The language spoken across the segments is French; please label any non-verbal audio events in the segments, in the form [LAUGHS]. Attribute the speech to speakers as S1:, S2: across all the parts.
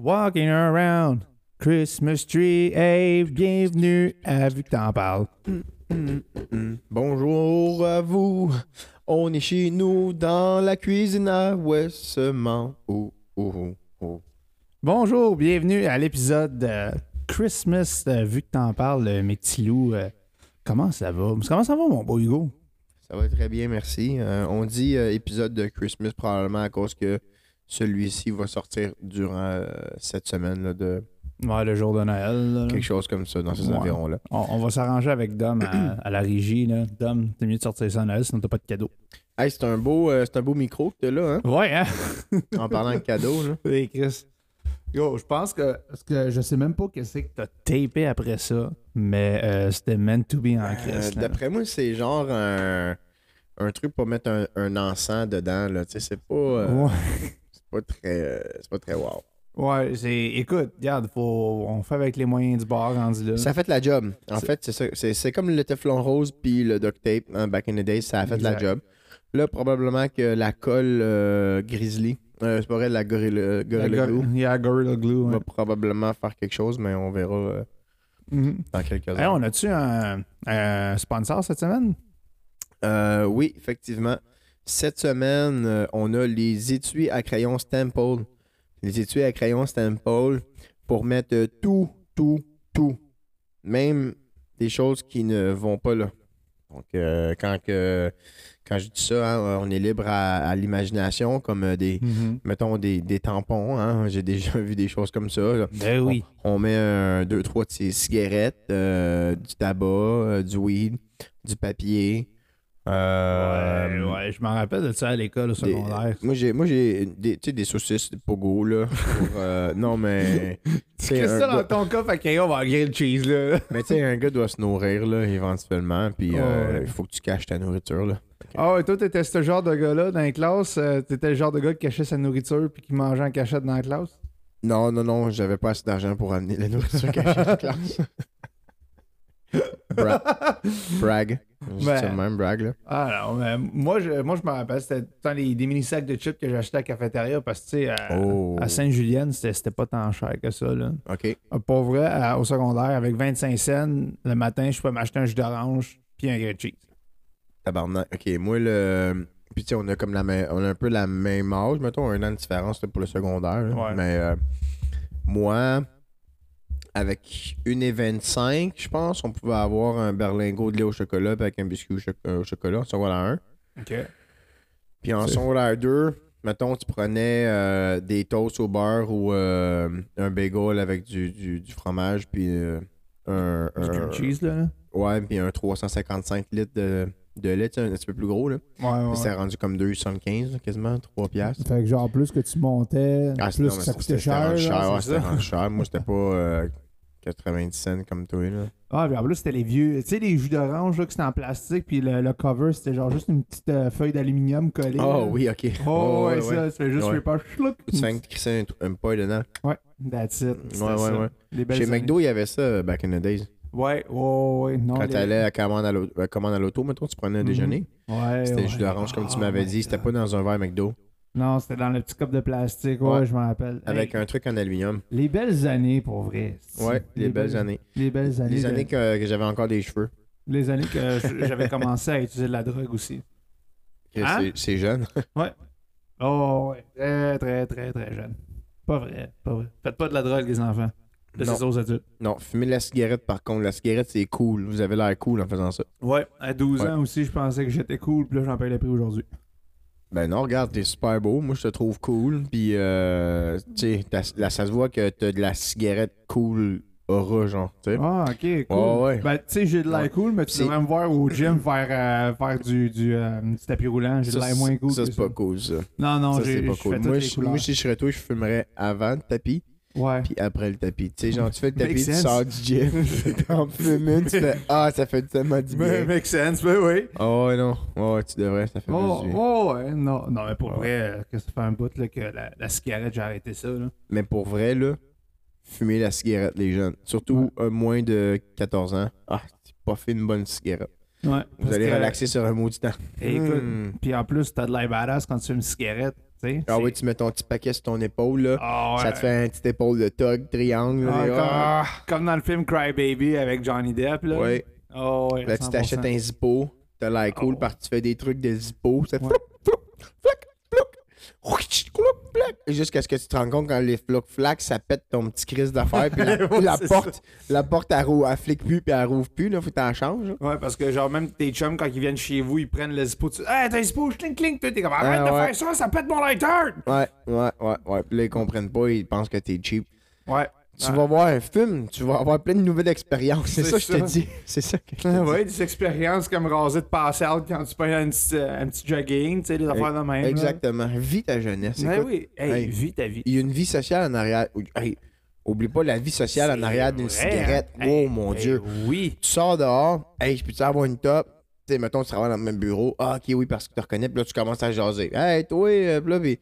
S1: Walking around Christmas tree, hey, bienvenue à Vu que t'en parles.
S2: Bonjour à vous. On est chez nous dans la cuisine à Westmount. Oh, oh, oh, oh.
S1: Bonjour, bienvenue à l'épisode de Christmas de Vu que t'en parles, euh, mes petits loups. euh, comment ça va? Comment ça va, mon beau Hugo?
S2: Ça va très bien, merci. Euh, on dit euh, épisode de Christmas probablement à cause que celui-ci va sortir durant euh, cette semaine là, de
S1: Ouais, le jour de Noël. là.
S2: quelque chose comme ça dans ces
S1: Ouais.
S2: environs-là.
S1: On, on va s'arranger avec Dom à, à la régie. Là. Dom, t'es mieux de sortir ça à Noël, sinon t'as pas de cadeau.
S2: Hey, c'est un beau, euh, c'est un beau micro que t'as là, hein?
S1: Ouais, hein?
S2: En parlant de cadeaux, là.
S1: [LAUGHS] Hey, Chris. Yo, je pense que, parce que je sais même pas que c'est que t'as tapé après ça, mais euh, c'était meant to be en
S2: Euh,
S1: Chris. là.
S2: D'après moi, c'est genre un, un truc pour mettre un, un encens dedans, là. Tu sais, c'est pas, euh,
S1: hein. Ouais.
S2: c'est pas très, euh, c'est pas très wow.
S1: Ouais, c'est. Écoute, regarde, faut... on fait avec les moyens du bord rendu là.
S2: Ça a fait la job. En fait, c'est ça. C'est, c'est comme le Teflon rose puis le duct tape hein, back in the day, ça a fait la
S1: Exact.
S2: job. Là, probablement que la colle euh, grizzly, euh, c'est pas vrai, la gorilla,
S1: La
S2: gorilla
S1: go-
S2: glue,
S1: Yeah, Gorilla Glue. ouais.
S2: va probablement faire quelque chose, mais on verra euh,
S1: Mhm.
S2: dans quelques
S1: Hey,
S2: heures.
S1: on a-tu un, un sponsor cette semaine?
S2: Euh, oui, effectivement. Cette semaine, euh, on a les étuis à crayon Stample. Les étuis à crayon Stample pour mettre euh, tout, tout, tout. Même des choses qui ne vont pas là. Donc, euh, quand, que, quand je dis ça, hein, on est libre à, à l'imagination, comme euh, des, mettons, des, des tampons. hein. J'ai déjà [LAUGHS] vu des choses comme ça. là.
S1: Ben oui.
S2: On met un, deux, trois de ces cigarettes, euh, du tabac, euh, du weed, du papier. euh,
S1: ouais, ouais, je m'en rappelle de ça à l'école au
S2: des- [LAUGHS]
S1: secondaire.
S2: moi, j'ai, moi, j'ai des, tu sais, des saucisses de pogo, là. pour, [LAUGHS] euh, non, mais. tu sais,
S1: Qu'est-ce que
S2: un
S1: ça dans
S2: gars-
S1: ton cas? Fait que on va griller le cheese,
S2: [LAUGHS]
S1: là.
S2: Mais tu sais, un gars doit se nourrir, là, éventuellement. Puis,
S1: Ouais.
S2: euh, il faut que tu caches ta nourriture, là.
S1: Ah ouais, toi, t'étais ce genre de gars-là dans les classes. euh, t'étais le genre de gars qui cachait sa nourriture puis qui mangeait en cachette dans la classe.
S2: Non, non, non, j'avais pas assez d'argent pour amener la nourriture cachée [LAUGHS] à la classe. [LAUGHS] Bra- brag. Je dis ça
S1: Ben.
S2: de même, brag, là.
S1: Alors, Ah, mais moi, je, moi, je me rappelle, c'était dans les, des mini-sacs de chips que j'achetais à la cafétéria parce que, tu sais, euh, à,
S2: Oh.
S1: à Sainte-Julienne, c'était c'était pas tant cher que ça, là.
S2: OK.
S3: Euh,
S1: Ah, Pour vrai, à- au secondaire, avec 25 cents, le matin, je pouvais m'acheter un jus d'orange puis un grilled cheese.
S2: Tabarnak. OK, moi, le... Puis, tu sais, on a comme la même... On a un peu la même âge, mettons, un an de différence là, pour le secondaire. là.
S1: Ouais.
S2: Mais euh, moi, avec une et 25, je pense, on pouvait avoir un berlingot de lait au chocolat puis avec un biscuit au, cho- euh, au chocolat, en secondaire 1.
S1: OK.
S2: Puis en
S1: C'est-
S2: secondaire 2, mettons, tu prenais euh, des toasts au beurre ou euh, un bagel avec du, du, du fromage puis euh, un...
S1: Du grilled
S3: Euh.
S2: un-
S1: cheese, là. là.
S3: hein?
S2: Ouais, puis un 355 litres de, de lait, tu sais, un petit peu plus gros, là.
S1: Ouais,
S2: Puis
S1: ouais.
S2: c'était rendu comme 2,75 là, quasiment, 3 piastres.
S3: Fait que genre, plus que tu montais,
S2: Ah,
S3: plus
S2: non,
S3: que ça
S2: mais c'était-
S3: coûtait
S2: c'était
S3: cher.
S2: rendu cher,
S3: genre,
S2: ouais,
S3: c'est
S2: c'était
S3: ça.
S2: rendu cher. Moi,
S3: [LAUGHS]
S2: j'étais pas euh, 90 cents comme toi, là.
S3: Ah, puis en plus, c'était les vieux. Tu sais, les jus d'orange, là, que c'était en plastique, puis le, le cover, c'était genre juste une petite euh, feuille d'aluminium collée.
S2: Oh
S3: là.
S2: oui, OK.
S3: Ah [LAUGHS] Oh, ouais,
S2: ouais.
S3: ça, tu fais juste
S2: Ouais.
S3: ripper, chlouc.
S2: Tu fais que c'est un, un paille dedans.
S3: Ouais, that's it.
S2: Ouais,
S3: C'était
S2: ouais,
S3: ça.
S2: ouais.
S3: Les belles
S2: Chez
S3: années.
S2: McDo, il y avait ça, euh, back in the days.
S3: Ouais, ouais, ouais. Non,
S2: Quand
S3: les-
S2: t'allais à commande à l'auto- à commande à l'auto, mettons, tu prenais un
S3: Mhm.
S2: déjeuner.
S3: Ouais,
S2: C'était
S3: ouais.
S2: jus d'orange, comme tu
S3: Oh
S2: m'avais
S3: my
S2: dit. C'était
S3: God.
S2: pas dans un verre McDo.
S3: Non, c'était dans le petit cup de plastique, ouais,
S2: Ouais.
S3: je m'en rappelle.
S2: Avec
S3: Hey,
S2: un truc en aluminium.
S3: Les belles années, pour vrai.
S2: Ouais, les, belles années.
S3: Les belles années.
S2: Les
S3: de-
S2: années que, que j'avais encore des cheveux.
S3: Les années que je- j'avais commencé à utiliser de la drogue aussi.
S2: Que
S3: Hein?
S2: c'est- C'est jeune. [LAUGHS]
S3: Oh, ouais. Très, très, très, très jeune. Pas vrai, pas vrai. Faites pas de la drogue, les enfants. Là,
S2: Non.
S3: c'est ça aux adultes.
S2: Non, fumer de la cigarette, par contre. La cigarette, c'est cool. Vous avez l'air cool en faisant ça.
S3: Ouais, à 12
S2: Ouais.
S3: ans aussi, je pensais que j'étais cool, puis là, j'en paye le prix aujourd'hui.
S2: Ben non, regarde, t'es super beau. Moi, je te trouve cool. Puis, euh, tu sais, t'as- là, ça se voit que t'as de la cigarette cool aura, genre. Tu sais.
S3: Ah, ok, cool.
S2: Ouais, ouais.
S3: Ben, tu sais, j'ai de l'air
S2: Ouais.
S3: cool, mais tu
S2: C'est-
S3: devrais me voir au gym faire, euh, faire du, du, euh, du tapis roulant. J'ai de
S2: Ça,
S3: l'air moins cool.
S2: Ça,
S3: que
S2: c'est pas cool, ça.
S3: Non, non,
S2: ça, c'est
S3: j'ai je
S2: pas
S3: fais
S2: cool.
S3: toutes
S2: Moi,
S3: les
S2: je-
S3: couleurs.
S2: moi, si je serais toi, je fumerais avant le tapis,
S3: Ouais.
S2: puis après le tapis. Tu sais, genre, tu fais le tapis,
S1: Makes
S2: tu
S1: sense.
S2: sors du gym, [LAUGHS] t'en fumes une, tu fais Ah, ça fait tellement du bien.
S1: make sense, ben oui.
S2: Oh, ouais, non. Oh, ouais, tu devrais, ça fait
S3: Oh,
S2: plus du bien.
S3: oh, ouais, non, non, mais pour vrai, euh, que ça fait un bout là, que la, la cigarette, j'ai arrêté ça. Là.
S2: Mais pour vrai, là, fumer la cigarette, les jeunes. Surtout euh, moins de 14 ans. Ah, c'est pas fait une bonne cigarette.
S3: Ouais,
S2: Vous allez relaxer sur un mot du temps.
S3: Écoute,
S2: Hmm.
S3: Puis en plus, t'as de l'air badass quand tu fumes une cigarette. sais.
S2: Ah
S3: c'est-
S2: oui, tu mets ton petit paquet sur ton épaule, là.
S3: Ah ouais.
S2: Ça te fait un petit épaule de tog, triangle.
S3: Ah,
S2: et-
S3: comme,
S2: ah.
S3: comme dans le film Cry Baby avec Johnny Depp. Là,
S2: Ouais.
S3: Ah ouais,
S2: Là, tu t'achètes
S3: 100%.
S2: un zippo. T'as l'air cool
S3: Oh.
S2: parce que tu fais des trucs de zippo. Ça fait
S3: Ouais.
S2: flouc, flouc, flouc, flouc, rouitch, clouc, flouc. Jusqu'à ce que tu te rends compte quand les flouc flac ça pète ton petit crise d'affaires.
S3: [LAUGHS]
S2: Puis la,
S1: Ouais,
S2: la
S1: c'est
S2: porte, la porte, elle, rou- elle flique plus, puis elle rouvre plus. Là, faut que t'en changes. là.
S3: Ouais, parce que genre, même tes chums, quand ils viennent chez vous, ils prennent le zippo. Tu Hey, t'as un zippo, clink, clink. Toi, T'es comme, arrête
S2: Ah ouais.
S3: de faire ça, ça pète mon lighter.
S2: Ouais, ouais, ouais, ouais. Puis là, ils comprennent pas, ils pensent que t'es cheap.
S3: Ouais.
S2: Tu
S3: Ah.
S2: vas voir un film, tu vas avoir plein de nouvelles expériences. C'est
S3: C'est
S2: ça, que je te
S3: ça.
S2: dis. C'est ça que je te
S3: Ah
S2: dis.
S3: ouais, des expériences comme raser de pass out quand tu fais un petit, euh, un petit jogging, tu sais, des affaires de même. là.
S2: Exactement. Vis ta jeunesse.
S3: Ben
S2: Écoute,
S3: oui. Hey,
S2: Hey.
S3: vis ta vie.
S2: il y a une vie sociale en arrière. Ou- hey, oublie pas la vie sociale en
S3: C'est
S2: arrière d'une
S3: vrai,
S2: cigarette.
S3: hein.
S2: Oh
S3: Hey,
S2: mon
S3: hey,
S2: Dieu.
S3: Oui.
S2: Tu sors dehors. Hey, je peux-tu avoir une top? Tu sais, mettons, tu travailles dans le même bureau. Ah, ok, oui, parce que tu te reconnais. Puis là, tu commences à jaser. Hey, toi, euh, puis là, puis-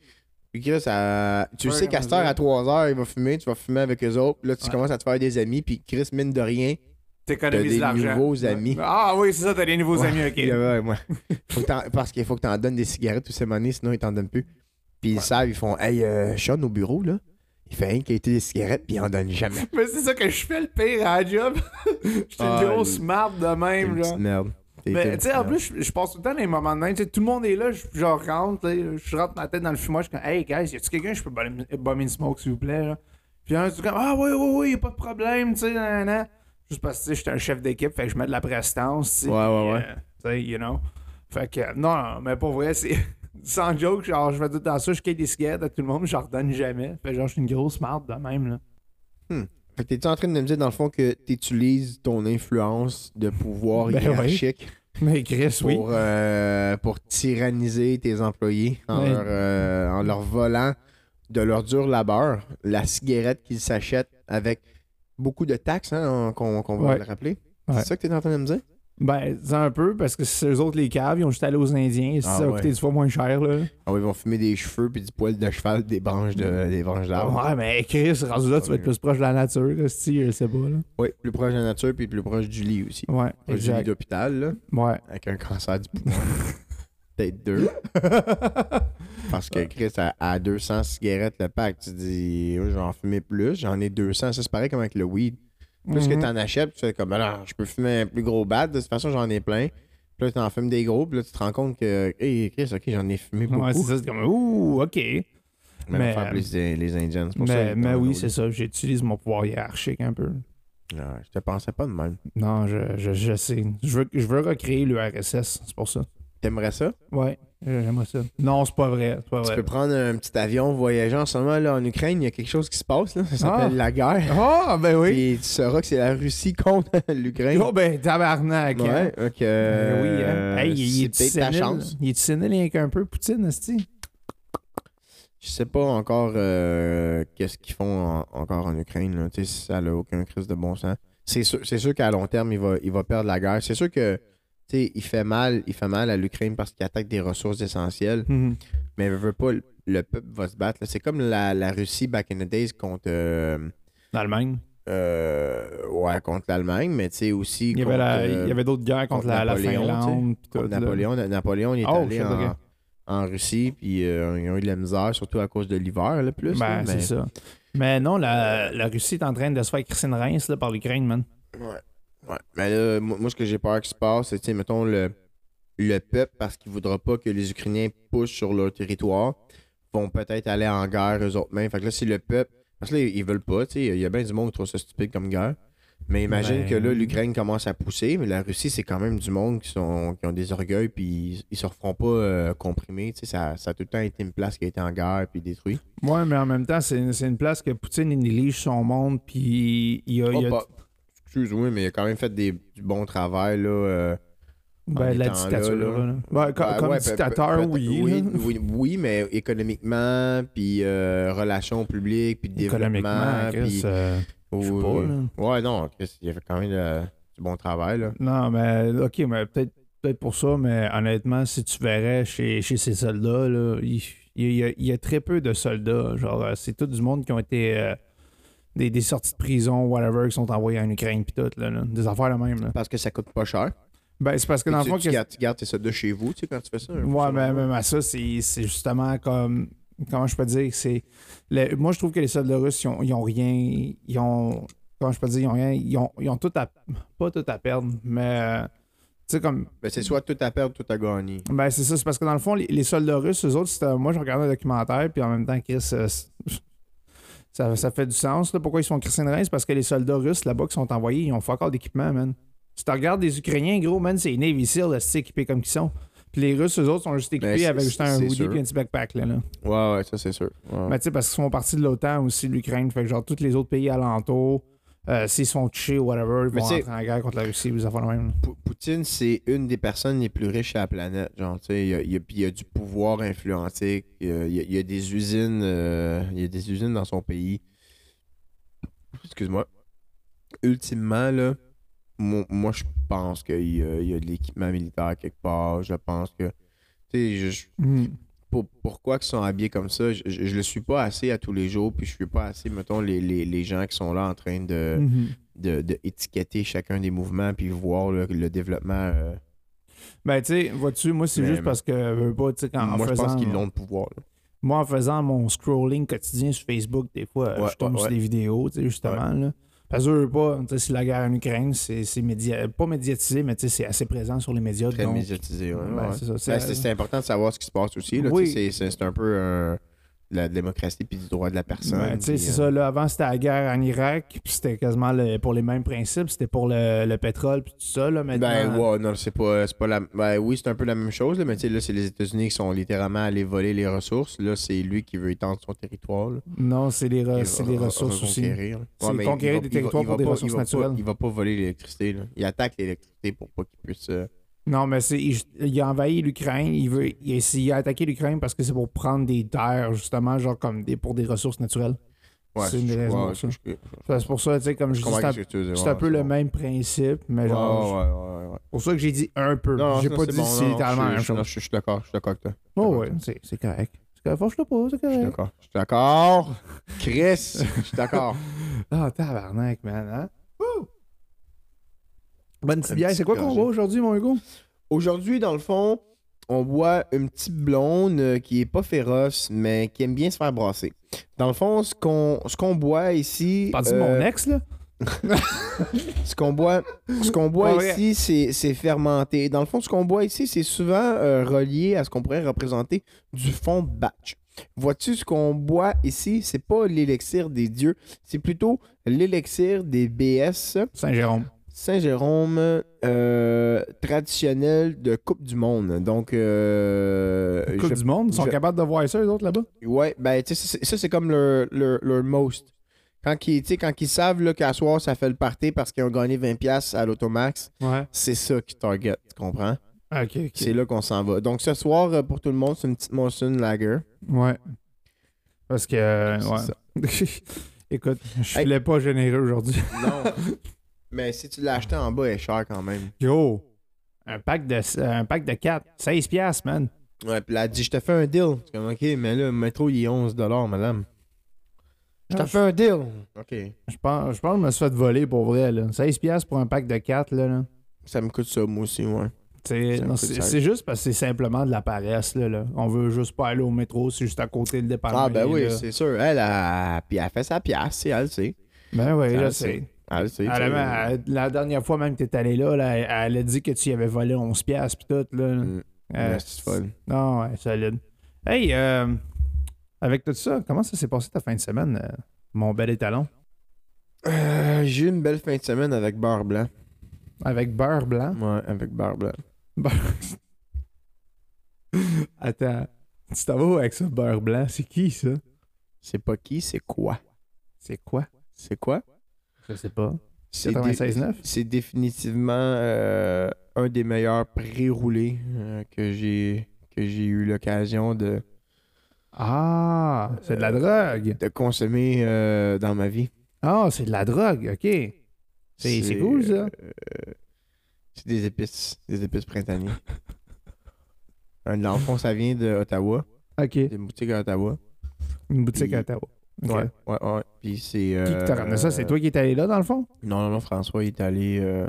S2: puis Chris, euh, tu
S3: Ouais,
S2: sais qu'à
S3: comment
S2: cette heure,
S3: dire?
S2: à 3 heures, il va fumer. Tu vas fumer avec eux autres. Puis là, tu
S3: Ouais.
S2: commences à te faire des amis. Puis Chris, mine de rien,
S3: T'économises de
S2: T'as des
S3: l'argent.
S2: nouveaux amis.
S3: Ah oui, c'est ça, t'as des nouveaux amis, ok.
S2: Ouais, ouais, ouais. Faut que t'en- parce qu'il faut que tu en donnes des cigarettes tous ces monnaies, sinon ils t'en donnent plus. Puis ils savent, ils font Hey, euh, Sean au bureau, là, il fait rien qu'il ait des cigarettes, puis il en
S3: [LAUGHS]
S2: donne jamais.
S3: Mais c'est ça que je fais le pire à la job. [LAUGHS] J'étais
S2: Ah,
S3: une grosse marde de
S2: T'es
S3: même,
S2: une
S3: là.
S2: petite merde. T'es une
S3: Mais
S2: petite
S3: Ben, tu sais, en
S2: merde.
S3: plus, je- je passe tout le temps dans les moments de même. Tu sais, tout le monde est là, je, genre rentre, tu sais, je rentre ma tête dans le fumage, je suis comme, hey guys, y a-tu quelqu'un, que je peux bum- bummer une smoke, s'il vous plaît, là? Puis un, tu comme, ah oui, oui, oui, y a pas de problème, tu sais, nan, nan. Juste parce que tu sais, j'étais un chef d'équipe, fait que je mets de la prestance, tu sais.
S2: Ouais, ouais, ouais.
S3: puis, euh, tu sais, you know. Fait que, euh, non, non, mais pour vrai, c'est. [LAUGHS] Sans joke, genre, je fais tout le temps ça, je quitte des cigarettes à tout le monde, j'en redonne jamais. Fait que, genre, je suis une grosse marde de même, là.
S2: Fait que t'es-tu en train de me dire, dans le fond, que t'utilises ton influence de pouvoir
S1: Ben oui.
S2: hiérarchique
S1: Mais Chris, oui.
S2: pour, euh, pour tyranniser tes employés en,
S1: Ouais.
S2: leur, euh, en leur volant de leur dur labeur la cigarette qu'ils s'achètent avec beaucoup de taxes, hein, on- qu'on qu'on va
S1: Ouais.
S2: le rappeler.
S1: Ouais.
S2: C'est ça que t'es en train de me dire?
S1: Ben, c'est un peu, parce que c'est eux autres, les caves, ils ont juste allé aux Indiens. et
S2: Ah
S1: ça a
S2: ouais.
S1: coûté du fois moins cher, là.
S2: Ah oui, ils vont fumer des cheveux puis du poil de cheval, des branches de, des branches d'arbre.
S1: Ouais, mais Chris, rendu là, tu vas être plus proche de la nature, là, si, je sais pas, là.
S2: Oui, plus proche de la nature puis plus proche du lit aussi.
S1: Ouais,
S2: Proche du lit
S1: exact.
S2: d'hôpital, là,
S1: Ouais.
S2: avec un cancer du
S1: [LAUGHS]
S2: poumon. Peut-être deux. Parce que Chris, à, à 200 cigarettes le pack, tu dis, oh, je vais en fumer plus, j'en ai 200. Ça, c'est pareil comme avec le weed. Plus que
S1: Mhm.
S2: t'en achètes, tu fais comme, alors, je peux fumer un plus gros bat, de toute façon, j'en ai plein. Puis là, t'en fumes des gros, puis là, tu te rends compte que, hey, Chris, ok, j'en ai fumé beaucoup.
S1: Ouais, c'est ça, c'est comme, ouh, ok.
S2: mais,
S1: mais-
S2: faire plus les, les Indians, c'est pour ça.
S1: Mais,
S2: qu'ils
S1: mais
S2: t'en
S1: oui,
S2: donnent.
S1: c'est ça, j'utilise mon pouvoir hiérarchique un peu.
S2: Ah, je te pensais pas de même.
S1: Non, je, je, je sais. Je veux, je veux recréer le RSS, c'est pour ça.
S2: T'aimerais ça?
S1: Ouais, euh, j'aimerais ça. Non, c'est pas vrai. C'est pas
S2: Tu
S1: vrai.
S2: peux prendre un petit avion, voyager en ce moment là, en Ukraine, il y a quelque chose qui se passe, là. ça s'appelle
S1: Ah.
S2: la guerre.
S1: Ah, ben oui.
S2: Et tu sauras que c'est la Russie contre [LAUGHS] l'Ukraine.
S1: Oh, ben, tabarnak. hein.
S2: Ouais, ok.
S1: Ben oui, hein.
S2: euh,
S1: hey, il- il est
S2: c'est peut-être ta
S1: sénile.
S2: chance.
S1: Il est sénile rien qu'un peu, Poutine, esti.
S2: Je sais pas encore euh, qu'est-ce qu'ils font en- encore en Ukraine. Là. Tu sais, ça n'a aucun crise de bon sens. C'est sûr, c'est sûr qu'à long terme, il va, il va perdre la guerre. C'est sûr que tu sais, il fait mal, il fait mal à l'Ukraine parce qu'il attaque des ressources essentielles. Mais veut, veut pas, le- le peuple va se battre. là. C'est comme la, la Russie back in the days contre euh,
S1: L'Allemagne.
S2: euh, ouais, contre l'Allemagne, mais tu sais aussi
S1: Il y
S2: contre,
S1: avait, la-
S2: euh,
S1: il y avait d'autres guerres contre,
S2: contre
S1: la, la
S2: Napoléon,
S1: Finlande. pis
S2: contre
S1: tout, là.
S2: Napoléon. Na- Napoléon il est
S1: Oh,
S2: allé
S1: shit,
S2: en,
S1: ok.
S2: en Russie, puis euh, ils ont eu de la misère, surtout à cause de l'hiver, le plus. là,
S1: Ben, c'est
S2: mais-
S1: ça. Mais non, la, la Russie est en train de se faire Christine Reims là, par l'Ukraine, man.
S2: Ouais. Ouais. Mais là, moi, moi, ce que j'ai peur qu'il se passe, c'est, tu sais, mettons, le, le peuple, parce qu'il voudra pas que les Ukrainiens poussent sur leur territoire, vont peut-être aller en guerre eux autres mêmes. Fait que là, si le peuple. Parce que là, ils veulent pas, tu sais. Il y a bien du monde qui trouve ça stupide comme guerre. Mais imagine
S1: Ben-
S2: que là, l'Ukraine commence à pousser, mais la Russie, c'est quand même du monde qui, sont, qui ont des orgueils, puis ils, ils se referont pas euh, comprimer. Tu sais, ça, ça a tout le temps été une place qui a été en guerre, puis détruite.
S1: Ouais, mais en même temps, c'est une, c'est une place que Poutine il néglige son monde, puis il y a, il y a-
S2: Oh, pas- Excuse-moi, mais il a quand même fait des, du bon travail, là. euh,
S1: ben,
S2: en
S1: la
S2: étant
S1: dictature.
S2: là, là.
S1: là, là. Ouais, Ah, co-
S2: Ouais,
S1: comme
S2: ouais, pe-
S1: dictateur,
S2: pe- peut-
S1: oui.
S2: oui,
S1: là.
S2: oui, oui, mais économiquement, puis euh, relations publiques, puis développement.
S1: Économiquement, Chris,
S2: puis,
S1: euh,
S2: oui,
S1: je sais
S2: oui,
S1: pas,
S2: oui.
S1: là.
S2: Ouais, non, Chris, il y avait quand même euh, du bon travail. Là.
S1: Non, mais ok, mais peut-être peut pour ça, mais honnêtement, si tu verrais chez, chez ces soldats, là, il, il y a, il y a très peu de soldats. Genre, euh, c'est tout du monde qui ont été euh, des, des sorties de prison, whatever, qui sont envoyés en Ukraine, puis tout, là, là. des affaires de même. Là.
S2: Parce que ça coûte pas cher.
S1: Ben, c'est parce que
S2: Et
S1: dans le
S2: tu,
S1: fond, ben,
S2: tu
S1: que-
S2: gardes, tu gardes tes soldats chez vous, tu sais, quand tu fais ça. un peu
S1: Ouais,
S2: sur-
S1: mais même à ça, c'est c'est justement comme comment je peux dire, c'est. le- moi, je trouve que les soldats russes, ils ont, ils ont rien. Ils ont. Comment je peux dire, ils ont rien. Ils ont, ils ont tout à. Pas tout à perdre, mais. euh, tu sais, comme.
S2: Ben, c'est soit tout à perdre, tout à gagner.
S1: Ben, c'est ça. C'est parce que dans le fond, les, les soldats russes, eux autres, c'était- moi, je regardais un documentaire, puis en même temps, Chris. euh, c'est- ça, ça fait du sens, là. Pourquoi ils sont Christine Reims? Parce que les soldats russes, là-bas, qui sont envoyés, ils ont fuck all d'équipement, man. Si tu regardes les Ukrainiens, gros, man, c'est Navy Seal, là, c'est équipés comme qu'ils sont. Puis les Russes, eux autres, sont juste équipés
S2: Ben, c'est-
S1: avec juste un
S2: c'est
S1: hoodie
S2: sûr.
S1: puis un petit backpack, là. là.
S2: Ouais, ouais, ça, c'est sûr. Ouais.
S1: Mais tu sais, parce qu'ils font partie de l'OTAN aussi, l'Ukraine. Fait que genre, tous les autres pays alentours, euh, s'ils sont touchés ou whatever, ils
S2: Mais
S1: vont
S2: tu sais-
S1: entrer en guerre contre la Russie, ils affaires de même.
S2: Pou- Poutine, c'est une des personnes les plus riches à la planète. Genre, tu sais, il y a, il y a- puis il y a du pouvoir influentique. Il y a, il y a- il y a des usines. euh, il y a des usines dans son pays. Excuse-moi. Ultimement, là, mo- moi, je pense qu'il y, a- il y a de l'équipement militaire quelque part. Je pense que. Tu sais, je- je- pour- pourquoi qu'ils sont habillés comme ça, je, je, je le suis pas assez à tous les jours, puis je suis pas assez, mettons, les, les, les gens qui sont là en train de
S1: Mhm.
S2: de, de étiqueter chacun des mouvements puis voir le, le développement. euh,
S1: Ben, tu sais, vois-tu, moi, c'est
S2: Mais-
S1: juste parce que je veux pas, tu sais, quand en
S2: moi, je
S1: faisant-
S2: pense qu'ils l'ont le pouvoir. là.
S1: Moi, en faisant mon scrolling quotidien sur Facebook, des fois,
S2: Ouais,
S1: je tombe
S2: ouais,
S1: sur
S2: ouais.
S1: des vidéos, tu sais, justement. Là. Parce que, je veux pas, tu sais, si la guerre en Ukraine, c'est c'est média... pas médiatisé, mais tu sais, c'est assez présent sur les médias.
S2: Très
S1: donc-
S2: médiatisé. ouais,
S1: Ben,
S2: ouais.
S1: c'est ça.
S2: Ben,
S1: c'est-
S2: C'est c'est important de savoir ce qui se passe aussi. là, tu
S1: Oui.
S2: sais, C'est c'est- c'est un peu euh, de la démocratie puis du droit de la personne.
S1: Ben, tu sais,
S2: puis,
S1: c'est
S2: euh,
S1: ça. Là, avant, c'était la guerre en Irak, puis c'était quasiment le- pour les mêmes principes. C'était pour le, le pétrole, puis tout ça. Là, maintenant,
S2: Ben, ouais, non, c'est pas, c'est pas la. Ben, oui, c'est un peu la même chose, là, mais tu sais, là, c'est les États-Unis qui sont littéralement allés voler les ressources. Là, c'est lui qui veut étendre son territoire. là,
S1: Non, c'est des, re-
S2: et
S1: Ben, c'est
S2: re-
S1: des
S2: re-
S1: ressources aussi.
S2: reconquérir, là.
S1: C'est
S2: Ouais, mais il
S1: conquérir
S2: va-
S1: des
S2: il va-
S1: territoires
S2: il
S1: pour
S2: va
S1: des
S2: pas-
S1: ressources
S2: il va pas-
S1: naturelles.
S2: Il va pas voler l'électricité. là. Il attaque l'électricité pour pas qu'il puisse. euh,
S1: Non, mais c'est, il, il a envahi l'Ukraine. Il veut il a essayé d'attaquer l'Ukraine parce que c'est pour prendre des terres, justement, genre comme des, pour des ressources naturelles.
S2: ouais,
S1: C'est une
S2: je-
S1: raison,
S2: ouais,
S1: ça.
S2: je- je-
S1: Ça, C'est pour ça, tu sais, comme je
S2: Je
S1: dis,
S2: comprends
S1: c'est un,
S2: qu'est-ce que tu veux dire,
S1: c'est
S2: ouais,
S1: un peu
S2: c'est
S1: le
S2: bon.
S1: même principe, mais
S2: Ouais,
S1: genre,
S2: ouais, ouais, ouais, ouais.
S1: c'est pour ça que j'ai dit un peu.
S2: Non,
S1: j'ai
S2: non,
S1: pas
S2: c'est
S1: dit
S2: bon,
S1: si c'est
S2: non,
S1: littéralement hein, la
S2: je-
S1: même
S2: je- non,
S1: chose.
S2: Je je suis d'accord, je suis d'accord avec toi.
S1: Oh, ouais, c'est, c'est correct. C'est correct. Fâche-le pas, c'est
S2: Je suis
S1: correct.
S2: d'accord. Je suis d'accord. Chris, je suis d'accord.
S1: Ah, tabarnak, man, hein? Ouh! Bonne petite
S2: Un
S1: bière.
S2: petit
S1: C'est quoi qu'on
S2: gorgé.
S1: voit aujourd'hui, mon Hugo?
S2: [LAUGHS] Aujourd'hui, dans le fond, on boit une petite blonde euh, qui est pas féroce, mais qui aime bien se faire brasser. Dans le fond, ce qu'on ce qu'on boit ici.
S1: Parti de
S2: euh,
S1: mon ex, là?
S2: Ce qu'on boit, ce qu'on boit
S1: Pas vrai.
S2: ici, c'est c'est fermenté. Dans le fond, ce qu'on boit ici, c'est souvent euh, relié à ce qu'on pourrait représenter du fond batch. Vois-tu, ce qu'on boit ici, c'est pas l'élixir des dieux, c'est plutôt l'élixir des BS
S1: Saint-Jérôme.
S2: Saint-Jérôme euh, traditionnel de Coupe du Monde. Donc, euh,
S1: Coupe
S2: je-
S1: du monde, ils sont
S2: je-
S1: capables de voir ça, les autres, là-bas?
S2: Ouais, ben, tu sais, c'est- ça, c'est comme leur, leur, leur most. Quand ils, tu sais, quand ils savent là, qu'à soir, ça fait le party parce qu'ils ont gagné 20$ à l'Automax,
S1: Ouais.
S2: c'est ça qui target, tu comprends?
S1: Ok, ok.
S2: C'est là qu'on s'en va. Donc, ce soir, euh, pour tout le monde, c'est une petite Monsoon Lager.
S1: Ouais. Parce que. euh,
S2: C'est ça.
S1: ouais. [LAUGHS] Écoute, je
S2: Hey.
S1: voulais pas généreux aujourd'hui. [LAUGHS]
S2: Non. [LAUGHS] Mais si tu l'achetais en bas, elle est chère quand même.
S1: Yo! Un pack de, un pack de 4. 16 piastres, man.
S2: Ouais, puis elle a dit, je te fais un deal. Je suis comme, OK, mais là, le métro, il est 11$, madame. Je te
S1: Ah,
S2: fais un deal. OK.
S1: Je pense, je pense que je me suis fait voler pour vrai, là. 16 piastres pour un pack de 4, là. là.
S2: Ça me coûte ça, moi aussi, ouais.
S1: T'sais,
S2: C'est un
S1: non,
S2: peu
S1: C'est
S2: sale.
S1: c'est juste parce que c'est simplement de la paresse, là, là. On veut juste pas aller au métro, c'est juste à côté le dépanneur.
S2: Ah, ben oui,
S1: là.
S2: c'est sûr. Elle, a... Puis elle fait sa pièce, c'est elle, c'est.
S1: Ben oui,
S2: Ah,
S1: là,
S2: c'est-
S1: c'est.
S2: Elle, c'est.
S1: Elle,
S2: tu sais.
S1: elle- elle- la dernière fois même que t'es allé là, là, elle elle a dit que tu y avais volé 11 piastres pis tout, là.
S2: Mm.
S1: Euh,
S2: Ouais, c'est fun.
S1: Non, Ah, ouais, solide. Hey, euh, avec tout ça, comment ça s'est passé ta fin de semaine, euh, mon bel étalon?
S2: Euh, J'ai eu une belle fin de semaine avec Beurre Blanc.
S1: Avec beurre blanc?
S2: Ouais, avec Beurre Blanc.
S1: Attends, tu t'en vas où avec ça, beurre blanc? C'est qui, ça?
S2: C'est pas qui, c'est quoi.
S1: C'est quoi?
S2: C'est quoi?
S1: Je sais pas.
S2: C'est dé-
S1: 96.9?
S2: C'est définitivement euh, un des meilleurs pré-roulés euh, que j'ai que j'ai eu l'occasion de,
S1: Ah, c'est de la
S2: Euh,
S1: drogue.
S2: de consommer euh, dans ma vie.
S1: Ah, c'est de la drogue, ok. C'est- c'est cool, ça.
S2: euh, c'est des épices, des épices printanières. [LAUGHS] Euh, Dans le fond, ça vient de Ottawa,
S1: Ok.
S2: des boutiques à Ottawa.
S1: Une boutique
S2: Puis-
S1: à Ottawa. Ok.
S2: Ouais, ouais, ouais. Puis c'est.
S1: Qui
S2: euh,
S1: t'a ramené ça? C'est toi qui es allé là, dans le fond?
S2: Non, non, non, François, il est allé, euh,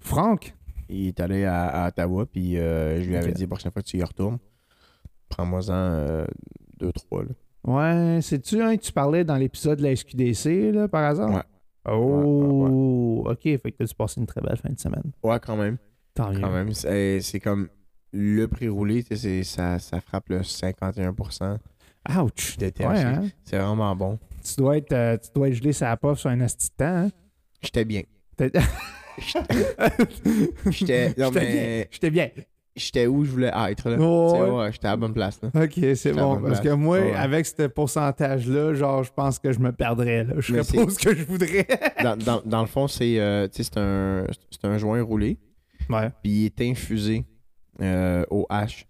S1: Franck?
S2: il est allé à, à Ottawa, puis euh, je lui avais
S1: Ok.
S2: dit, la prochaine fois que tu y retournes, prends-moi-en euh, deux, trois. Là.
S1: Ouais, c'est-tu un que tu parlais dans l'épisode de la SQDC, là, par hasard?
S2: Ouais.
S1: Oh, ok, fait que tu passé une très belle fin de semaine.
S2: Ouais, quand même.
S1: Tant mieux.
S2: Quand même. C'est c'est comme le prix roulé, tu sais, c'est- ça, ça frappe le 51%
S1: Ouch!
S2: de THC.
S1: Ouais, hein?
S2: C'est vraiment bon.
S1: Tu dois être, euh, tu dois être gelé sur la pof sur un asti de temps, hein?
S2: J'étais bien.
S1: T'es- [LAUGHS]
S2: [LAUGHS] J'étais. Non,
S1: J'étais
S2: mais.
S1: J'étais bien.
S2: J'étais où je voulais être, là.
S1: Oh,
S2: Tu sais,
S1: ouais.
S2: ouais, j'étais à la bonne place, là.
S1: Ok, c'est
S2: la
S1: bon.
S2: bonne
S1: Parce que
S2: place.
S1: moi,
S2: Ouais.
S1: avec ce pourcentage-là, genre, je pense que je me perdrais. Là. Je
S2: Mais
S1: serais pas ce que je
S2: [LAUGHS]
S1: voudrais.
S2: Dans, dans- dans le fond, c'est euh, tu sais, c'est un, c'est un joint roulé,
S1: ouais.
S2: puis il est infusé euh, au hash.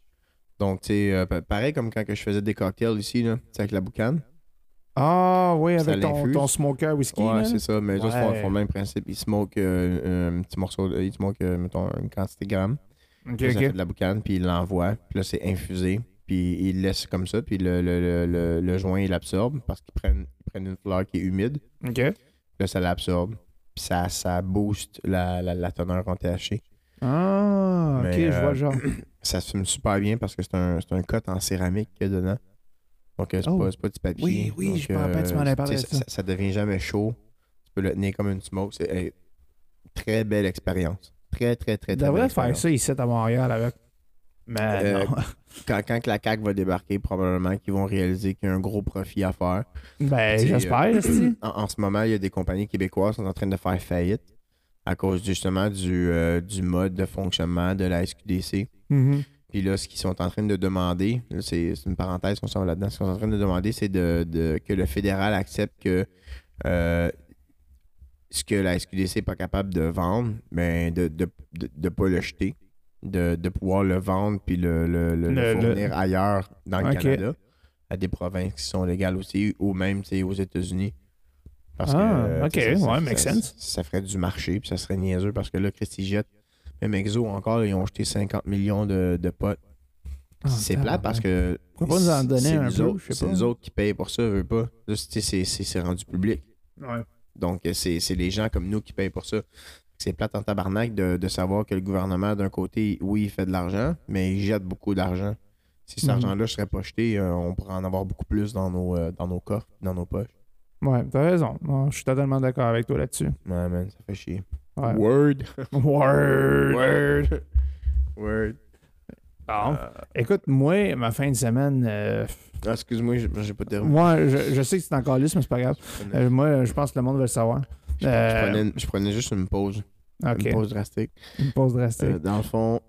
S2: Donc, tu sais, euh, pa- pareil comme quand que je faisais des cocktails ici, là, tu sais, avec la boucane.
S1: Ah, oui,
S2: Ça
S1: avec ton,
S2: l'infuse.
S1: ton smoker whisky.
S2: Ouais,
S1: là.
S2: c'est ça. Mais les autres font,
S1: Ouais.
S2: font le même principe. Ils smoke euh, euh, un petit morceau, de- ils smoke, euh, mettons, une quantité de grammes.
S3: Ok,
S2: Puis là, ça fait
S3: ok.
S2: de la boucane, puis il l'envoie. Puis là, c'est infusé. Puis il laisse comme ça. Puis le, le, le, le- le joint, il l'absorbe parce qu'ils prennent, ils prennent une fleur qui est humide.
S3: Ok.
S2: Là, ça l'absorbe. Puis ça, ça booste la, la, la teneur en THC.
S1: Ah, ok,
S2: Mais,
S1: je
S2: euh,
S1: vois le genre.
S2: Ça se fume super bien parce que c'est un, c'est un cote en céramique qu'il y a dedans. Donc, euh, c'est
S1: Oh.
S2: pas, c'est pas du papier.
S1: Oui, oui,
S2: Donc, euh,
S1: je me rappelle, tu m'en avais parlé
S2: tu sais,
S1: de ça.
S2: Ça devient jamais chaud. Tu peux le tenir comme une smoke. C'est hey, très belle expérience. Très, très, très, très
S1: Je
S2: belle
S1: devrais faire
S2: expérience.
S1: ça ici à Montréal avec. Mais
S2: Euh,
S1: non.
S2: Quand, quand que la CAQ va débarquer, probablement qu'ils vont réaliser qu'il y a un gros profit à faire.
S1: [LAUGHS] ben,
S2: tu sais,
S1: j'espère,
S2: [CLEARS THROAT]
S1: esti.
S2: En, en ce moment, il y a des compagnies québécoises qui sont en train de faire faillite à cause justement du, euh, du mode de fonctionnement de la SQDC.
S1: Mhm.
S2: Puis là, ce qu'ils sont en train de demander, là, c'est c'est une parenthèse qu'on s'en va là-dedans, ce qu'ils sont en train de demander, c'est de, de- que le fédéral accepte que euh, ce que la SQDC n'est pas capable de vendre, mais de ne de, de- de pas le jeter, de, de pouvoir le vendre puis le, le- le- le
S1: Le- le-
S2: fournir ailleurs dans le
S1: Ok.
S2: Canada, à des provinces qui sont légales aussi, ou même tu sais, aux États-Unis. Parce
S1: Ah,
S2: euh,
S1: ok,
S2: tu sais,
S1: ouais, makes
S2: ça-
S1: sense.
S2: ça ferait du marché, puis ça serait niaiseux parce que là, Christy Jet, même Exo encore, ils ont jeté 50 millions de, de potes.
S1: Ah,
S2: c'est
S1: tabarnak.
S2: plat parce que.
S1: Pourquoi pas nous en donner
S2: c'est
S1: un
S2: nous
S1: peu,
S2: autres-
S1: je sais
S2: C'est
S1: pas.
S2: nous autres qui payent pour ça, veut pas. Là, c'est- tu sais, c'est- c'est c'est rendu public.
S1: Ouais.
S2: Donc, euh, c'est c'est les gens comme nous qui payent pour ça. C'est plate en tabarnak de, de savoir que le gouvernement, d'un côté, oui, il fait de l'argent, mais il jette beaucoup d'argent. Si cet
S1: Mhm.
S2: argent-là ne serait pas jeté, euh, on pourrait en avoir beaucoup plus dans nos, euh, dans nos coffres, dans nos poches.
S1: Ouais, t'as raison. Non, je suis totalement d'accord avec toi là-dessus.
S2: Ouais, man, ça fait chier.
S1: Ouais.
S2: Word.
S1: [LAUGHS] Word.
S2: Word. Word.
S1: Bon. Euh, Écoute, moi, ma fin de semaine, euh,
S2: Ah, Excuse-moi, j'ai j'ai pas terminé.
S1: moi, je, je sais que c'est encore lisse, mais c'est pas grave.
S2: Je prenais-
S1: Euh, moi, je pense que le monde veut le savoir.
S2: je
S1: euh,
S2: prenais, une- je prenais juste une pause.
S1: Ok,
S2: Une pause drastique.
S1: une pause drastique.
S2: Euh, dans le fond,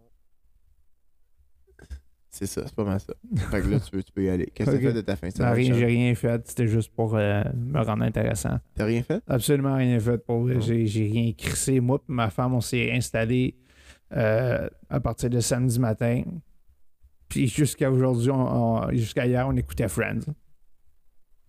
S2: c'est ça, c'est pas mal ça. Fait que là, tu peux, tu peux y aller. Qu'est-ce que
S1: Ok.
S2: t'as fait de ta fin de
S1: Non,
S2: semaine?
S1: rien,
S2: Charles?
S1: j'ai rien fait, c'était juste pour euh, me rendre intéressant.
S2: T'as rien fait?
S1: Absolument rien fait pour vrai.
S2: Oh.
S1: J'ai j'ai rien crissé. Moi et ma femme, on s'est installés euh, à partir de samedi matin. Puis jusqu'à aujourd'hui, on- on- jusqu'à hier, on écoutait Friends.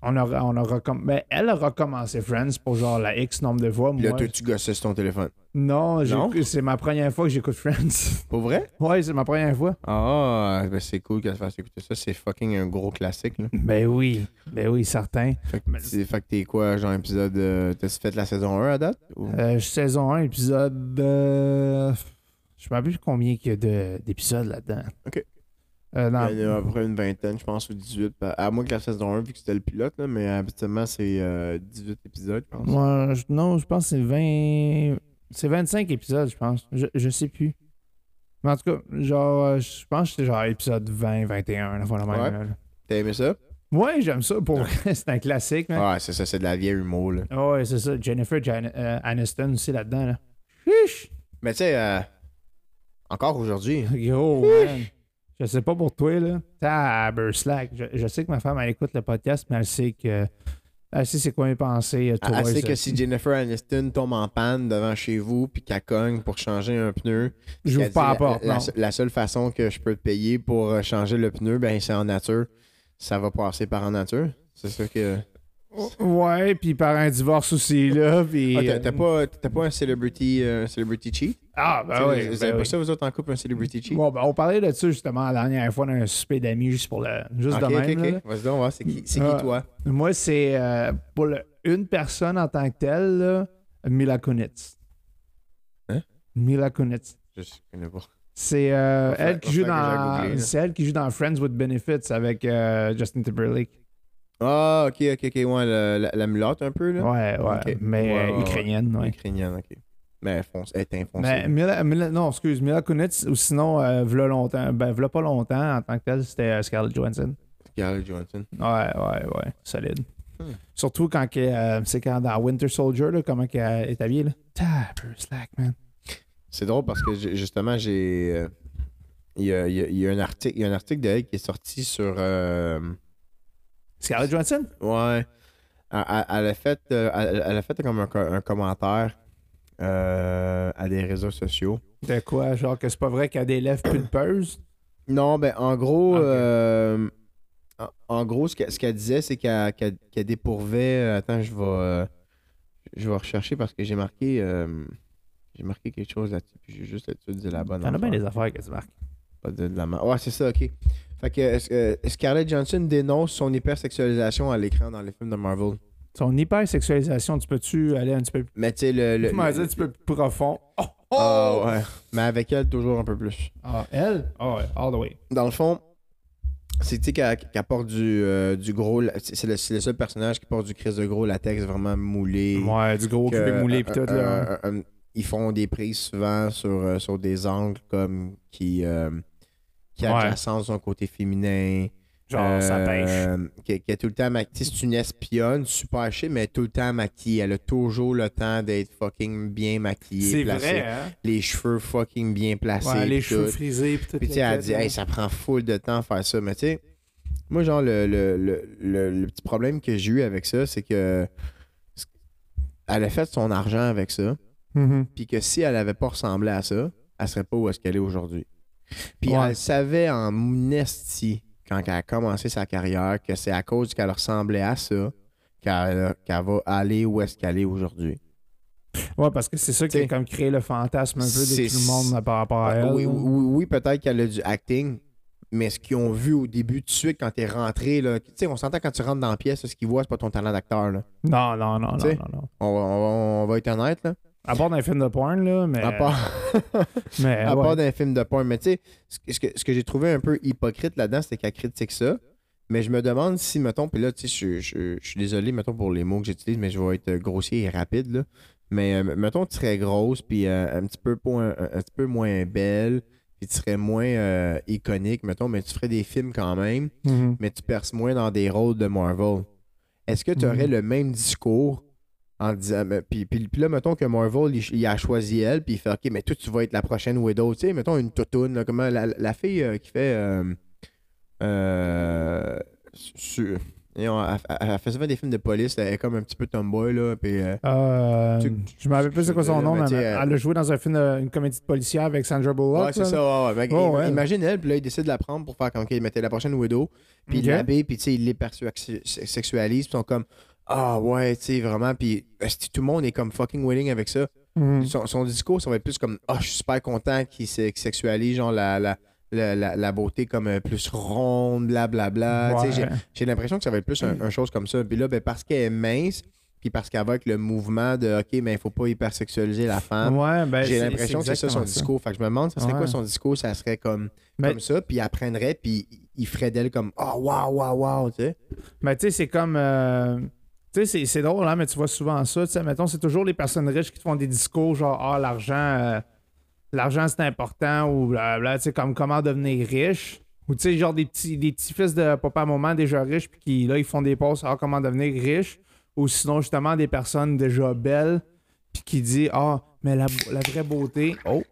S1: On a, on a recomm- ben, elle a recommencé Friends pour genre la X nombre de fois.
S2: Puis là,
S1: Moi,
S2: toi, tu gossais sur ton téléphone.
S1: non, j'ai-
S2: Non?
S1: c'est ma première fois que j'écoute Friends. [LAUGHS]
S2: Pour vrai?
S1: ouais, c'est ma première fois.
S2: Ah, ben c'est cool qu'elle te fasse écouter ça. C'est fucking un gros classique, là.
S1: Ben oui, ben oui, certain.
S2: Fait que
S1: Mais-
S2: t'es- fait que t'es quoi, genre épisode. euh, T'as-tu fait la saison 1 à date? Ou-
S1: Euh, saison 1, épisode. euh, Je me rappelle plus combien qu'il y a de- d'épisodes là-dedans.
S2: Ok.
S1: Euh, dans-
S2: Ben, Il y en a à peu près une vingtaine, je pense, ou 18. par- À moins que la saison 1, vu que c'était le pilote, là, mais habituellement, c'est euh, 18 épisodes, je pense.
S1: Moi, je- non, je pense que c'est 20. C'est 25 épisodes, je pense. Je, je sais plus. Mais en tout cas, genre, euh, je pense que c'était genre épisode 20, 21, la fois la même,
S2: Ouais.
S1: là, là.
S2: T'as aimé ça?
S1: Ouais, j'aime ça. Pour vrai, [LAUGHS] c'est un classique, man. Ah
S2: Ah, c'est ça, c'est de la vieille humour, là.
S1: Ouais, c'est ça. Jennifer Jan- euh, Aniston aussi là-dedans, là. Chiche!
S2: Mais tu sais, euh, encore aujourd'hui,
S1: Yo, man. Je sais pas pour toi, là. T'as Slack. Je, je sais que ma femme, elle écoute le podcast, mais elle sait que. Elle sait c'est quoi mes pensées. euh,
S2: Ah, elle
S1: towards,
S2: sait que
S1: euh,
S2: si Jennifer Aniston tombe en panne devant chez vous puis qu'elle cogne pour changer un pneu,
S1: J'ouvre
S2: qu'elle
S1: pas la
S2: dit,
S1: porte, non.
S2: se- la seule façon que je peux te payer pour euh, changer le pneu, ben c'est en nature. Ça va passer par en nature. C'est ça que.
S1: Ouais, puis par un divorce aussi, là. Puis,
S2: Ah, t'as-
S1: euh,
S2: t'as pas, t'as pas un celebrity, euh, un celebrity cheat?
S1: Ah,
S2: Tu sais,
S1: ben oui.
S2: vous, vous
S1: ben
S2: avez pas
S1: oui.
S2: ça, vous autres, en couple, un celebrity cheat?
S1: Bon, ben, on parlait de ça justement la dernière fois d'un souper d'amis, juste pour le. Juste
S2: Ok,
S1: de même.
S2: ok,
S1: là,
S2: ok.
S1: là.
S2: Vas-y donc, voir, c'est qui, c'est qui,
S1: Ah.
S2: toi?
S1: Moi, c'est euh, pour le- une personne en tant que telle, là, Mila Kunitz.
S2: Hein?
S1: Mila Kunitz.
S2: Je sais- je connais pas.
S1: C'est euh,
S2: Va falloir-
S1: elle qui
S2: va
S1: joue
S2: falloir que j'aille
S1: dans
S2: googler, là.
S1: c'est elle qui joue dans Friends with Benefits avec euh, Justin Timberlake.
S2: Ah, ok, ok, ok. Ouais, la, la, la mulatte un peu, là.
S1: Ouais, ouais.
S2: Ok.
S1: Mais
S2: Ouais,
S1: euh,
S2: ouais, ouais.
S1: ukrainienne, ouais. Ben,
S2: Ukrainienne, ok. Mais elle, fonce, elle est
S1: Mais
S2: infoncée.
S1: Mila, Mila- non, excuse, Mila Kunis, ou sinon, euh, v'là longtemps, ben, v'là pas longtemps, en tant que telle, c'était euh, Scarlett Johansson.
S2: Scarlett Johansson.
S1: Ouais, ouais, ouais, solide.
S2: Hmm.
S1: Surtout quand, que, euh, c'est quand dans Winter Soldier, là, comment qu'elle est habillée, là. Ah, Bruce Slack, man.
S2: C'est drôle parce que j'ai- justement, j'ai. euh, Il y, a, il y a- il y a un article, il y a un article d'elle qui est sorti sur. euh,
S1: Scarlett Johansson?
S2: ouais. Elle, elle- elle a fait, euh, elle, elle a fait comme un, co- un commentaire euh, à des réseaux sociaux.
S1: De quoi? Genre que c'est pas vrai qu'elle a des lèvres plus de peuses?
S2: Non, ben en gros,
S1: Ok.
S2: euh, en, en gros, ce qu'elle ce qu'elle disait, c'est qu'elle qu'elle- qu'elle dépourvait. Attends, je vais, euh, je vais rechercher parce que j'ai marqué, euh, j'ai marqué quelque chose là-dessus. Puis j'ai juste là-dessus de la bonne.
S1: T'en as bien
S2: affaire.
S1: des affaires que tu marques.
S2: Pas de, de la ma- Ouais, c'est ça, ok. Fait que euh, euh, Scarlett Johnson dénonce son hypersexualisation à l'écran dans les films de Marvel.
S1: Son hypersexualisation, tu peux-tu aller un petit peu plus...
S2: Mais tu sais, le. le-
S1: Tu m'as
S2: le-
S1: dit un petit peu plus profond. Oh! oh!
S2: Ah, ouais. Mais avec elle, toujours un peu plus.
S1: Ah, elle? Ah ouais, all the way.
S2: Dans le fond, c'est tu sais, qu'elle qu'elle porte du, euh, du gros. la- C'est c'est le, c'est le seul personnage qui porte du crise de gros latex vraiment moulé.
S1: Ouais, du gros
S2: Que,
S1: cul moulé
S2: euh,
S1: pis tout,
S2: euh,
S1: là.
S2: euh, euh, ils font des prises souvent sur, euh, sur des angles comme qui. euh, qui
S1: Ouais.
S2: adjacent son côté féminin.
S1: Genre, ça pêche.
S2: Euh, Qui, qui est tout le temps maquillée. C'est une espionne super chic, mais elle est tout le temps maquillée. Elle a toujours le temps d'être fucking bien maquillée.
S1: C'est
S2: placée.
S1: vrai, hein?
S2: Les cheveux fucking bien placés.
S1: Ouais, les
S2: pis
S1: cheveux
S2: tout.
S1: frisés pis tout.
S2: Puis tu sais, elle dit, hey, ça prend full de temps faire ça. Mais tu sais, moi, genre, le, le, le, le- le petit problème que j'ai eu avec ça, c'est que. Elle a fait son argent avec ça.
S1: Mm-hmm.
S2: Puis que si elle avait pas ressemblé à ça, elle serait pas où est-ce qu'elle est aujourd'hui. Puis
S1: Ouais.
S2: elle savait en esti quand elle a commencé sa carrière que c'est à cause qu'elle ressemblait à ça qu'elle qu'elle va aller où est-ce qu'elle est aujourd'hui.
S1: Ouais, parce que c'est ça qui
S2: T'sais,
S1: a comme créé le fantasme un peu de
S2: c'est-
S1: tout le monde là, par rapport à
S2: Ouais,
S1: elle.
S2: Ah, oui, oui, oui, peut-être qu'elle a du acting, mais ce qu'ils ont vu au début tout de suite quand t'es rentré, là, tu sais, on s'entend quand tu rentres dans la pièce, ce qu'ils voient, c'est pas ton talent d'acteur. là.
S1: Non, non, non, non,
S2: T'sais.
S1: non, non.
S2: On, va- on va- on va être honnête, là.
S1: À part dans les films de porn, là, mais...
S2: À part.
S1: mais,
S2: à
S1: ouais.
S2: part d'un film de porn. Mais tu sais, ce que- ce que, ce que j'ai trouvé un peu hypocrite là-dedans, c'est qu'elle critique ça. Mais je me demande si, mettons, puis là, tu sais, je, je- je suis désolé, mettons, pour les mots que j'utilise, mais je vais être euh, grossier et rapide, là. Mais euh, mettons, tu serais grosse, puis euh, un, petit peu point- un, un petit peu moins belle, puis tu serais moins euh, iconique, mettons, mais tu ferais des films quand même,
S1: Mhm.
S2: mais tu perces moins dans des rôles de Marvel. Est-ce que tu aurais
S1: Mhm.
S2: le même discours en disant, mais- puis, puis, puis là, mettons que Marvel, il, il a choisi elle, puis il fait, OK, mais toi, tu vas être la prochaine Widow. Tu sais, mettons une toutoune, là, comment la, la fille euh, qui fait. Euh, euh, su- et on- elle, elle- elle fait souvent des films de police, elle est comme un petit peu tomboy, là, puis. euh,
S1: Euh,
S2: Tu-
S1: je me rappelle plus c'est quoi son
S2: tu-
S1: nom,
S2: mais
S1: mais
S2: t'sais, euh,
S1: elle, a joué dans un film, de- une comédie de policière avec Sandra Bullock.
S2: ouais, c'est
S1: là.
S2: ça, ouais, ouais. Mais
S1: Oh,
S2: im-
S1: ouais.
S2: Imagine elle, puis là, il décide de la prendre pour faire comme, OK, mettez la prochaine Widow, puis
S1: Ok.
S2: il l'habille, puis tu sais, il les sexualise, puis ils sont comme, ah ouais, tu sais, vraiment, puis esti, tout le monde est comme fucking willing avec ça.
S1: Mhm.
S2: Son, son discours, ça va être plus comme Ah, je suis super content qu'il se- qu'il sexualise, genre la, la, la, la- la beauté comme euh, plus ronde, blablabla. Tu sais,
S1: Ouais.
S2: Ah,
S1: Mm.
S2: j'ai- J'ai l'impression que ça va être plus un, un chose comme ça. Puis là, ben, parce qu'elle est mince, puis parce qu'avec le mouvement de OK, mais il faut pas hypersexualiser la femme.
S1: Ouais, ben,
S2: J'ai
S1: c'est-
S2: l'impression que c'est ça son
S1: exactement
S2: discours. Fait que je me demande, ça serait
S1: Ouais. Ben,
S2: quoi son discours? Ça serait comme,
S1: Mais-
S2: comme ça, puis elle prendrait, puis il- il ferait d'elle comme Ah, waouh, waouh, waouh, tu sais.
S1: Mais tu sais, c'est comme. euh, Tu sais, c'est- c'est drôle, hein, mais tu vois souvent ça. Tu sais, mettons, c'est toujours les personnes riches qui te font des discours genre, ah, l'argent, euh, l'argent c'est important, ou blablabla, tu sais, comme comment devenir riche. Ou tu sais, genre des petits, des petits fils de papa-maman déjà riches, puis qui, là, ils font des posts, ah, comment devenir riche. Ou sinon, justement, des personnes déjà belles, puis qui disent, ah, mais la, la vraie beauté, oh,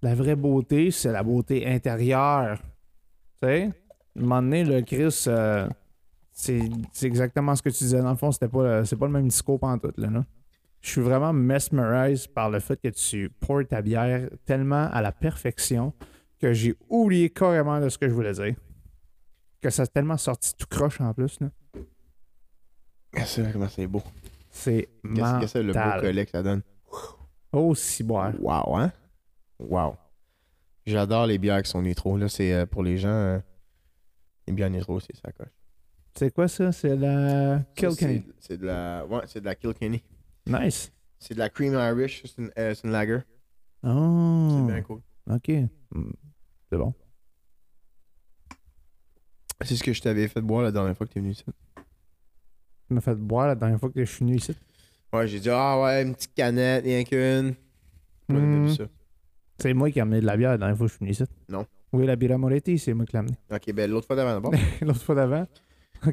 S1: la vraie beauté, c'est la beauté intérieure. Tu sais, à un moment donné, le Chris. euh, c'est c'est exactement ce que tu disais. Dans le fond, c'était pas, le- c'est pas le même discours pantoute, là, non? Je suis vraiment mesmerized par le fait que tu portes ta bière tellement à la perfection que j'ai oublié carrément de ce que je voulais dire. Que ça a tellement sorti tout croche en plus, là.
S2: Ah, c'est vrai, Comment c'est beau.
S1: C'est
S2: Qu'est-ce que c'est le beau
S1: mental.
S2: collet que ça donne?
S1: Oh, ciboire.
S2: Wow, hein? Wow. J'adore les bières qui sont nitro. Là, c'est euh, pour les gens. euh, les bières nitro, c'est ça, coche.
S1: C'est quoi ça? C'est la
S2: Ça,
S1: Kilkenny.
S2: c'est- C'est de la. Ouais, c'est de la Kilkenny.
S1: Nice.
S2: C'est de la Cream Irish. C'est une, euh, c'est une lager. C'est
S1: Oh,
S2: bien cool.
S1: ok. Mm, C'est bon.
S2: C'est ce que je t'avais fait boire la dernière fois que t'es venu ici.
S1: Tu m'as fait boire la dernière fois que je suis venu ici.
S2: Ouais, j'ai dit, ah ouais, une petite canette, rien qu'une. Ouais, on a
S1: Hmm.
S2: vu ça.
S1: C'est moi qui ai amené de la bière la dernière fois que je suis venu ici.
S2: Non.
S1: Oui, la bière Moretti, c'est moi qui l'ai amenée.
S2: Ok, ben l'autre fois d'avant d'abord.
S1: [LAUGHS] L'autre fois d'avant. Ok.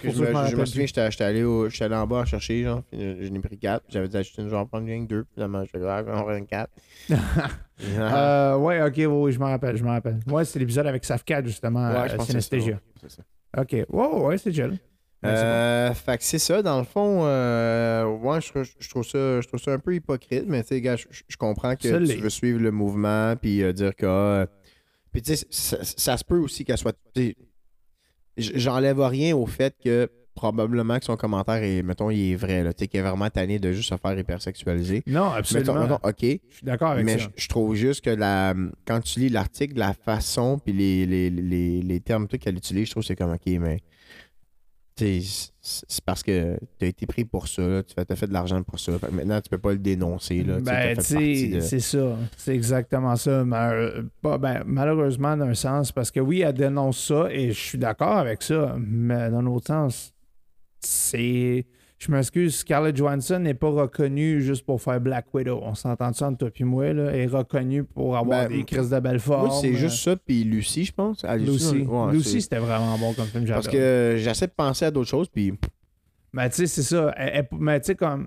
S1: Parce
S2: que je
S1: pour ça,
S2: me,
S1: m'en
S2: je me
S1: rappelle
S2: souviens, j'étais j'étais allé, au- j'étais allé en bas à chercher, genre, puis je, je n'ai pris quatre. puis J'avais dit à Justine, je vais en prendre rien que deux. Puis finalement, je fais, ah, je vais en
S1: [LAUGHS]
S2: prendre quatre. Ah,
S1: Euh, ouais, ok, oui, oui, je m'en rappelle, je m'en rappelle. Ouais, c'est l'épisode avec Safkat, justement,
S2: ouais,
S1: euh,
S2: je pense que c'est ça.
S1: Synesthesia.
S2: C'est ça.
S1: Ok, wow, ouais, c'est gel. Ouais, c'est
S2: Euh, fait que c'est ça, dans le fond, euh, ouais, je, trou- je trouve ça, je trouve ça un peu hypocrite, mais tu sais, gars, je, je- je comprends que
S1: Ça
S2: tu
S1: l'est.
S2: veux suivre le mouvement, puis euh, dire que... ah, puis tu sais, ça, ça- ça se peut aussi qu'elle soit... tu sais, j- J'enlève rien au fait que probablement que son commentaire, est, mettons, il est vrai, là, tu sais, qu'il est vraiment tanné de juste se faire hypersexualiser.
S1: Non,
S2: Mettons,
S1: absolument.
S2: mettons, OK,
S1: je suis d'accord avec
S2: mais
S1: ça.
S2: je, je trouve juste que la, quand tu lis l'article, la façon puis les, les, les, les termes tout qu'elle utilise, je trouve que c'est comme OK, mais tu sais, c'est c'est parce que tu as été pris pour ça, là, tu as fait de l'argent pour ça. Fait que maintenant, tu peux pas le dénoncer. Là, tu sais,
S1: Ben,
S2: t'as
S1: tu
S2: fait partie de-
S1: sais, c'est ça. C'est exactement ça. Mal- pas- ben, malheureusement, d'un sens, parce que oui, elle dénonce ça et je suis d'accord avec ça, mais d'un autre sens, c'est. Je m'excuse, Scarlett Johansson n'est pas reconnue juste pour faire Black Widow. On s'entend de ça entre toi puis moi, là. Elle est reconnue pour avoir
S2: Ben,
S1: des crises de belle forme.
S2: Moi, c'est juste
S1: hein.
S2: ça, puis Lucie, je pense. Ah,
S1: Lucy.
S2: ouais,
S1: Lucy,
S2: c'est-
S1: c'était vraiment bon comme film,
S2: Parce
S1: j'adore.
S2: que j'essaie de penser à d'autres choses, puis
S1: Mais Ben, tu sais, c'est ça. Elle- elle- mais tu sais, comme.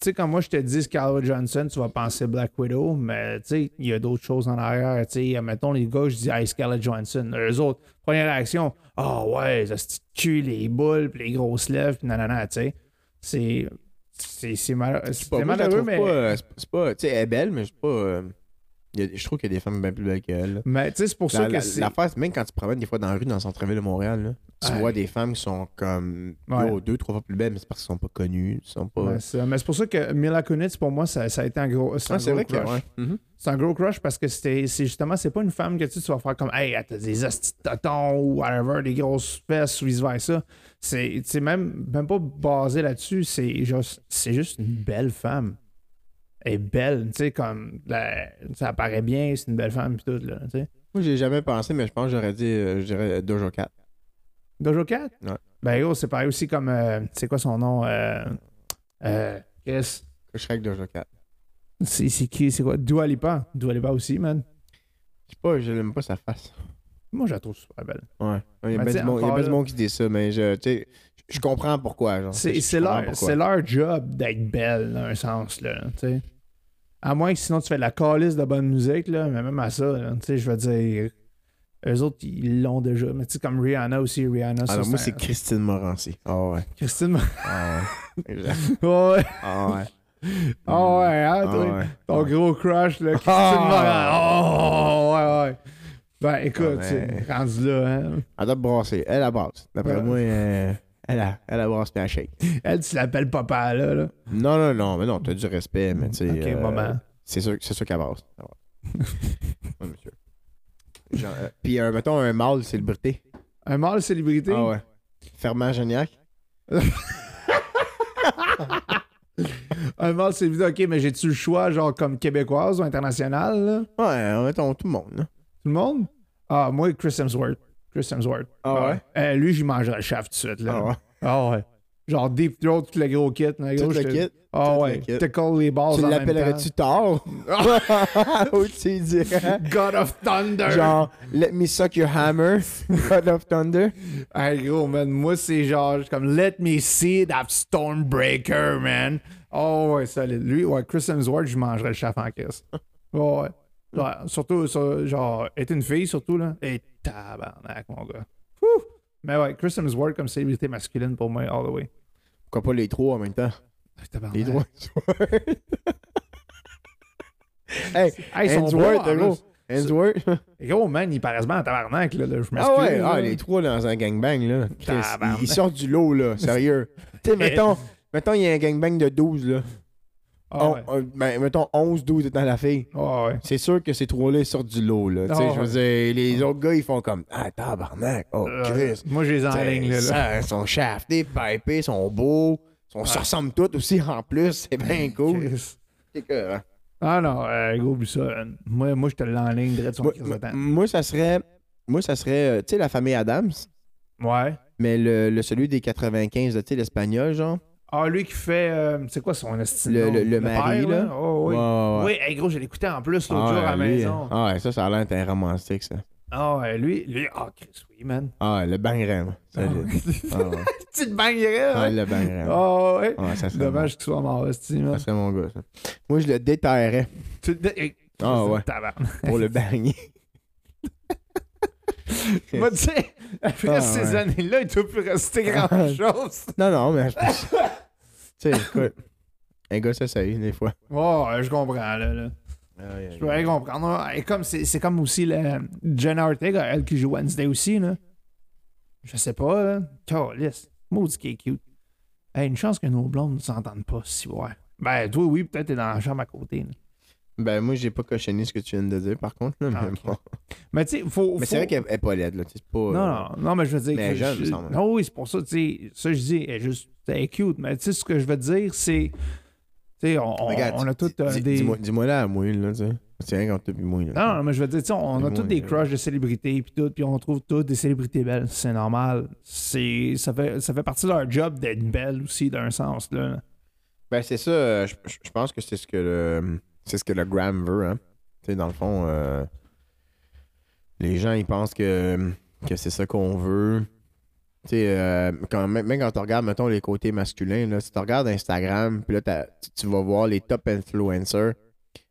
S1: Tu sais, quand moi je te dis Scarlett Johansson, tu vas penser Black Widow, mais tu sais, il y a d'autres choses en arrière. Tu sais, mettons les gars, je dis Hey, Scarlett Johansson. Eux autres, première réaction, ah ouais, ça se tue les boules, puis les grosses lèvres, puis nanana, tu sais. C'est. C'est c'est mal-
S2: c'est
S1: c'est
S2: pas, moi, je la
S1: malheureux,
S2: trouve
S1: mais.
S2: pas. euh, c'est- c'est pas- Tu sais, elle est belle, mais je suis pas. euh, il y a- je trouve qu'il y a des femmes bien plus belles qu'elle. là.
S1: Mais tu sais, c'est pour
S2: La-
S1: ça que
S2: la-
S1: c'est.
S2: L'affaire, c'est même quand tu te promènes des fois dans la rue, dans le centre-ville de Montréal, là, tu
S1: Ouais.
S2: vois des femmes qui sont comme
S1: Ouais.
S2: yo, deux, trois fois plus belles, mais c'est parce qu'elles sont pas connues. elles sont pas...
S1: Ouais, c'est- Mais c'est pour ça que Mila Kunis, pour moi, ça, ça a été un gros. c'est
S2: Ah,
S1: un
S2: c'est
S1: gros
S2: vrai que.
S1: crush. Mm-hmm.
S2: ouais. Mhm.
S1: C'est un gros crush parce que c'était- c'est justement, c'est pas une femme que tu, tu vas faire comme Hey, elle t'a des astis de totons ou whatever, des grosses fesses ou vice versa. C'est c'est même, même pas basé là-dessus, c'est juste, c'est juste une belle femme. Elle est belle, tu sais, comme la- ça apparaît bien, c'est une belle femme pis tout, là, tu sais.
S2: Moi, j'ai jamais pensé, mais je pense que j'aurais dit, euh, je dirais Dojo 4.
S1: Dojo Cat?
S2: Ouais.
S1: Ben gros, c'est pareil aussi comme, euh, c'est quoi son nom? Euh, euh, Chris.
S2: Je serais avec Dojo 4.
S1: C'est c'est qui, c'est quoi? Dua Lipa. Dua Lipa aussi, man.
S2: Je sais pas, je l'aime pas sa face.
S1: Moi, je la trouve super belle.
S2: Ouais. Il y a
S1: Mais tu
S2: bien du
S1: sais,
S2: monde- il y a
S1: encore
S2: bien du
S1: là-
S2: monde qui dit ça, mais je, tu sais, je- je comprends pourquoi. genre. Je-
S1: C'est
S2: je
S1: c'est
S2: comprends
S1: leur,
S2: pourquoi.
S1: c'est leur job d'être belle, dans un sens, là, tu sais. À moins que sinon tu fais de la calice de bonne musique, là, mais même à ça, là, tu sais, je veux dire, eux autres, ils l'ont déjà. Mais tu sais, comme Rihanna aussi, Rihanna, ça,
S2: Alors, Ah, moi,
S1: c'est
S2: c'est
S1: un-
S2: Christine Morancy. Ah ouais.
S1: Christine...
S2: Ah ouais.
S1: Ah [LAUGHS] ouais,
S2: Ah ouais.
S1: ah ouais, hein,
S2: Ah
S1: toi,
S2: ouais.
S1: ton gros crush,
S2: [LAUGHS]
S1: là, Christine
S2: Ah.
S1: Moran. Oh, ouais, ouais. Ben, écoute,
S2: Ah,
S1: tu sais,
S2: mais-
S1: rendu là, hein.
S2: Elle doit brasser. Elle la brasse. D'après
S1: Ouais.
S2: moi, euh, elle a, elle a brasse puis elle shake.
S1: Elle, tu l'appelles papa, là, là.
S2: Non, non, non, mais non, t'as du respect, mais tu sais.
S1: Ok,
S2: euh,
S1: maman.
S2: C'est sûr, c'est sûr qu'elle brasse. Ah ouais.
S1: [LAUGHS]
S2: Ouais, monsieur. Genre, euh, Puis, euh, mettons, un mâle, c'est le bruté.
S1: Un mâle célébrité?
S2: Ah ouais. Fermant Gignac.
S1: Un mâle célébrité, ok, mais j'ai-tu le choix, genre, comme québécoise ou internationale, là?
S2: Ouais, euh, mettons tout le monde. là.
S1: Tout le monde? Ah, moi, Chris Hemsworth. Chris Hemsworth.
S2: Ah ouais?
S1: Euh, lui, j'y mangerais le chef tout de suite. Là.
S2: Ah ouais.
S1: Ah ouais. Genre Deep Throat, tout le gros kit.
S2: Tout le kit.
S1: Ah
S2: tout le
S1: ouais.
S2: kit.
S1: Tickle les balls.
S2: Tu
S1: en même
S2: l'appellerais-tu tard? [LAUGHS] Ou tu lui dirais?
S1: temps. God of Thunder.
S2: Genre, let me suck your hammer, God of Thunder.
S1: Hey, gros, man. Moi, c'est genre comme Let me see that Stormbreaker, man. Oh ouais, solide. Lui, ouais, Chris Hemsworth, je mangerais le chef en
S2: [LAUGHS]
S1: caisse. Oh, ouais. Ouais, surtout, sur- genre, être une fille, surtout, là. Et tabarnak, mon gars. Whew. Mais ouais, Chris Hemsworth comme célébrité masculine pour moi, all the way.
S2: Pourquoi pas les trois en même temps?
S1: Ah, tabarnak.
S2: Les trois.
S1: [LAUGHS]
S2: hey,
S1: Ah, ils sont
S2: Ainsworth,
S1: beaux, en
S2: gros.
S1: plus.
S2: Ainsworth.
S1: Les Gros, man, ils paraissent bien en tabarnak, là. là, je m'excuse.
S2: Ah ouais,
S1: là.
S2: ah, les trois dans un gangbang, là. Chris,
S1: Tabarnak.
S2: ils, ils sortent du lot, là, [LAUGHS] sérieux. tu sais, mettons, mettons, il y a un gangbang de 12, là.
S1: Ah
S2: On-
S1: ouais.
S2: on- ben, mettons, 11, 12 étant la fille.
S1: Ah ouais.
S2: C'est sûr que ces trois-là, ils sortent du lot, là. Tu sais,
S1: Ah
S2: je veux dire, les autres gars, ils font comme, ah, tabarnak, oh,
S1: Euh,
S2: Chris.
S1: moi, je les ai en
S2: T'sais,
S1: ligne, là. là.
S2: ça, Ils sont shaftés, pipés, ils sont beaux. Ils se ressemblent tous aussi en plus. C'est bien cool.
S1: Chris.
S2: C'est que, hein.
S1: Ah non, euh, gros, oublie ça. euh, Moi, moi je te l'ai en ligne, direct sur mon
S2: moi,
S1: crise de temps.
S2: moi, ça serait. Moi, ça serait. euh, Tu sais, la famille Adams.
S1: Ouais.
S2: Mais le, le- celui des 95, là, tu sais, l'espagnol, genre.
S1: Ah, lui qui fait. euh, c'est quoi son estime?
S2: Le- le- le mari, là?
S1: Oh, oui.
S2: Ouais, ouais, ouais.
S1: Oui, hey, gros, je l'écoutais en plus l'autre
S2: Ah,
S1: jour à la
S2: lui,
S1: maison.
S2: Ah, ouais, ça, ça a l'air d'un romantique, ça.
S1: Ah, ouais, lui, lui, ah, Chris, oui, man.
S2: Ah, ouais, le bangram. Solide.
S1: [LAUGHS]
S2: Ah, ouais.
S1: Petite banguerait,
S2: Ah,
S1: hein?
S2: le bangram.
S1: Ah, ouais.
S2: Ouais, ça serait
S1: Dommage qu'il soit mort, esti,
S2: mon-
S1: man.
S2: Ça serait mon gars, ça. Moi, je le déterrais
S1: Tu le dé- hey,
S2: Ah,
S1: c'est
S2: ouais.
S1: une tabarnak.
S2: pour le bagner.
S1: [LAUGHS] Moi, tu sais, après
S2: Ah,
S1: ces
S2: ouais. Ah,
S1: années-là, il ne peut plus rester grand-chose.
S2: Non, non, mais je pense. tu sais, écoute, un gars s'essaye des fois.
S1: oh, je comprends, là. là. Je peux rien comprendre. hein. Et comme c'est, c'est comme aussi la Jenna Ortega, elle qui joue Wednesday aussi, là. Je sais pas, là. Calice. Maudit qui est cute. Hey, une chance que nos blondes ne s'entendent pas, si ouais. Ben, toi, oui, peut-être t'es dans la chambre à côté. là.
S2: Ben, moi, j'ai pas cochonné ce que tu viens de dire, par contre. là, mais
S1: Ah, ok.
S2: bon.
S1: Mais tu sais, faut.
S2: Mais c'est
S1: faut-
S2: vrai qu'elle elle est pas laide, là. tu sais, C'est pas. euh,
S1: Non, non, non, mais je veux dire.
S2: Mais
S1: que
S2: jeune,
S1: je-
S2: me semble.
S1: Non, oui, c'est pour ça, tu sais. Ça, je dis, elle est juste. Elle est cute. Mais tu sais, ce que je veux dire, c'est. Tu sais, on, on-
S2: Regarde,
S1: on a tous
S2: dis-
S1: euh,
S2: dis-
S1: des.
S2: Dis-moi dis-moi là à moi, là, tu sais. C'est rien quand t'as plus moi, là.
S1: Non, non, mais je veux dire, tu sais, on a
S2: Moi,
S1: tous des
S2: euh,
S1: crushs de célébrités puis tout, puis on trouve toutes des célébrités belles. C'est normal. C'est ça fait ça fait partie de leur job d'être belle aussi d'un sens là.
S2: Ben, c'est ça. euh, Je, je- je pense que c'est ce que le c'est ce que le Gram veut. Hein. Tu sais, dans le fond, euh, les gens, ils pensent que, que c'est ça qu'on veut. Tu sais, euh, quand, même, même quand tu regardes, mettons, les côtés masculins, là, si tu regardes Instagram, puis là, t'as- tu, tu vas voir les top influencers.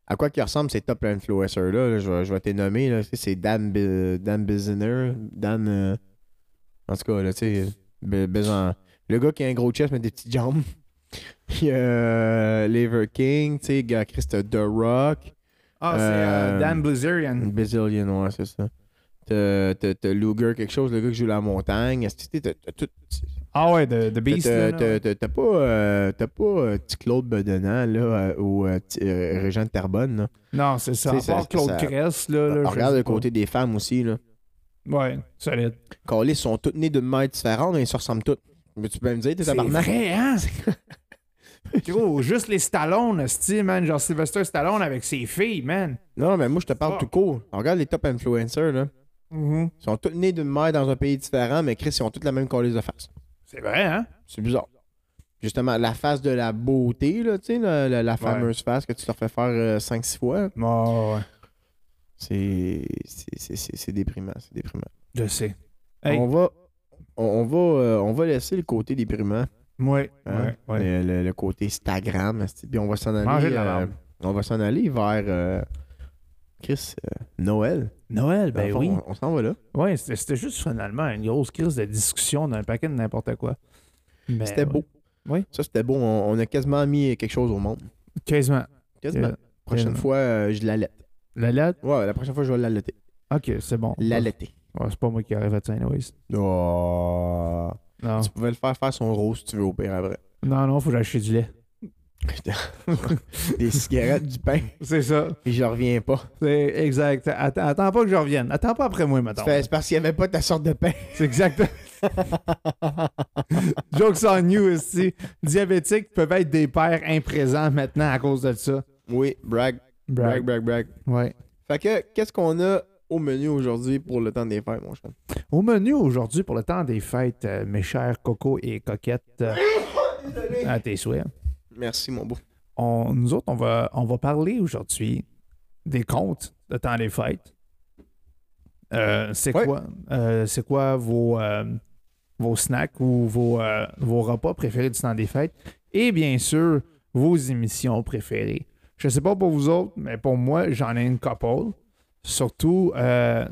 S2: À quoi qu'ils ressemblent ces top influencers-là? là? je, vais- je vais t'es nommer. Là, Tu sais, c'est Dan, Bi- Dan Biziner. Dan. euh, en tout cas, là, tu sais, Bi- Bizan- le gars qui a un gros chest, mais des petites jambes. Puis euh, Lever King, tu sais, gars Christ The Rock,
S1: Ah,
S2: c'est, euh, Euh, Dan
S1: Blazerian.
S2: Bazillion, ouais, c'est ça. T'as t'as- t'as Luger, quelque chose, le gars qui joue la montagne. Est-ce que t'es- t'as- t'as tout-
S1: Ah ouais, de, de Beast. là,
S2: t'as-
S1: là,
S2: T'as
S1: ouais.
S2: t'as- t'as pas, euh, t'as pas euh, petit Claude Bedonnant, là, euh, ou euh, petit, euh, Régent de Terrebonne, là.
S1: Non, c'est ça.
S2: Tu
S1: À
S2: sais,
S1: part
S2: ça-
S1: Claude
S2: ça-
S1: Cress là. là, je
S2: regarde
S1: sais
S2: le
S1: pas.
S2: côté des femmes aussi, là.
S1: Ouais, solide.
S2: Calais sont toutes nées d'une mère différente, mais ils se ressemblent toutes. Mais tu peux me dire, t'es
S1: C'est
S2: tabarnak?
S1: vrai, [LAUGHS] hein. Gros, juste les Stallone, esti, man, genre Sylvester Stallone avec ses filles, man.
S2: Non, mais moi, je te parle
S1: Ah.
S2: tout court. Regarde les top influencers, là. Ils sont tous nés d'une mère dans un pays différent, mais Chris, ils ont toutes la même calisse de face.
S1: C'est vrai, hein.
S2: C'est bizarre. Justement, la face de la beauté, là, tu sais, la, la- la fameuse face que tu te refais faire 5-6 fois,
S1: Bon, ouais,
S2: c'est c'est- c'est- c'est- c'est déprimant, c'est déprimant.
S1: je sais. Hey.
S2: On va on, on va euh, on va laisser le côté déprimant,
S1: Ouais,
S2: hein,
S1: ouais, ouais.
S2: Le, le- le côté Instagram, esti, puis on va s'en
S1: Manger
S2: aller
S1: de la
S2: euh,
S1: merde.
S2: on va s'en aller vers euh, Chris euh, Noël.
S1: Noël,
S2: Dans le
S1: ben
S2: fond,
S1: oui.
S2: on, on s'en va là.
S1: Ouais, c'était c'était juste finalement une grosse crise de discussion d'un paquet de n'importe quoi. Mais
S2: C'était
S1: ouais.
S2: beau.
S1: Oui.
S2: Ça c'était beau, on, on a quasiment mis quelque chose au monde.
S1: Quasiment.
S2: Quasiment.
S1: Euh,
S2: prochaine
S1: quasiment.
S2: fois euh, je l'allaite.
S1: La lettre,
S2: Ouais, la prochaine fois je vais l'allaiter.
S1: ok, c'est bon.
S2: L'allaiter.
S1: Ouais, c'est pas moi qui aurais fait ça, anyways.
S2: Oh.
S1: Non,
S2: Tu pouvais le faire faire son rose si tu veux au pire après.
S1: non, non, faut que j'achète du lait.
S2: Des cigarettes, du pain,
S1: C'est ça.
S2: et je reviens pas.
S1: C'est exact. Attends, attends pas que je revienne. Attends pas après moi maintenant.
S2: C'est parce qu'il n'y avait pas ta sorte de pain.
S1: C'est exact. [LAUGHS] Jokes on you ici. Diabétiques peuvent être des pères imprésents maintenant à cause de ça.
S2: Oui, brag, brag, brag, brag.
S1: Ouais.
S2: Fait que, qu'est-ce qu'on a au menu aujourd'hui pour le temps des fêtes, mon chum?
S1: Au menu aujourd'hui pour le temps des fêtes, euh, mes chers cocos et coquettes, euh, à tes souhaits.
S2: Merci, mon beau.
S1: on- nous autres, on va, on va parler aujourd'hui des comptes de temps des fêtes. Euh, c'est
S2: Ouais.
S1: quoi, euh, c'est quoi vos, euh, vos snacks ou vos, euh, vos repas préférés du temps des fêtes? Et bien sûr, vos émissions préférées. Je sais pas pour vous autres, mais pour moi, j'en ai une couple. Surtout, euh,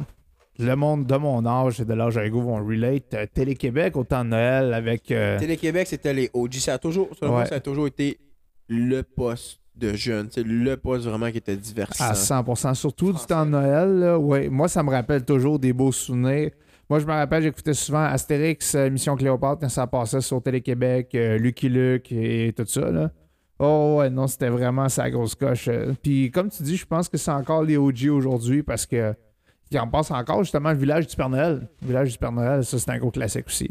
S1: le monde de mon âge et de l'âge à goût vont relate euh, Télé-Québec au temps de Noël avec... euh,
S2: Télé-Québec, c'était les OG. Ça a toujours, selon
S1: Ouais.
S2: moi, ça a toujours été le poste de jeune. C'est le poste vraiment qui était divertissant.
S1: À 100 surtout du
S2: Français.
S1: temps de Noël. là. Ouais, moi, ça me rappelle toujours des beaux souvenirs. Moi, je me rappelle, j'écoutais souvent Astérix, euh, Mission Cléopâtre, quand ça passait sur Télé-Québec, euh, Lucky Luke et tout ça. Là. Oh, ouais, non, c'était vraiment sa grosse coche. euh. Puis, comme tu dis, je pense que c'est encore les OG aujourd'hui parce que il en passe encore, justement, le village du Père Noël. Le village du Père Noël, ça, c'est un gros classique aussi.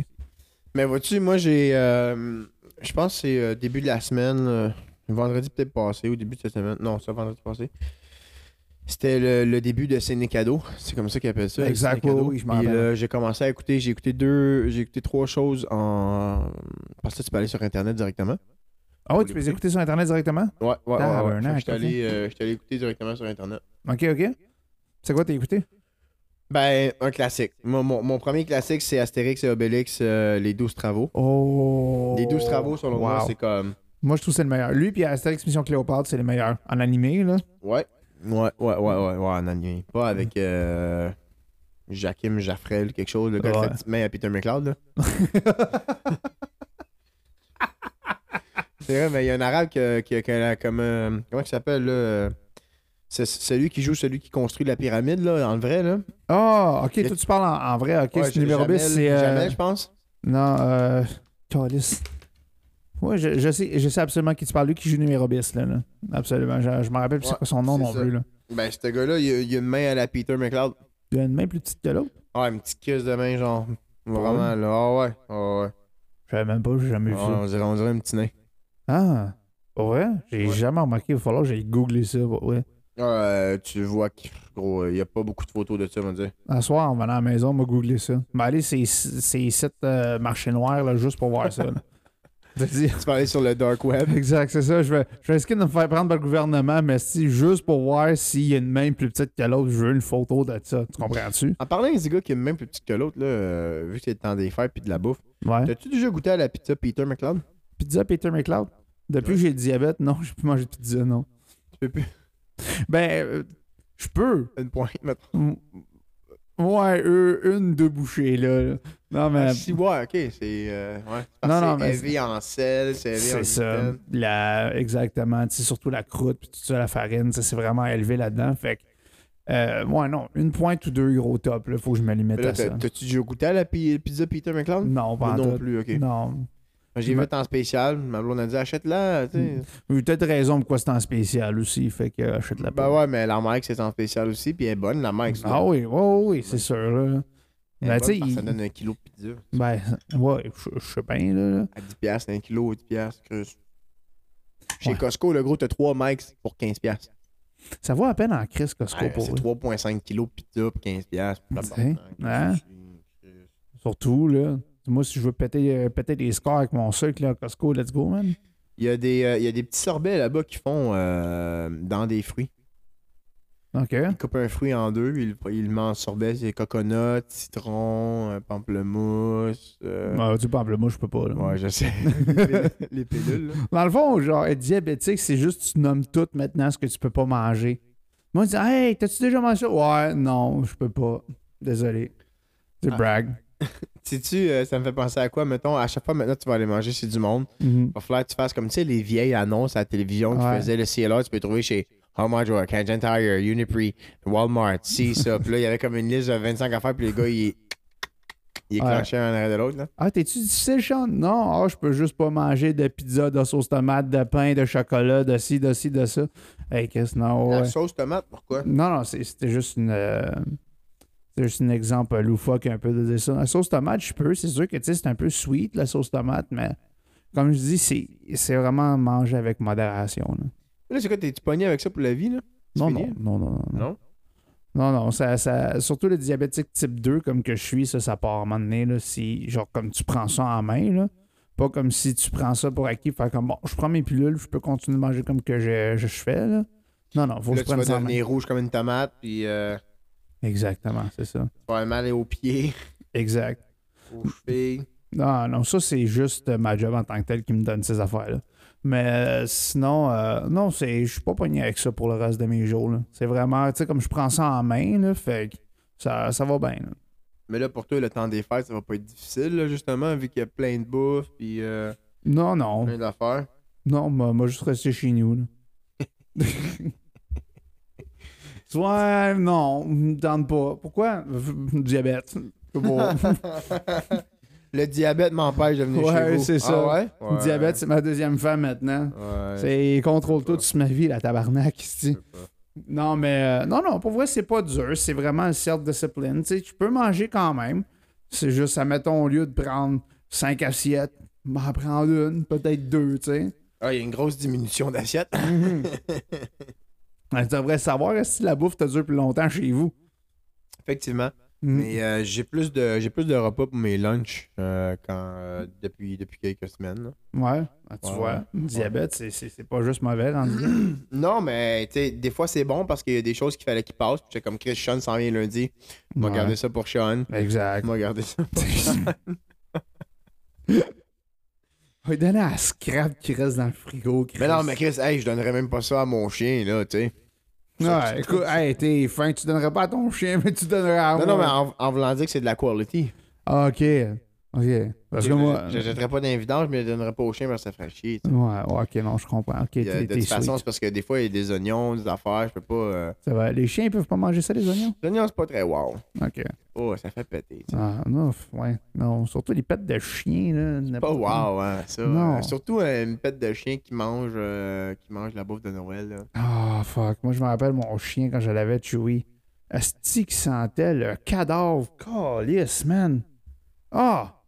S2: Mais vois-tu, moi j'ai. euh, je pense que c'est euh, début de la semaine, euh, vendredi peut-être passé ou début de cette semaine. Non, c'est vendredi passé. C'était le, le début de Ciné Cadeau. C'est comme ça qu'ils appellent ça.
S1: Exact,
S2: Ciné Cadeau.
S1: oui, oui, je m'en
S2: Puis
S1: rappelle.
S2: là, j'ai commencé à écouter, j'ai écouté deux, j'ai écouté trois choses en. Parce que tu peux aller sur Internet directement.
S1: Ah ouais, tu peux les écouter sur Internet directement?
S2: Ouais, ouais, ouais.
S1: Ah,
S2: ouais.
S1: ben,
S2: Fait
S1: non,
S2: que j'étais allé, euh, j'étais allé écouter directement sur Internet.
S1: Ok, ok. C'est quoi t'as écouté?
S2: Ben, un classique. Mon, mon- mon premier classique, c'est Astérix et Obélix, euh, les 12 travaux.
S1: Oh!
S2: Les 12 travaux, selon moi,
S1: Wow.
S2: c'est comme.
S1: Moi, je trouve que c'est le meilleur. Lui, puis Astérix Mission Cléopâtre, c'est les meilleurs. En animé, là.
S2: Ouais. Mm. Ouais, ouais, ouais, ouais, ouais, en anime. Pas avec euh, Jacquim Jaffrel, quelque chose, le gars qui
S1: Ouais.
S2: fait petite main à Peter McLeod, là.
S1: [LAUGHS]
S2: C'est vrai, mais il y a un arabe qui a, qui a- qui a comme. euh, comment il s'appelle, là euh, C'est c'est celui qui joue celui qui construit la pyramide, là, en vrai, là.
S1: Ah, ok,
S2: Le-
S1: toi, tu parles en, en vrai, ok.
S2: Ouais,
S1: c'est numéro
S2: Jamel-
S1: 10, c'est. euh,
S2: Jamel, je pense.
S1: Non, euh. Calice. Ouais, je, je sais, je sais absolument qui tu parles, lui qui joue numéro 10, là. là. Absolument. Je, je me rappelle plus c'est
S2: Ouais,
S1: quoi son nom
S2: c'est
S1: non
S2: ça.
S1: plus, là.
S2: Ben, ce gars-là, il, a- il a une main à la Peter McLeod.
S1: Il a une main plus petite que l'autre.
S2: Ouais, Ah, une petite cuisse de main, genre. Vraiment, là. Ah ouais. Ah ouais.
S1: Je savais même pas, j'ai jamais
S2: Ah,
S1: vu ça.
S2: on, dirait, on dirait un petit nain.
S1: Ah, pour vrai? J'ai jamais remarqué. Il va falloir que j'aille googler ça. pour vrai.
S2: Euh, tu vois que, gros, il n'y a pas beaucoup de photos de ça, on va dire.
S1: Un soir, en venant à la maison, on m'a googlé ça. Ben, allez, c'est c'est sept euh, marchés noirs, là, juste pour voir ça.
S2: [LAUGHS]
S1: là. Je te dis-
S2: Tu parlais sur le dark web.
S1: [LAUGHS] Exact, c'est ça. Je vais, je vais risquer de me faire prendre par le gouvernement, mais si, juste pour voir s'il y a une main plus petite que l'autre, je veux une photo de ça. Tu comprends-tu?
S2: En parlant des gars qui est même plus petit que l'autre, là, euh, vu que c'est le temps des fêtes puis de la bouffe,
S1: Ouais.
S2: t'as-tu déjà goûté à la pizza Peter McLeod?
S1: Pizza Peter McLeod. Depuis
S2: Ouais.
S1: que j'ai le diabète, non, [LAUGHS] je peux manger de pizza, non.
S2: Tu peux plus. [LAUGHS]
S1: Ben, euh, je peux.
S2: Une pointe, maintenant.
S1: Mm. Ouais, euh, une, deux bouchées, là. là. Non, mais.
S2: Ah, si, ouais, ok. C'est. euh, ouais.
S1: Euh, Non,
S2: Non,
S1: non,
S2: non,
S1: mais-
S2: heavy en sel, c'est heavy en
S1: C'est ça.
S2: gluten.
S1: La, exactement. Tu sais, surtout la croûte, puis tout ça, la farine, ça, c'est vraiment élevé là-dedans. Fait que, euh, ouais, non, une pointe ou deux gros top, là, faut que je me
S2: Mais
S1: limite
S2: là,
S1: à
S2: t'as-
S1: ça.
S2: T'as-tu déjà goûté à la pi- pizza Peter McLeod?
S1: Non, pas en
S2: non
S1: tout.
S2: plus, ok.
S1: Non.
S2: J'ai vu en spécial, ma blonde a dit achète-la, tu sais.
S1: J'ai peut-être raison pourquoi c'est en spécial aussi, fait que euh, achète la
S2: Ben ouais, mais la Mike, c'est en spécial aussi, puis elle est bonne, la Mike. ça.
S1: Ah oui, ouais, ouais, oui, c'est sûr, là.
S2: Elle est
S1: Ben,
S2: bonne
S1: tu sais,
S2: parce que ça
S1: il-
S2: donne un kilo de pizza.
S1: Ben, ouais, je je sais bien, là. là.
S2: À 10 piastres, un kilo, 10 piastres, creuse. Chez
S1: Ouais.
S2: Costco, le gros, t'as 3 Mike's pour 15 piastres.
S1: Ça vaut à peine en crise Costco
S2: Ouais,
S1: pour
S2: c'est
S1: eux.
S2: 3,5 kilos de pizza pour 15 piastres.
S1: Tiens, hein? Surtout, là. Moi, si je veux péter, euh, péter des scores avec mon sucre, là, Costco, let's go, man.
S2: Il y, a des, euh, il y a des petits sorbets là-bas qui font euh, dans des fruits.
S1: OK.
S2: Ils coupent un fruit en deux, ils il le met en sorbet. C'est coconut, citron, euh, pamplemousse. euh,
S1: Ah, du pamplemousse, je peux pas, là.
S2: Ouais, je sais. Les pilules- les pilules, là.
S1: Dans le fond, genre, être diabétique, c'est juste tu nommes tout maintenant ce que tu peux pas manger. Moi, je dis, hey, t'as-tu déjà mangé ça? Ouais, non, je peux pas. Désolé. C'est
S2: Ah.
S1: brag.
S2: Sais-tu, euh, ça me fait penser à quoi, mettons, à chaque fois maintenant tu vas aller manger chez du monde,
S1: Mhm.
S2: il va falloir que tu fasses comme, tu sais, les vieilles annonces à la télévision qui
S1: Ouais.
S2: faisaient le CLA, tu peux trouver chez Home Hardware, Canadian Tire, Uniprix, Walmart, si, ça. Puis là, il y avait comme une liste de 25 affaires, puis les gars, ils... Ils
S1: Ouais.
S2: clenchaient un arrêt de l'autre, là.
S1: Ah, t'es-tu difficile, Sean? Non, ah, je peux juste pas manger de pizza, de sauce tomate, de pain, de chocolat, de ci, de ci, de ça. Hey, qu'est-ce non, ouais.
S2: La sauce tomate, pourquoi?
S1: Non, non, c'est- c'était juste une. euh, c'était juste un exemple loufoque un peu de dire ça. La sauce tomate, je peux. C'est sûr que tu sais, c'est un peu sweet, la sauce tomate, mais comme je dis, c'est c'est vraiment manger avec modération. là.
S2: Là, c'est quoi, t'es-tu pogné avec ça pour la vie, là? C'est
S1: Non, non,
S2: fini?
S1: non, non, non.
S2: Non?
S1: Non, non, ça, ça- surtout le diabétique type 2, comme que je suis, ça, ça part à un moment donné, là, si, genre, comme tu prends ça en main, là, pas comme si tu prends ça pour acquis, faire comme, bon, je prends mes pilules, je peux continuer de manger comme que je, je fais, là. Non, non, faut que
S2: Là,
S1: je
S2: tu
S1: prenne
S2: vas
S1: ça en main.
S2: devenir rouge comme une tomate, puis euh, tu
S1: Exactement, c'est ça.
S2: vas avoir mal aux pieds, [LAUGHS]
S1: Exact.
S2: aux chevilles.
S1: Non, non, ça, c'est juste euh, ma job en tant que telle qui me donne ces affaires-là. Mais euh, sinon, euh, non, c'est, je suis pas pogné avec ça pour le reste de mes jours, là. C'est vraiment, tu sais, comme je prends ça en main, là, fait que ça, ça va bien, là.
S2: Mais là, pour toi, le temps des fêtes, ça va pas être difficile, là, justement, vu qu'il y a plein de bouffe, puis euh,
S1: Non, non.
S2: plein d'affaires.
S1: Non, moi, moi juste rester chez nous. Là. ouais, non, me tente pas. Pourquoi? Diabète. Je sais pas.
S2: le diabète m'empêche de venir chez
S1: Ouais,
S2: vous.
S1: c'est ça.
S2: Ah ouais? Ouais.
S1: Diabète, c'est ma deuxième femme maintenant.
S2: Ouais.
S1: C'est contrôle tout
S2: pas.
S1: sur ma vie, la tabarnak.
S2: Je
S1: ici.
S2: sais pas.
S1: Non, mais euh, non, non, pour vrai, c'est pas dur. C'est vraiment une certaine discipline. Tu sais, tu peux manger quand même. C'est juste, admettons, au lieu de prendre cinq assiettes, m'en prendre une, peut-être deux, tu sais.
S2: Ah, il y a une grosse diminution d'assiette.
S1: Tu devrais savoir si la bouffe te dure plus longtemps chez vous.
S2: [LAUGHS] Effectivement.
S1: Mm.
S2: Mais euh, j'ai plus de j'ai plus de repas pour mes lunchs euh, quand, euh, depuis, depuis quelques semaines. là.
S1: Ouais, Ah, tu
S2: Ouais,
S1: vois,
S2: ouais.
S1: le diabète, c'est- c'est c'est pas juste mauvais. [LAUGHS] rendu là.
S2: Non, mais tu sais, des fois c'est bon parce qu'il y a des choses qu'il fallait qu'il passe. Puis j'étais comme Chris Sean s'en vient lundi. On va
S1: Ouais.
S2: garder ça pour Sean.
S1: Exact. [LAUGHS]
S2: On va garder ça.
S1: On va donner à la scrap qui reste dans le frigo. Chris.
S2: Mais non, mais Chris, hey, je donnerais même pas ça à mon chien, là, tu sais.
S1: Ouais, écoute, hey, t'es fin, tu donnerais pas à ton chien, mais tu donnerais à moi.
S2: Non, non, mais en, en voulant dire que c'est de la quality.
S1: Ah, ok. Ok. Parce
S2: Je
S1: que moi.
S2: je jetterais pas d'invidence, mais je le donnerais pas au chien parce que ça ferait chier. tu sais.
S1: Ouais, ouais, ok, non, je comprends. Ok,
S2: Puis, euh,
S1: t'es
S2: de
S1: t'es
S2: toute façon,
S1: sweet.
S2: c'est parce que des fois, il y a des oignons, des affaires, je peux pas. euh,
S1: Ça va. Les chiens, ils peuvent pas manger ça, les oignons?
S2: Les oignons, c'est pas très wow.
S1: Ok.
S2: Oh, ça fait péter. tu sais.
S1: Ah, non, f- ouais. Non, surtout les pattes de chien, là. n'importe
S2: Pas
S1: quoi.
S2: wow, hein, ça.
S1: Non.
S2: Euh, surtout euh, une pète de chien qui mange, euh, qui mange la bouffe de Noël. là.
S1: Ah, fuck. Moi, je me rappelle mon chien quand je l'avais Chewy. Asti qui sentait le cadavre. Calice, man. Ah!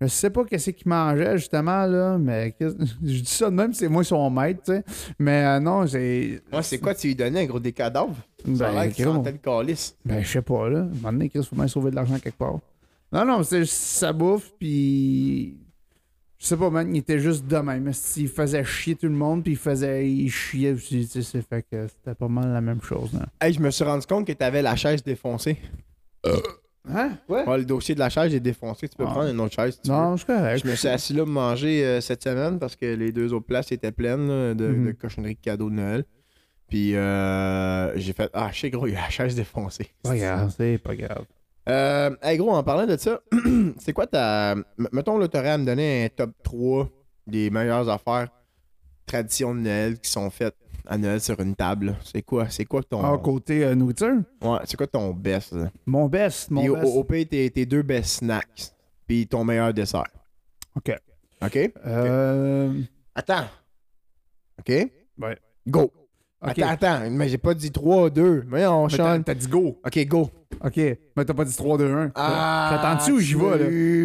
S1: Je sais pas qu'est-ce qu'il mangeait, justement, là, mais qu'est-ce- je dis ça de même, c'est moi son maître, tu sais. Mais euh, non, c'est.
S2: Ouais, Ah, c'est quoi, tu lui donnais un gros des cadavres? ça a
S1: Ben,
S2: l'air qu'il
S1: gros.
S2: sentait le calice.
S1: Ben, je sais pas, là. À un moment donné, Chris, faut bien sauver de l'argent quelque part. Non, non, c'est juste sa bouffe, puis. Je sais pas, man, il était juste de même. Il faisait chier tout le monde, puis il faisait. Il chiait aussi, tu sais. c'est Fait que c'était pas mal la même chose, hein. là.
S2: Hey, je me suis rendu compte que t'avais la chaise défoncée.
S1: Hein? Ouais?
S2: Ouais, le dossier de la chaise est défoncé. Tu peux
S1: Ah.
S2: prendre une autre chaise. si tu veux.
S1: Non, je suis correct.
S2: Je me suis assis là pour manger euh, cette semaine parce que les deux autres places étaient pleines là, de,
S1: Mhm.
S2: de cochonneries de cadeaux de Noël. Puis euh, j'ai fait Ah, je sais, gros, il y a la chaise défoncée.
S1: Pas grave, c'est pas grave.
S2: Euh, hey, gros, en parlant de ça, [CLEARS THROAT] c'est quoi ta. m- Mettons, là, t'aurais à me donner un top 3 des meilleures affaires traditions de Noël qui sont faites à Noël sur une table. là. C'est quoi, c'est quoi ton.
S1: Ah, côté euh, nourriture? oh,
S2: Ouais, c'est quoi ton best? là?
S1: Mon best, mon
S2: Puis au,
S1: best.
S2: au pire, tes, tes deux best snacks. Puis ton meilleur dessert.
S1: OK.
S2: OK?
S1: Euh,
S2: Attends. OK?
S1: Ouais.
S2: Go.
S1: OK.
S2: Attends, attends. Mais j'ai pas dit 3, 2. Mais on
S1: Mais t'as-
S2: chante.
S1: T'as dit go.
S2: OK, go.
S1: OK. Ah. Mais t'as pas dit 3, 2, 1.
S2: J'attends-tu
S1: J'attends-tu ou j'y vais,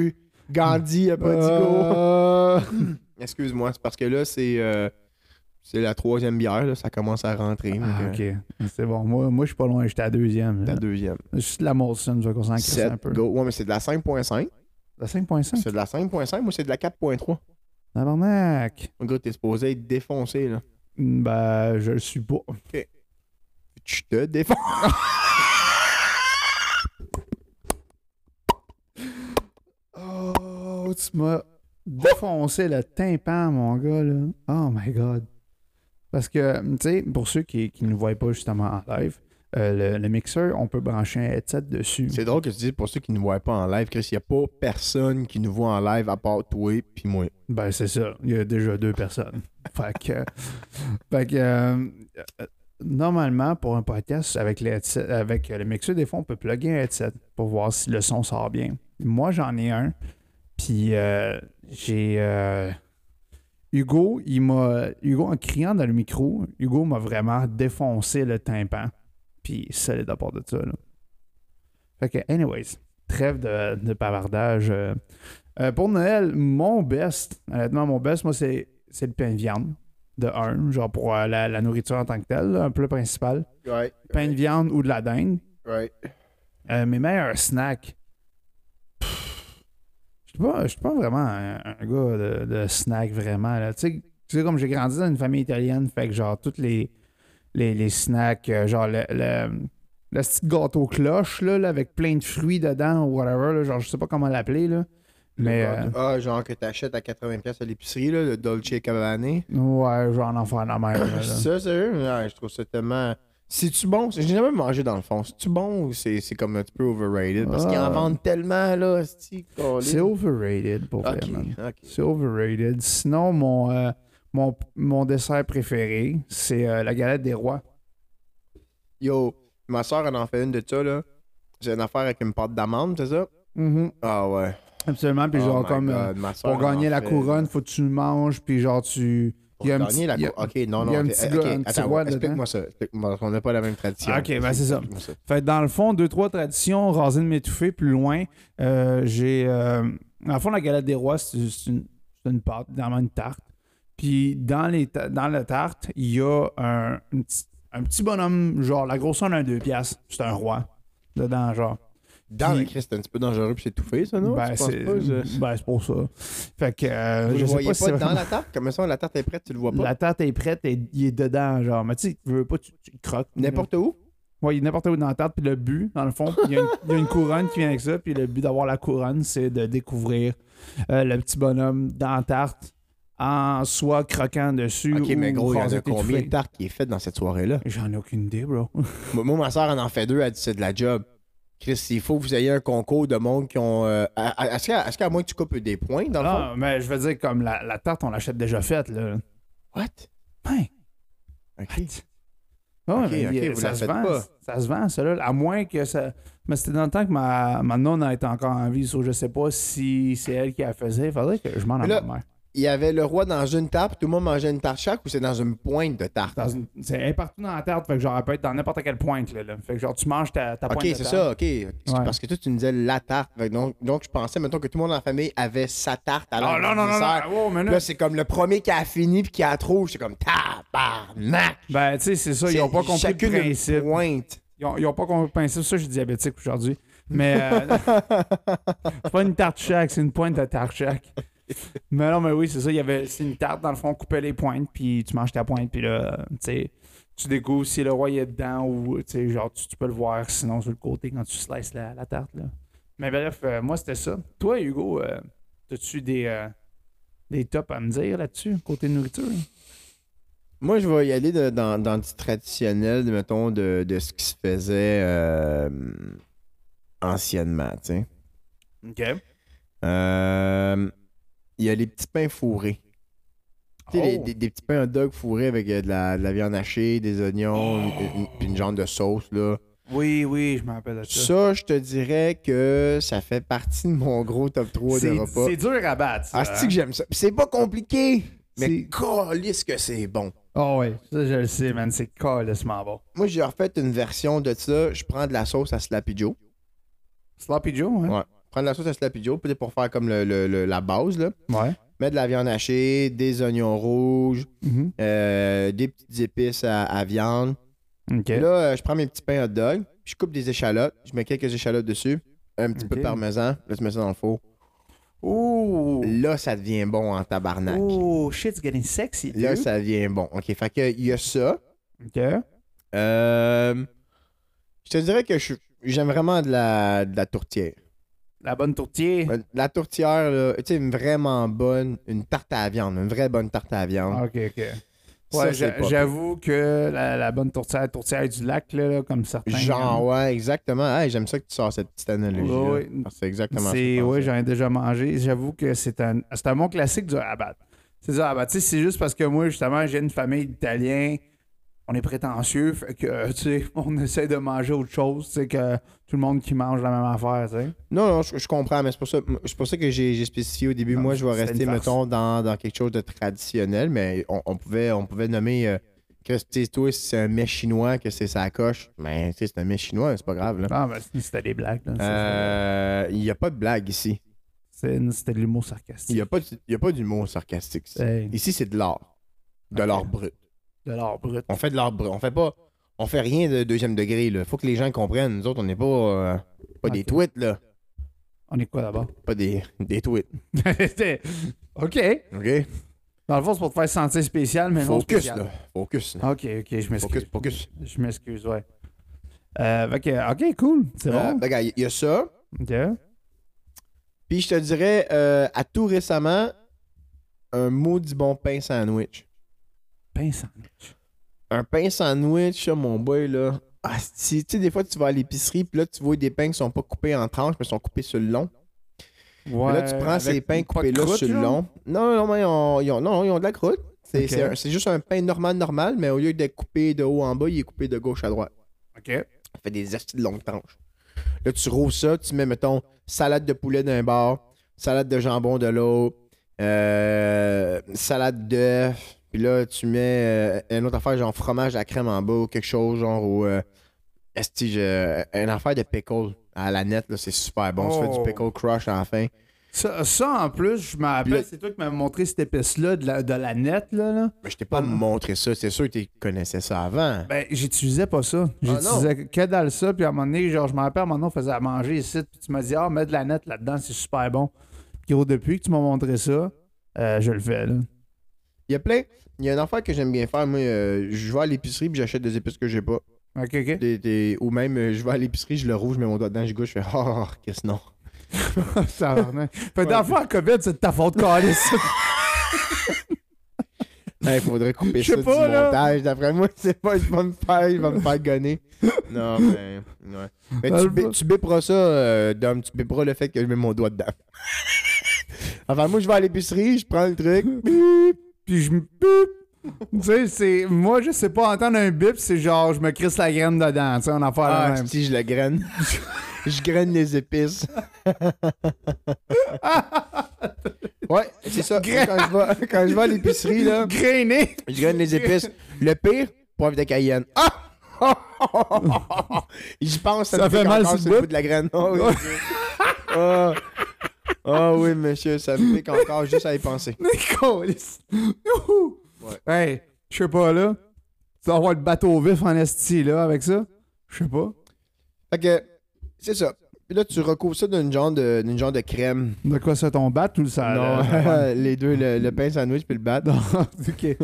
S1: là?
S2: Gandhi a pas dit go.
S1: Euh,
S2: Ah. [LAUGHS] Excuse-moi, c'est parce que là, c'est euh, c'est la troisième bière. là, ça commence à rentrer.
S1: Ah,
S2: donc, euh,
S1: OK. C'est bon. Moi, moi je suis pas loin. J'étais à deuxième.
S2: La
S1: là.
S2: deuxième.
S1: Juste la Molson, je vais qu'on s'en crisse
S2: 7,
S1: Ah, un peu.
S2: go. Ouais, mais c'est de la 5.5.
S1: La 5.5.
S2: C'est de la 5.5 ou c'est de la 4.3?
S1: Tabarnak.
S2: Mon gars, t'es supposé être défoncé, là.
S1: Ben, je le suis pas.
S2: Tu te défonces.
S1: Oh, tu m'as défoncé le tympan, mon gars, là. Oh my God. Parce que, tu sais, pour ceux qui qui ne nous voient pas justement en live, euh, le, le mixeur, on peut brancher un headset dessus.
S2: C'est drôle que tu dises pour ceux qui ne nous voient pas en live, Chris, il n'y a pas personne qui nous voit en live à part toi puis moi.
S1: Ben, c'est ça. Il y a déjà deux personnes. fait que. fait que, euh, euh, normalement, pour un podcast, avec, les headset- avec euh, le mixeur, des fois, on peut plugger un headset pour voir si le son sort bien. Moi, j'en ai un. Puis, euh, j'ai. euh, Hugo, il m'a. Hugo, en criant dans le micro, Hugo m'a vraiment défoncé le tympan. Puis, solide à part de ça, là. Fait que, anyways, trêve de, de bavardage. euh, euh, pour Noël, mon best, honnêtement, mon best, moi, c'est c'est le pain de viande, de un, genre pour euh, la, la nourriture en tant que telle, là, un plat principal.
S2: Right,
S1: Pain de viande ou de la dinde.
S2: right.
S1: Euh, mes meilleurs snacks. Pff, Je suis pas, je suis pas vraiment un, un gars de, de snack vraiment. là. Tu sais, tu sais, comme j'ai grandi dans une famille italienne, fait que genre toutes les, les, les snacks, euh, genre le, le, le petit gâteau cloche là, là, avec plein de fruits dedans ou whatever, là, genre je sais pas comment l'appeler là. Mais euh,
S2: Ah, genre que t'achètes à 80$ piastres à l'épicerie, là, le Dolce Cabane.
S1: ouais, genre un enfant de la mère.
S2: [CLEARS THROAT]
S1: là, là.
S2: Ça, sérieux? Ouais, je trouve ça tellement. C'est-tu bon? J'ai jamais mangé dans le fond. C'est-tu bon ou c'est c'est comme un petit peu overrated? Parce qu'ils en
S1: Ah.
S2: vendent tellement, là, c'est-tu, colline?
S1: C'est overrated pour
S2: Ok,
S1: vrai, man.
S2: ok.
S1: C'est overrated. Sinon, mon, euh, mon, mon dessert préféré, c'est euh, la galette des rois.
S2: Yo, ma soeur, elle en fait une de ça, là. J'ai une affaire avec une pâte d'amande, c'est ça?
S1: Mhm.
S2: Ah ouais.
S1: Absolument. Puis
S2: Oh
S1: genre
S2: my
S1: comme euh,
S2: God, ma soeur,
S1: pour
S2: elle en
S1: gagner la
S2: fait.
S1: couronne, faut que tu le manges, puis genre tu.
S2: Pour
S1: il y a un
S2: gagner
S1: petit-
S2: la
S1: il y a-
S2: couronne. Ok, non, non.
S1: il y a un
S2: ok,
S1: petit
S2: ok,
S1: gars, un petit
S2: attends,
S1: roi
S2: explique-moi ça. Explique-moi, on n'a pas la même tradition.
S1: Ok, ben, c'est ça.
S2: Explique-moi
S1: Fait que dans le fond, deux, trois traditions, rasine m'étouffer, plus loin. euh, j'ai. euh, dans le fond, la galette des rois, c'est c'est une, c'est une pâte, normalement une tarte. Puis dans, les ta- dans la tarte, il y a un, une petite un petit bonhomme, genre la grosseur d'un deux piastres, c'est un roi dedans, genre.
S2: Dans
S1: Puis-
S2: le Christ, c'est un petit peu dangereux puis s'étouffer, ça, Ah non?
S1: ben,
S2: Tu penses
S1: c'est
S2: pas, je-
S1: ben, c'est pour ça. Fait que euh,
S2: Vous
S1: je sais
S2: le
S1: pas,
S2: voyez pas,
S1: si c'est
S2: dans
S1: vraiment-
S2: la tarte? Comme ça, la tarte est prête, tu le vois pas?
S1: la tarte est prête et il est dedans, genre. Mais tu sais, tu veux pas, tu, tu croques.
S2: N'importe où?
S1: Ouais, il est n'importe où dans la tarte, puis le but, dans le fond, il y, a une- il y a une couronne qui vient avec ça, puis le but d'avoir la couronne, c'est de découvrir euh, le petit bonhomme dans la tarte en soit croquant dessus
S2: Ok, mais
S1: ou
S2: gros, il y en a
S1: rasé
S2: combien de
S1: étouffé.
S2: tartes qui est faite dans cette soirée-là?
S1: J'en ai aucune idée, bro.
S2: Moi, moi, ma soeur, en en fait deux, elle dit c'est de la job. Chris, il faut que vous ayez un concours de monde qui ont. euh, à- à- Est-ce qu'à est-ce qu'à moins que tu coupes des points, dans le
S1: Ah, mais je veux dire, comme la, la tarte, on l'achète déjà faite, là.
S2: fond? What?
S1: Ben,
S2: Ok.
S1: Ouais,
S2: Ok,
S1: mais
S2: ok,
S1: il-
S2: vous
S1: ça
S2: la
S1: se
S2: faites
S1: vend.
S2: pas.
S1: Ça se vend, ça, là. À moins que ça. Mais c'était dans le temps que ma, ma nonne était encore en vie, so je sais pas si c'est elle qui la faisait. Il faudrait que je m'en
S2: Mais
S1: à
S2: là-
S1: ma mère.
S2: Il y avait le roi dans une tarte, puis tout le monde mangeait une tarte chaque ou c'est dans une pointe de tarte?
S1: Dans une- C'est elle est partout dans la tarte, fait que genre, elle peut être dans n'importe quelle pointe, là, là. Fait que genre, tu manges ta, ta
S2: Ok,
S1: pointe. de
S2: c'est
S1: tarte.
S2: ça, ok. C'est
S1: Ouais.
S2: Parce que toi, tu nous disais la tarte. Fait que Donc, donc, je pensais, mettons, que tout le monde dans la famille avait sa tarte à l'heure
S1: Ah, non,
S2: du
S1: non, non,
S2: dessert.
S1: non. Oh, mais là-
S2: Là, c'est comme le premier qui a fini puis qui a trop. C'est comme tabarnak.
S1: Ben, tu sais, c'est ça. Ils ont pas
S2: C'est
S1: compris
S2: chacune
S1: le
S2: une
S1: principe.
S2: pointe.
S1: Ils ont, ils ont pas compris le principe. Ça, je suis diabétique aujourd'hui. Mais. [LAUGHS] euh, c'est pas une tarte chaque, c'est une pointe de tarte chaque. mais non, mais oui, c'est ça. Il y avait, c'est une tarte, dans le fond, on coupait les pointes, puis tu manges ta pointe, puis là, tu sais, tu découvres si le roi il est dedans ou, tu sais, genre, tu, tu peux le voir sinon sur le côté quand tu slices la, la tarte, là. Mais bref, euh, moi, c'était ça. Toi, Hugo, euh, as-tu des, euh, des tops à me dire là-dessus, côté nourriture?
S2: Moi, je vais y aller de- dans, dans du traditionnel, de, mettons, de, de ce qui se faisait euh, anciennement, tu sais.
S1: OK.
S2: Euh, Il y a les petits pains fourrés. Tu sais, les-
S1: Oh.
S2: des, des petits pains hot dog fourrés avec euh, de la, de la viande hachée, des oignons, une- une- puis une genre de sauce, là.
S1: Oui, oui, je me rappelle de ça.
S2: Ça, je te dirais que ça fait partie de mon gros top 3 de
S1: C'est
S2: repas.
S1: c'est dur à battre. ça,
S2: Ah, c'est que j'aime ça. Puis c'est pas compliqué, mais
S1: C'est-
S2: calisse que c'est bon.
S1: Ah ouais, ça je le sais, man, c'est calissement bon.
S2: Moi, j'ai refait une version de ça. Je prends de la sauce à Slappy Joe.
S1: Sloppy Joe, hein?
S2: Prends de la sauce à Slappy Joe peut-être pour faire comme le- le- le- la base, là.
S1: Ouais.
S2: Mets de la viande hachée, des oignons rouges,
S1: Mhm.
S2: euh, des petites épices à, à viande.
S1: OK.
S2: Et là, euh, je prends mes petits pains hot dog, je coupe des échalotes, je mets quelques échalotes dessus, un petit peu de
S1: Ok.
S2: parmesan, là, tu mets ça dans le four.
S1: Ouh!
S2: Là, ça devient bon en tabarnak.
S1: Ouh, shit's getting sexy, dude.
S2: Là, ça devient bon. OK, fait que il y a ça.
S1: OK.
S2: Euh, je te dirais que je- j'aime vraiment de la, de la tourtière.
S1: La bonne tourtière.
S2: Euh, La tourtière, là, tu sais, une vraiment bonne, une tarte à la viande, une vraie bonne tarte à la viande.
S1: OK, OK.
S2: Ça,
S1: Ouais,
S2: c'est
S1: j'a-
S2: pas
S1: j'avoue que la, la bonne tourtière, la tourtière du lac, là, là, comme certains.
S2: Genre, ouais, exactement. Hey, j'aime ça que tu sors cette petite analogie.
S1: Ouais, ouais.
S2: C'est exactement
S1: C'est,
S2: ça.
S1: oui, j'en ai déjà mangé. J'avoue que c'est un, c'est un bon classique du rabat. C'est du rabat. Tu sais, c'est juste parce que moi, justement, j'ai une famille d'Italiens. On est prétentieux, fait que, euh, tu sais, on essaie de manger autre chose, tu sais, que tout le monde qui mange la même affaire, tu sais.
S2: Non, non, je, je comprends, mais c'est pour ça, c'est pour ça que j'ai j'ai spécifié au début.
S1: Non,
S2: Moi, je vais
S1: c'était
S2: rester,
S1: une farce.
S2: mettons, dans, dans quelque chose de traditionnel, mais on, on pouvait, on pouvait nommer. Euh, Chris, tu sais, toi, si c'est un mets chinois, que c'est sa coche. Mais tu sais, c'est un mets chinois, c'est pas grave. là.
S1: Ah, ben, c- c'était des blagues, là. Ça,
S2: Euh, Il n'y a pas de blague ici.
S1: c'est- c'est- C'était de l'humour
S2: Il n'y
S1: sarcastique.
S2: a pas de- il y a pas d'humour sarcastique. ici.
S1: C'est
S2: Ici, c'est de l'art. De
S1: Ok.
S2: l'art brut.
S1: de l'art brut.
S2: On fait de l'art brut. On fait pas. On fait rien de deuxième degré. Il faut que les gens comprennent. Nous autres, on n'est pas, euh, pas des
S1: Ok.
S2: tweets, là.
S1: On est quoi d'abord?
S2: Pas des, des tweets.
S1: C'était- [LAUGHS] OK. [LAUGHS]
S2: OK?
S1: Dans le fond, c'est pour te faire sentir spécial, mais non
S2: Focus,
S1: spécial. Ah,
S2: là. Focus. là.
S1: OK, OK, je m'excuse.
S2: Focus, focus.
S1: Je m'excuse, ouais. Euh, OK, OK, cool. C'est
S2: Euh,
S1: bon.
S2: ben, regarde, Il y a ça.
S1: OK.
S2: Puis je te dirais, euh, à tout récemment, un maudit bon pain sandwich.
S1: Pain sandwich.
S2: un pain sandwich, là, mon boy, là. Asti, tu sais, des fois, tu vas à l'épicerie, puis là, tu vois des pains qui sont pas coupés en tranches, mais sont coupés sur le long.
S1: Ouais,
S2: Puis là, tu prends
S1: avec
S2: ces pains
S1: pas de
S2: coupés là
S1: croûte,
S2: sur le
S1: genre?
S2: long. Non, non, mais ils ont, ils ont- non, non, ils ont de la croûte. C'est
S1: Ok.
S2: c'est un- c'est juste un pain normal, normal, mais au lieu d'être coupé de haut en bas, il est coupé de gauche à droite.
S1: OK.
S2: Ça fait des astis de longues tranches. Là, tu roules ça, tu mets, mettons, salade de poulet d'un bord, salade de jambon de l'autre, euh, salade d'œuf, puis là, tu mets euh, une autre affaire, genre fromage à la crème en bas ou quelque chose, genre, ou. euh, esti, je- une affaire de pickle à la nette, là, c'est super bon. Tu fais
S1: Oh.
S2: du pickle crush à la fin.
S1: Ça, ça, en plus, je me
S2: Puis là-
S1: rappelle, c'est toi qui m'avais montré cette épice-là de la, de la net, là. là.
S2: Mais je t'ai pas montré ça. C'est sûr que tu connaissais ça avant.
S1: Ben, j'utilisais pas
S2: Ah,
S1: ça. J'utilisais que dalle ça, puis à un moment donné, genre, je me rappelle, à un moment donné, on faisait à manger ici, puis tu m'as dit, ah, mets de la net là-dedans, c'est super bon. Puis gros, depuis que tu m'as montré ça, euh, je le fais, là.
S2: Il y a plein. Il y a une affaire que j'aime bien faire. Moi, euh, je vais à l'épicerie puis j'achète des épices que j'ai pas.
S1: Ok, ok.
S2: Des- des- Ou même, euh, je vais à l'épicerie, je le rouvre, je mets mon doigt dedans, je goûte, je fais Oh, qu'est-ce que non
S1: [LAUGHS] ça va, Fait que dans le fond, la COVID, c'est de ta faute,
S2: [LAUGHS]
S1: câlisse.
S2: Ben, Il faudrait
S1: [LAUGHS]
S2: couper
S1: Je
S2: ça
S1: sais
S2: du
S1: pas, là.
S2: montage. D'après moi, c'est pas, je vais me faire, il va me faire
S1: [LAUGHS]
S2: gonner. Non,
S1: ben,
S2: mais. Ouais. Mais
S1: Ah,
S2: tu,
S1: je
S2: bi-
S1: vois.
S2: tu biperas ça, euh, Dom, tu biperas le fait que je mets mon doigt dedans. [LAUGHS] enfin, moi, je vais à l'épicerie, je prends le truc.
S1: Bip, puis je me bip. Tu sais, c'est. Moi, je sais pas entendre un bip, c'est genre, je me crisse la graine dedans, tu sais, en affaire
S2: Ah,
S1: la même.
S2: si, je la graine. je graine les épices. [LAUGHS] ouais, c'est ça. Quand je vais, quand je vais à l'épicerie, là,
S1: [LAUGHS] Grainer!
S2: je graine les épices. Le pire, poivre de Cayenne. Ah! [LAUGHS] je pense que
S1: Ça
S2: me
S1: fait mal sur
S2: encore
S1: le
S2: sur le
S1: bout.
S2: bout de la graine. Oh, oui, monsieur. Ah. Ah oui, monsieur, ça me pique encore juste à y penser.
S1: Câlisse. Youhou. Hey, je sais pas, là. Tu vas avoir le bateau au vif en esti, là, avec ça? Je sais pas.
S2: Fait que, c'est ça. Puis là, tu recouvres ça d'une genre, de- d'une genre de crème.
S1: De quoi ça tombe bat tout ça? [LAUGHS]
S2: non,
S1: Ah, là?
S2: [LAUGHS] les deux, le, le pain sandwich puis le bat.
S1: non, ok.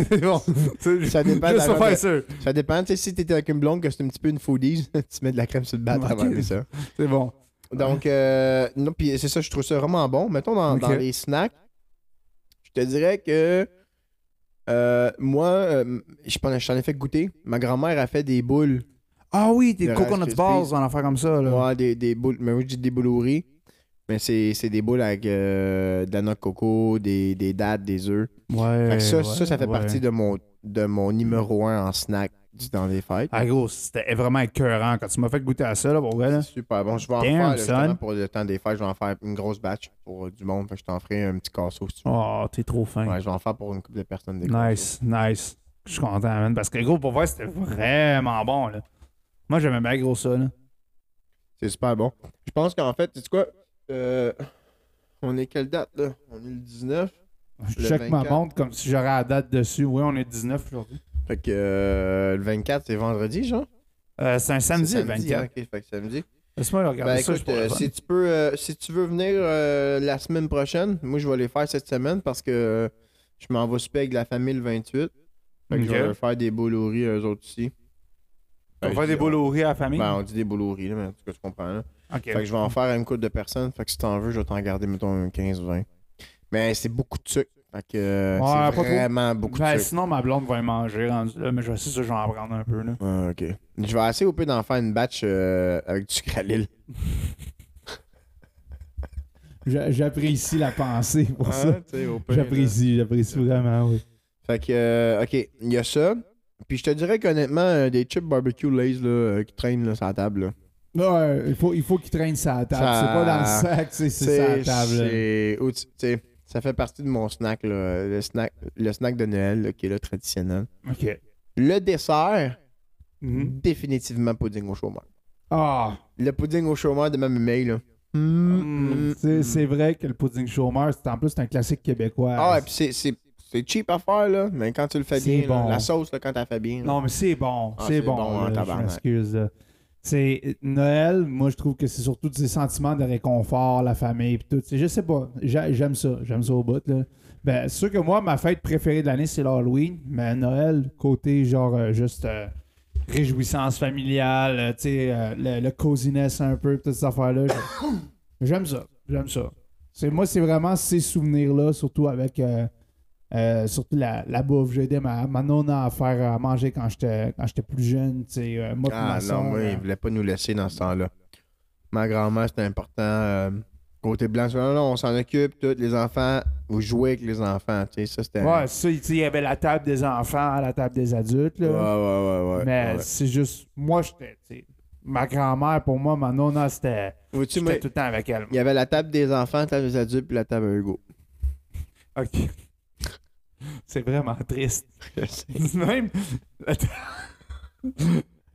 S1: C'est bon. C'est-
S2: [LAUGHS] Ça dépend de la
S1: Juste pour
S2: robe de-
S1: faire sûr.
S2: Ça dépend. Tu sais, si t'étais avec une blonde, que c'est un petit peu une foodies, [LAUGHS] tu mets de la crème sur le bat
S1: Ok.
S2: avant mais ça.
S1: C'est bon.
S2: Donc, euh, non, puis c'est ça, je trouve ça vraiment bon. Mettons dans,
S1: Ok.
S2: dans les snacks, je te dirais que euh, moi, euh, je pense- je t'en ai fait goûter. Ma grand-mère a fait des boules.
S1: Ah oui,
S2: Le
S1: des
S2: Rice
S1: coconut
S2: Krispies.
S1: balls, en affaire comme ça, là.
S2: Ouais, des, des boules. Mais moi, je dis des boules au riz. Mais c'est c'est des boules avec euh, de la noix de coco, des, des dattes, des œufs.
S1: Ouais.
S2: Fait que ça,
S1: ouais,
S2: ça, ça fait
S1: Eh ouais.
S2: partie de mon, de mon numéro un en snack du- dans les fêtes.
S1: Ah gros, c'était vraiment écœurant quand tu m'as fait goûter à ça, là, pour vrai, là.
S2: C'est Super bon. Je vais en
S1: Hein? Damn,
S2: faire là,
S1: son.
S2: justement, pour le temps des fêtes. Je vais en faire une grosse batch pour euh, du monde. Fait que je t'en ferai un petit casseau si tu veux.
S1: Oh, t'es trop fin.
S2: Ouais, je vais en faire pour une couple de personnes. Des casseaux.
S1: nice, nice. Je suis content, man. Parce que gros, pour vrai, c'était vraiment bon, là. Moi, j'aimais bien gros ça, là.
S2: C'est super bon. Je pense qu'en fait, tu sais quoi? Euh, on est quelle date là? On est le 19.
S1: Je
S2: Le
S1: check ma
S2: 24.
S1: montre comme si j'aurais la date dessus. Oui, on est 19 aujourd'hui.
S2: Fait que euh, le 24, c'est vendredi, genre?
S1: Euh, c'est un samedi,
S2: C'est
S1: le 24.
S2: hein? Ok, fait que samedi.
S1: Laisse-moi regarder
S2: Ben
S1: ça.
S2: écoute,
S1: je pourrais
S2: euh,
S1: le
S2: si tu peux, euh, si tu veux venir euh, la semaine prochaine, moi je vais les faire cette semaine parce que euh, je m'en vais super avec la famille le 28. Fait que je
S1: Ok.
S2: vais leur faire des boules au riz eux autres aussi.
S1: faire.
S2: Fait
S1: on va
S2: que
S1: des
S2: je-
S1: boules au riz à la famille.
S2: Ben, on dit des boules au riz, là, mais en tout cas, tu comprends. Là.
S1: ok.
S2: Fait que je vais en faire à une couple de personnes. Fait que si t'en veux, je vais t'en garder, mettons, un 15-20. Mais c'est beaucoup de sucre. Fait que euh,
S1: Ouais, pas
S2: c'est
S1: trop.
S2: vraiment beaucoup
S1: Ben,
S2: de sucre.
S1: sinon, ma blonde va y manger rendu là, mais je sais ça, je vais en prendre un peu. Là.
S2: Ah, ok. Je vais essayer au peu d'en faire une batch euh, avec du sucre à l'île.
S1: J'a- J'apprécie la pensée pour
S4: Ah,
S2: Hein, tu sais, au pire, là.
S1: j'apprécie vraiment, oui.
S2: Fait que, euh, ok, il y a ça. Puis je te dirais qu'honnêtement, euh, des chips barbecue lays là, euh, qui traînent là, sur la table. là.
S1: Ouais, il faut, il faut qu'il traîne ça à table.
S2: Ça-
S1: C'est pas dans le sac, c'est c'est ça à la table. là.
S2: c'est- ou tu- tu sais, ça fait partie de mon snack, là, le snack, le snack de Noël là, qui est là traditionnel.
S1: Ok.
S2: Le dessert,
S1: Mhm.
S2: définitivement pudding au chômeur.
S1: Ah,
S2: Le pudding au chômeur de ma mère là. Hmm.
S1: mm, c'est- c'est vrai que le pudding chômeur, c'est en plus c'est un classique québécois.
S2: Ah ouais, puis c'est- c'est c'est cheap à faire là, mais quand tu le fais
S1: C'est
S2: bien, là,
S1: bon.
S2: la sauce là, quand t'as fait bien. là.
S1: Non, mais c'est bon.
S2: Ah, c'est
S1: c'est bon.
S2: bon, hein,
S1: là, je
S2: tabarnak.
S1: m'excuse. là. C'est Noël, moi je trouve que c'est surtout ces sentiments de réconfort, la famille puis tout. C'est- Je sais pas, J'a- j'aime ça, j'aime ça au bout là. Ben, c'est sûr que moi ma fête préférée de l'année c'est l'Halloween, mais Noël côté genre euh, juste euh, réjouissance familiale, euh, tu sais euh, le, le coziness un peu, toutes ces affaires là. [COUGHS] J'aime ça, j'aime ça. C'est moi c'est vraiment ces souvenirs là, surtout avec euh, euh, surtout la, la bouffe, j'ai aidé ma, ma nonna à faire à manger quand j'étais quand j'étais plus jeune, tu sais, euh, moi puis
S2: Ah
S1: ma
S2: non,
S1: sœur,
S2: moi,
S1: euh,
S2: il voulait pas nous laisser dans ce temps-là. Ma grand-mère, c'était important. euh, côté blanc, c'est, non, non, on s'en occupe, tous les enfants, vous jouez avec les enfants, tu sais, ça c'était...
S1: Ouais, ça, tu sais, il y avait la table des enfants à la table des adultes.
S2: ouais, ouais,
S1: Là.
S2: ouais, ouais,
S1: mais
S2: ouais.
S1: c'est juste, moi, j'étais. tu sais, Ma grand-mère, pour moi, ma nonna, c'était.
S2: Vois-tu,
S1: J'étais
S2: moi,
S1: tout le temps avec elle.
S2: il y avait la table des enfants, la table des adultes, puis la table à Hugo.
S1: Ok. [LAUGHS] C'est vraiment triste.
S2: [LAUGHS] Je sais.
S3: [LAUGHS]
S1: Même.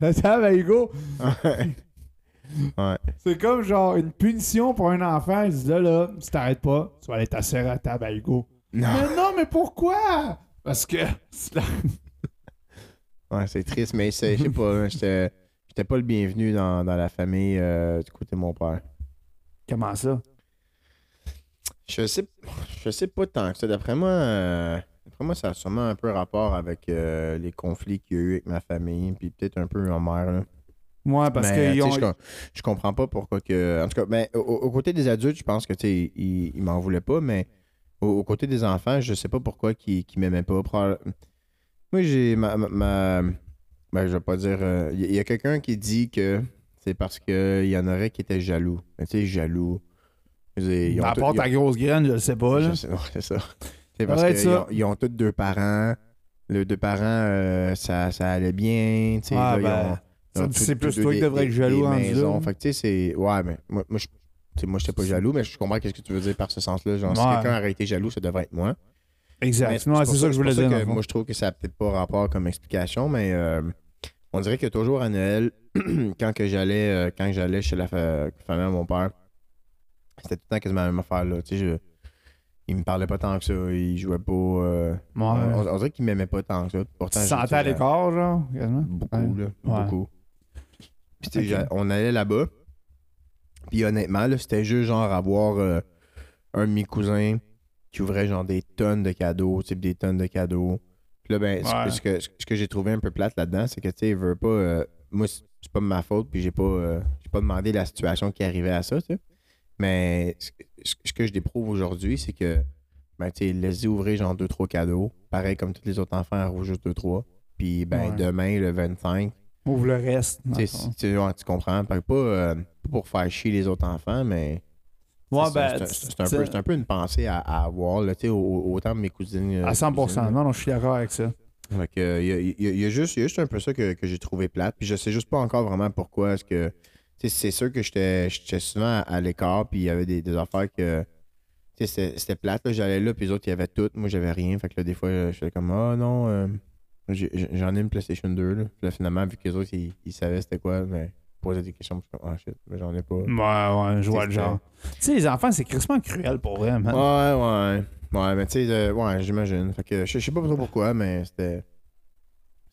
S1: La table à Hugo,
S2: Ouais. Ouais.
S3: ben, C'est comme genre une punition pour un enfant. Ils disent là, là, si t'arrêtes pas, tu vas aller t'asseoir à table à Hugo.
S2: Non.
S3: Mais non, mais pourquoi? Parce que c'est la-
S2: Ouais, c'est triste, mais c'est- je sais pas, hein, j'étais j'étais pas le bienvenu dans, dans la famille euh, du côté de mon père.
S1: [LAUGHS] Comment ça?
S2: Je sais, je sais pas tant que ça. D'après moi, euh, d'après moi, ça a sûrement un peu rapport avec euh, les conflits qu'il y a eu avec ma famille, puis peut-être un peu en mère. Là.
S1: Moi, parce
S2: Mais,
S1: qu'ils
S2: tu sais,
S1: ont.
S2: je, com- je comprends pas pourquoi que. En tout cas, ben, au, au côté des adultes, je pense que tu sais, ils, ils m'en voulaient pas, mais au, au côté des enfants, je sais pas pourquoi qu'ils qu'ils m'aimaient pas. Probable- Moi, j'ai ma, ma- ma- ben, je vais pas dire. euh, Il y- il y a quelqu'un qui dit que c'est parce qu'il y en aurait qui étaient jaloux. Mais tu sais, jaloux. Je veux dire, ils ont
S1: Ben, À
S2: tout-
S1: part
S2: ils ont-
S1: ta grosse graine, je le sais pas. Là.
S2: je sais- [LAUGHS] ouais, c'est ça. C'est parce
S1: Ouais,
S2: qu'ils
S1: ça.
S2: ont, ils ont tous deux parents. Les deux parents, euh, ça, ça allait bien. tu sais,
S1: Ah,
S2: là, ils
S1: ben,
S2: ont- ils
S1: ça,
S2: ont tous-
S1: c'est
S2: tous
S1: plus
S2: deux
S1: toi qui
S2: des-
S1: devrais
S2: des-
S1: être jaloux
S2: des
S1: en
S2: maisons.
S1: Zoom.
S2: Fait que, tu sais, c'est. Ouais, mais moi, moi je. tu sais, moi, j'étais pas jaloux, mais je comprends qu'est-ce que tu veux dire par ce sens-là. Genre, si
S1: Ouais.
S2: quelqu'un aurait été jaloux, ça devrait être moi. Mais
S1: Exactement,
S2: pour
S1: c'est ça que je voulais
S2: c'est
S1: dire.
S2: pour
S1: dans
S2: ça
S1: le
S2: que
S1: fond.
S2: moi, je trouve que ça n'a peut-être pas rapport comme explication, mais euh, on dirait que toujours à Noël, [CLEARS THROAT] quand que j'allais euh, quand j'allais chez la fa- famille de mon père, c'était tout le temps quasiment la même affaire. Là. Tu sais, je- il me parlait pas tant que ça, il jouait pas. euh,
S1: Ah, Ouais.
S2: on, on dirait qu'il m'aimait pas tant que ça.
S3: Tu
S2: Pourtant,
S3: te
S2: je-
S3: sentais
S2: tu sais,
S3: à
S2: j'a-
S3: l'écart, genre, quasiment.
S2: Beaucoup,
S3: Ouais.
S2: là.
S1: Ouais.
S2: Beaucoup. Puis, tu sais,
S1: Ok.
S2: j'a- on allait là-bas. Puis, honnêtement, là, c'était juste genre avoir euh, un de mes cousins qui ouvrait genre des tonnes de cadeaux, tu sais, des tonnes de cadeaux. Puis là, ben, ce que-
S1: Ouais.
S2: ce que, ce que, j'ai trouvé un peu plate là-dedans, c'est que, tu sais, il veut pas. euh, moi, c'est c'est pas de ma faute, puis j'ai pas, euh, j'ai pas demandé la situation qui arrivait à ça, tu sais. Mais ce, ce- ce que je déprouve aujourd'hui, c'est que, ben, tu sais, laissez ouvrir genre deux, trois cadeaux. Pareil comme tous les autres enfants, elle rouvre juste deux, trois. Puis, ben,
S1: Ouais.
S2: demain, le 25,
S1: Ouvre le reste. dans le
S2: tu sais,
S1: fond.
S2: si- tu ouais, tu comprends. Fait que pas, euh, pas pour faire chier les autres enfants, mais
S1: Ouais,
S2: c'est-
S1: ben,
S2: c'est- c'est un, peu-
S1: tu-
S2: c'est un peu une pensée à, à avoir. Là, tu sais, au- au- autant mes cousines. euh,
S1: À 100%.
S2: cousines,
S1: Non, non, je suis d'accord avec ça.
S2: là. Fait que, euh, y a- y a- y a- y a juste- Il y a juste un peu ça que, que j'ai trouvé plate. Puis je sais juste pas encore vraiment pourquoi. Est-ce que. tu sais, C'est sûr que j'étais j'étais souvent à, à l'écart, puis il y avait des, des affaires que. tu sais, C'était c'était plate, là, j'allais là, puis les autres, ils avaient tout. Moi, j'avais rien. Fait que là, des fois, je faisais comme, ah non, euh, j'ai- j'en ai une PlayStation 2. Là. Puis là, finalement, vu que les autres, ils, ils savaient c'était quoi, mais poser des questions, puis je suis comme, ah shit, mais j'en ai pas.
S1: Ouais, ouais, je vois
S2: C'est-
S1: le genre. Tu sais, les enfants, c'est crissement cruel pour vrai, man.
S2: Ouais, ouais. Ouais, mais tu sais, euh, ouais, j'imagine. Fait que je je sais pas trop pourquoi, mais c'était.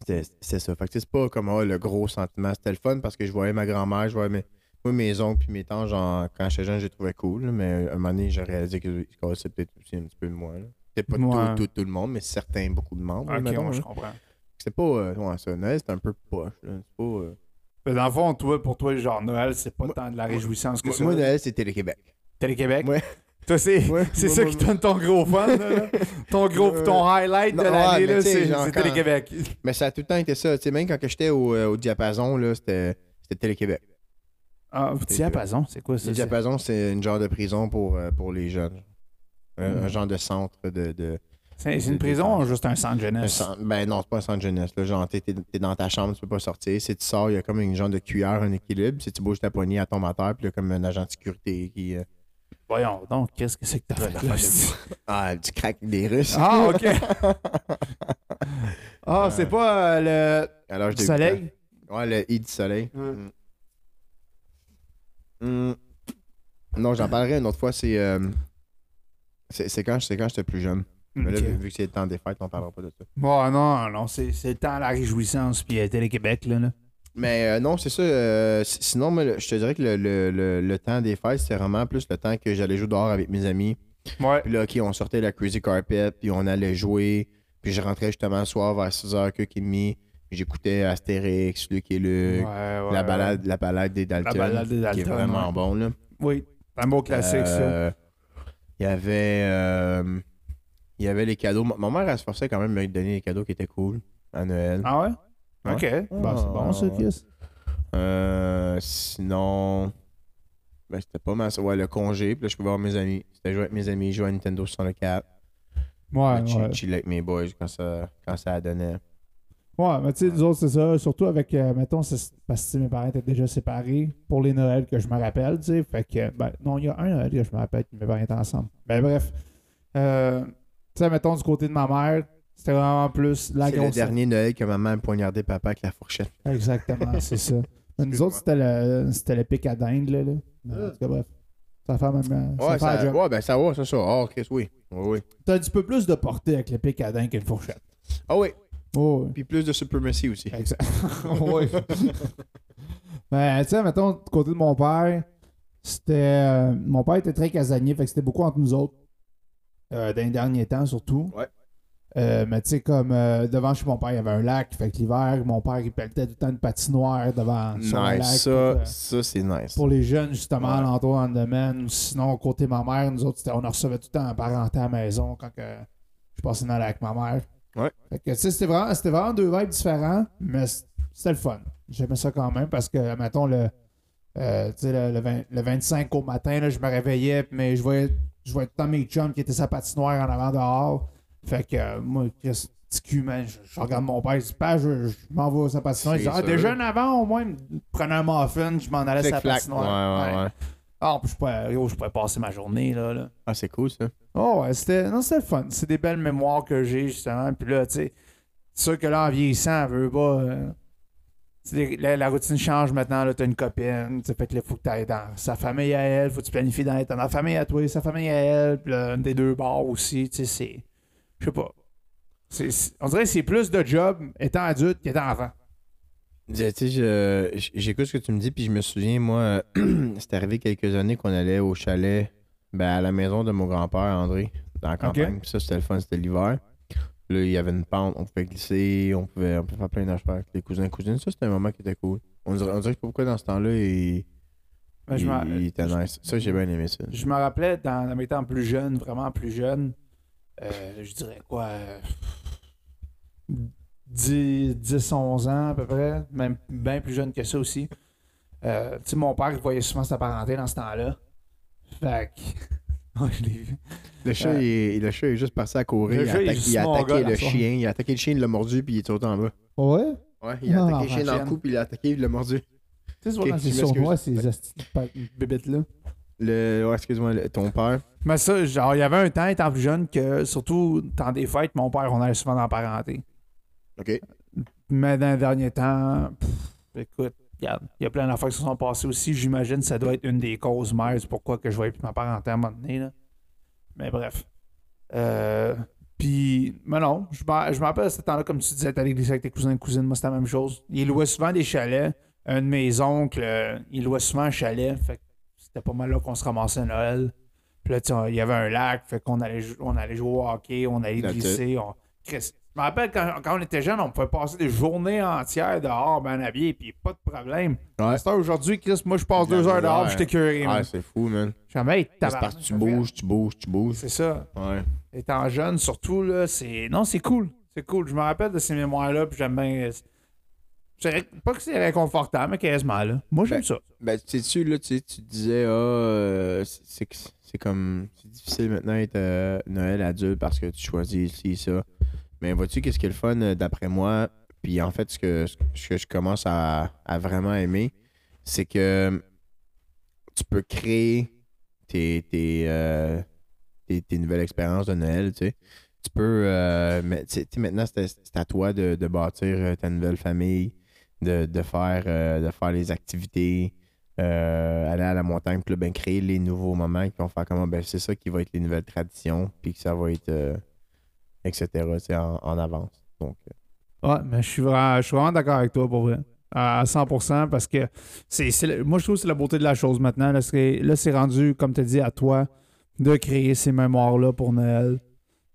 S2: C'était c'était ça. Fait que tu sais, c'est pas comme ah, le gros sentiment. C'était le fun parce que je voyais ma grand-mère, je voyais mes, moi, mes oncles puis mes tantes, genre, quand j'étais jeune, je les trouvais cool, là, mais à un moment donné, j'ai réalisé que se cassaient peut-être aussi un petit peu de moi. là. C'était pas
S1: Ouais.
S2: tout, tout, tout le monde, mais certains, beaucoup de monde. là,
S1: ok,
S2: mettons,
S1: ouais,
S2: là.
S1: je comprends.
S2: C'était pas. euh, ouais, ça, Noël, c'était un peu poche. là. C'est pas. euh,
S3: Mais dans le fond, toi, pour toi, genre Noël, c'est pas
S2: Moi-
S3: tant de la réjouissance que
S2: Moi,
S3: ça.
S2: moi, Noël, c'était le Québec.
S3: Télé-Québec.
S2: Ouais.
S3: Toi, c'est
S2: Ouais,
S3: c'est
S2: moi,
S3: ça
S2: moi,
S3: qui donne ton gros fun, là,
S2: [LAUGHS]
S3: là. Ton gros,
S2: Euh,
S3: ton highlight
S2: non,
S3: de
S2: ouais,
S3: l'année,
S2: mais
S3: là,
S2: tu sais,
S3: c'est
S2: genre
S3: c'est
S2: quand- [LAUGHS]
S3: Télé-Québec.
S2: Mais ça a tout le temps été ça. Tu sais, même quand que j'étais au, euh, au diapason, là, c'était c'était Télé-Québec.
S1: Ah, diapason, c'est quoi ça?
S2: Le
S1: c'est-
S2: diapason, c'est une genre de prison pour, euh, pour les jeunes. Un,
S1: Hmm.
S2: un genre de centre de. de-
S1: C'est c'est une prison ou juste un centre
S2: un
S1: jeunesse?
S2: centre- ben non, c'est pas un centre jeunesse. Là. Genre, t'es, t'es- t'es dans ta chambre, tu peux pas sortir. Si tu sors, il y a comme une genre de cuillère, un équilibre. Si tu bouges ta poignée, elle tombe à terre. Puis il y a comme un agent de sécurité qui. euh,
S1: Voyons donc, qu'est-ce que c'est que t'as fait là?
S2: Ah, du crack des Russes.
S3: Ah, OK.
S2: [LAUGHS]
S3: Ah, c'est pas euh,
S2: Alors,
S1: Le Ah, soleil? Hmm.
S2: Ouais, le i du soleil. Mm. Mm. Non, j'en parlerai une autre fois. C'est, euh, c'est, c'est quand, c'est quand j'étais plus jeune.
S1: Ok.
S2: Mais là, vu- vu que c'est le temps des fêtes, on parlera pas de ça.
S1: Bon, non, non, c'est c'est le temps à la réjouissance, puis
S3: euh,
S1: à Télé-Québec, là. là.
S2: Mais euh, non, c'est ça. euh, si- sinon, moi, le- je te dirais que le, le- le- le temps des fêtes, c'était vraiment plus le temps que j'allais jouer dehors avec mes amis.
S3: le. Ouais.
S2: Puis là, OK, on sortait la Crazy Carpet, puis on allait jouer. Puis je rentrais justement le soir vers 6h, que Kimi. J'écoutais Astérix, Lucky
S1: Euh,
S2: Luke,
S3: euh,
S2: la, balade, la balade des Dalton,
S1: balade des
S2: qui est
S1: Dalton,
S2: vraiment
S1: ouais.
S2: bon. Là.
S1: Oui, un beau classique, ça.
S2: Euh, Il y avait. euh, il y avait les cadeaux. Ma ma mère, elle se forçait quand même à me donner des cadeaux qui étaient cool à Noël.
S1: Ah ouais? OK. Ben, c'est bon,
S3: Ah,
S1: ça,
S2: ouais.
S1: Chris.
S2: Euh, sinon. Ben, c'était pas mal ça. Ouais, le congé. Puis là, je pouvais voir mes amis. C'était jouer avec mes amis, jouer à Nintendo 64.
S3: Ouais,
S2: Puis
S3: ouais.
S2: chill- Chiller avec mes boys quand ça, quand ça donnait.
S3: Ouais, mais tu sais, nous autres, c'est ça. Surtout avec, euh, mettons, c'est- parce que tu sais, mes parents étaient déjà séparés pour les Noëls que je me rappelle, tu sais. Fait que, ben, non, il y a un Noël que je me rappelle que mes parents étaient ensemble. Ben, bref. Euh, tu sais, mettons, du côté de ma mère, c'était vraiment plus la
S2: C'est le
S3: grosse.
S2: dernier Noël que maman a poignardé papa avec la fourchette. [LAUGHS]
S3: Exactement, c'est ça.
S4: Nous autres, c'était le, c'était le pic à dinde, là. là. Mais en tout cas, bref. Ça fait même. euh,
S2: Ouais,
S4: ça fait la
S2: ça,
S4: job.
S2: ouais, ben ça va, ça, ça. Ah, Chris, oui. Oui, oui.
S4: T'as un petit peu plus de portée avec le pic à dinde qu'une fourchette.
S2: Ah oui,
S4: Oh,
S2: puis plus de supremacy aussi. [LAUGHS]
S4: Exact. [LAUGHS] oui. Mais Ben, tu sais, mettons, du côté de mon père, c'était. euh, mon père était très casanier, fait que c'était beaucoup entre nous autres. Euh, dans les derniers temps, surtout.
S2: Ouais.
S4: Euh, mais tu sais, comme euh, devant chez mon père, il y avait un lac. Fait que l'hiver, mon père, il pelletait tout le temps une patinoire devant sur le lac. euh,
S2: Nice,
S4: Fait
S1: euh,
S2: ça,
S4: que,
S2: ça c'est nice.
S4: pour les jeunes, justement,
S2: Ouais.
S4: à l'endroit en domaine. Sinon, côté ma mère, nous autres, c'était- on en recevait tout le temps en parenté à la maison quand que je passais dans la avec ma mère.
S2: Ouais.
S4: Fait que, tu sais, c'était vraiment, c'était vraiment deux vibes différents, mais c- c'était le fun. J'aimais ça quand même parce que, mettons, le, euh, tu sais, le, le vingt- le 25 au matin, là, je me réveillais, mais je voyais, je voyais tout le temps mes chums qui étaient sa patinoire en avant dehors. Fait que, euh, moi, Chris, petit cul, man, je, je regarde mon père, je dis, pas, je, je m'en vais à sa patinoire. Il dit,
S2: C'est
S4: ah,
S2: sûr.
S4: déjà en avant, au moins, il me prenait un muffin, je m'en allais à
S2: Flic,
S4: sa
S2: flac.
S4: patinoire.
S2: Ouais, ouais, ouais.
S1: Ah, puis je pourrais, yo, je pourrais passer ma journée, là. là.
S2: Ah, c'est cool, ça.
S4: Oh, ouais, c'était non, c'était le fun. C'est des belles mémoires que j'ai, justement. Puis là, tu sais, c'est sûr que là, en vieillissant, elle veut pas. euh, tu sais, la, la routine change maintenant. Là, t'as une copine. tu sais, Fait que là, faut que t'ailles dans sa famille à elle. Faut que tu planifies d'être dans la famille à toi, sa famille à elle. Puis là, des deux bords aussi. Tu sais, c'est. Je sais pas. C'est- c'est- on dirait que c'est plus de job étant adulte qu'étant enfant.
S2: Tu sais, je- j- j'écoute ce que tu me dis, puis je me souviens, moi, [CLEARS THROAT] c'est arrivé quelques années qu'on allait au chalet, ben, à la maison de mon grand-père, André, dans la campagne. Puis ça, c'était le fun, c'était l'hiver. Là, il y avait une pente, on pouvait glisser, on pouvait, on pouvait faire plein d'affaires avec les cousins cousines. Ça, c'était un moment qui était cool. On dirait, on dirait que pourquoi dans ce temps-là, il,
S1: Ben, je
S2: il-
S1: m'en-
S2: il était nice. Ça, j'ai bien aimé ça.
S1: Je me rappelais dans, dans mes temps plus jeunes, vraiment plus jeunes, euh, je dirais quoi, 10-11 ans à peu près, même bien plus jeune que ça aussi. Euh, tu sais, mon père il voyait souvent sa parenté dans ce temps-là. Fait que- [LAUGHS] Ouais, je l'ai vu.
S2: Le chat, il, le Euh, chat est juste passé à courir.
S1: Le
S2: il, a
S1: chat, il est
S2: atta-
S1: juste
S2: il a
S1: mon gars,
S2: attaqué
S1: dans
S2: le
S1: le fond.
S2: chien. Il a attaqué le chien, il l'a mordu, puis il est sauté en bas.
S1: Ah
S2: Ah,
S4: Ouais?
S2: Ouais, il a
S4: Non,
S2: attaqué le chien dans le
S1: Jeanne.
S2: cou, puis il l'a attaqué, il l'a mordu.
S4: Tu sais,
S2: Ok,
S4: souvent,
S2: tu
S4: c'est sur
S2: m'excuses.
S4: moi, ces astuces là
S2: Le, ouais, excuse-moi, le- ton père.
S1: Mais ça, genre, il y avait un temps, étant plus jeune, que surtout dans des fêtes, mon père, on allait souvent dans la parenté.
S2: OK.
S1: Mais dans les derniers temps, pff, écoute, regarde, il y a plein d'affaires qui se sont passées aussi. J'imagine que ça doit être une des causes mères du pourquoi que je voyais plus ma parenté à un moment donné. là. Mais bref. Euh, Puis, mais non, je m'en- je me rappelle à ce temps-là, comme tu disais, t'es à l'église avec tes cousins et cousines, moi, c'était la même chose. Ils louaient souvent des chalets. Un de mes oncles, euh, il louait souvent un chalet. Fait que c'était pas mal là qu'on se ramassait à Noël. Puis là, tu sais, on- il y avait un lac, fait qu'on allait, jou- on allait jouer au hockey, on allait
S2: That's it.
S1: glisser. On... Chris, je me rappelle quand, quand on était jeune, on pouvait passer des journées entières dehors, ben habillé, puis pas de problème.
S2: Ouais.
S1: À cette heure, aujourd'hui, Chris, moi, je passe
S2: De la
S1: deux heures
S2: misère.
S1: dehors, puis j'étais curieux.
S2: Ah, c'est fou, man.
S1: Jamais,
S2: C'est parce que tu bouges, tu bouges, tu bouges.
S1: C'est ça.
S2: Ouais.
S1: Étant jeune, surtout, là, c'est. Non, c'est cool. C'est cool. Je me rappelle de ces mémoires-là, puis j'aime bien. Je dirais Pas que c'est réconfortant, mais quasiment, là. Moi, j'aime
S2: Ben,
S1: ça.
S2: Ben, tu sais-tu, là, tu sais, tu disais, ah, euh, c'est- c'est que- c'est comme. C'est difficile maintenant d'être euh, Noël adulte parce que tu choisis ici, ça. Mais vois-tu, qu'est-ce qui est le fun, euh, d'après moi? Puis en fait, ce que, ce que je commence à, à vraiment aimer, c'est que euh, tu peux créer tes, tes, euh, tes, tes nouvelles expériences de Noël, tu sais. Tu peux. euh, mais, tu sais, tu sais, maintenant, c'est à- c'est à toi de, de bâtir euh, ta nouvelle famille, de, de faire, euh, de faire les activités, euh, aller à la montagne, puis là, ben, créer les nouveaux moments qui vont faire comment. Ben, c'est ça qui va être les nouvelles traditions, puis que ça va être. euh, etc. tu sais, En, en avance. Donc, euh,
S1: Ouais, mais je suis vraiment, je suis vraiment d'accord avec toi pour vrai. À 100% parce que c'est, c'est le- moi je trouve que c'est la beauté de la chose maintenant. Là, c'est, là, c'est rendu, comme tu dis, à toi de créer ces mémoires-là pour Noël.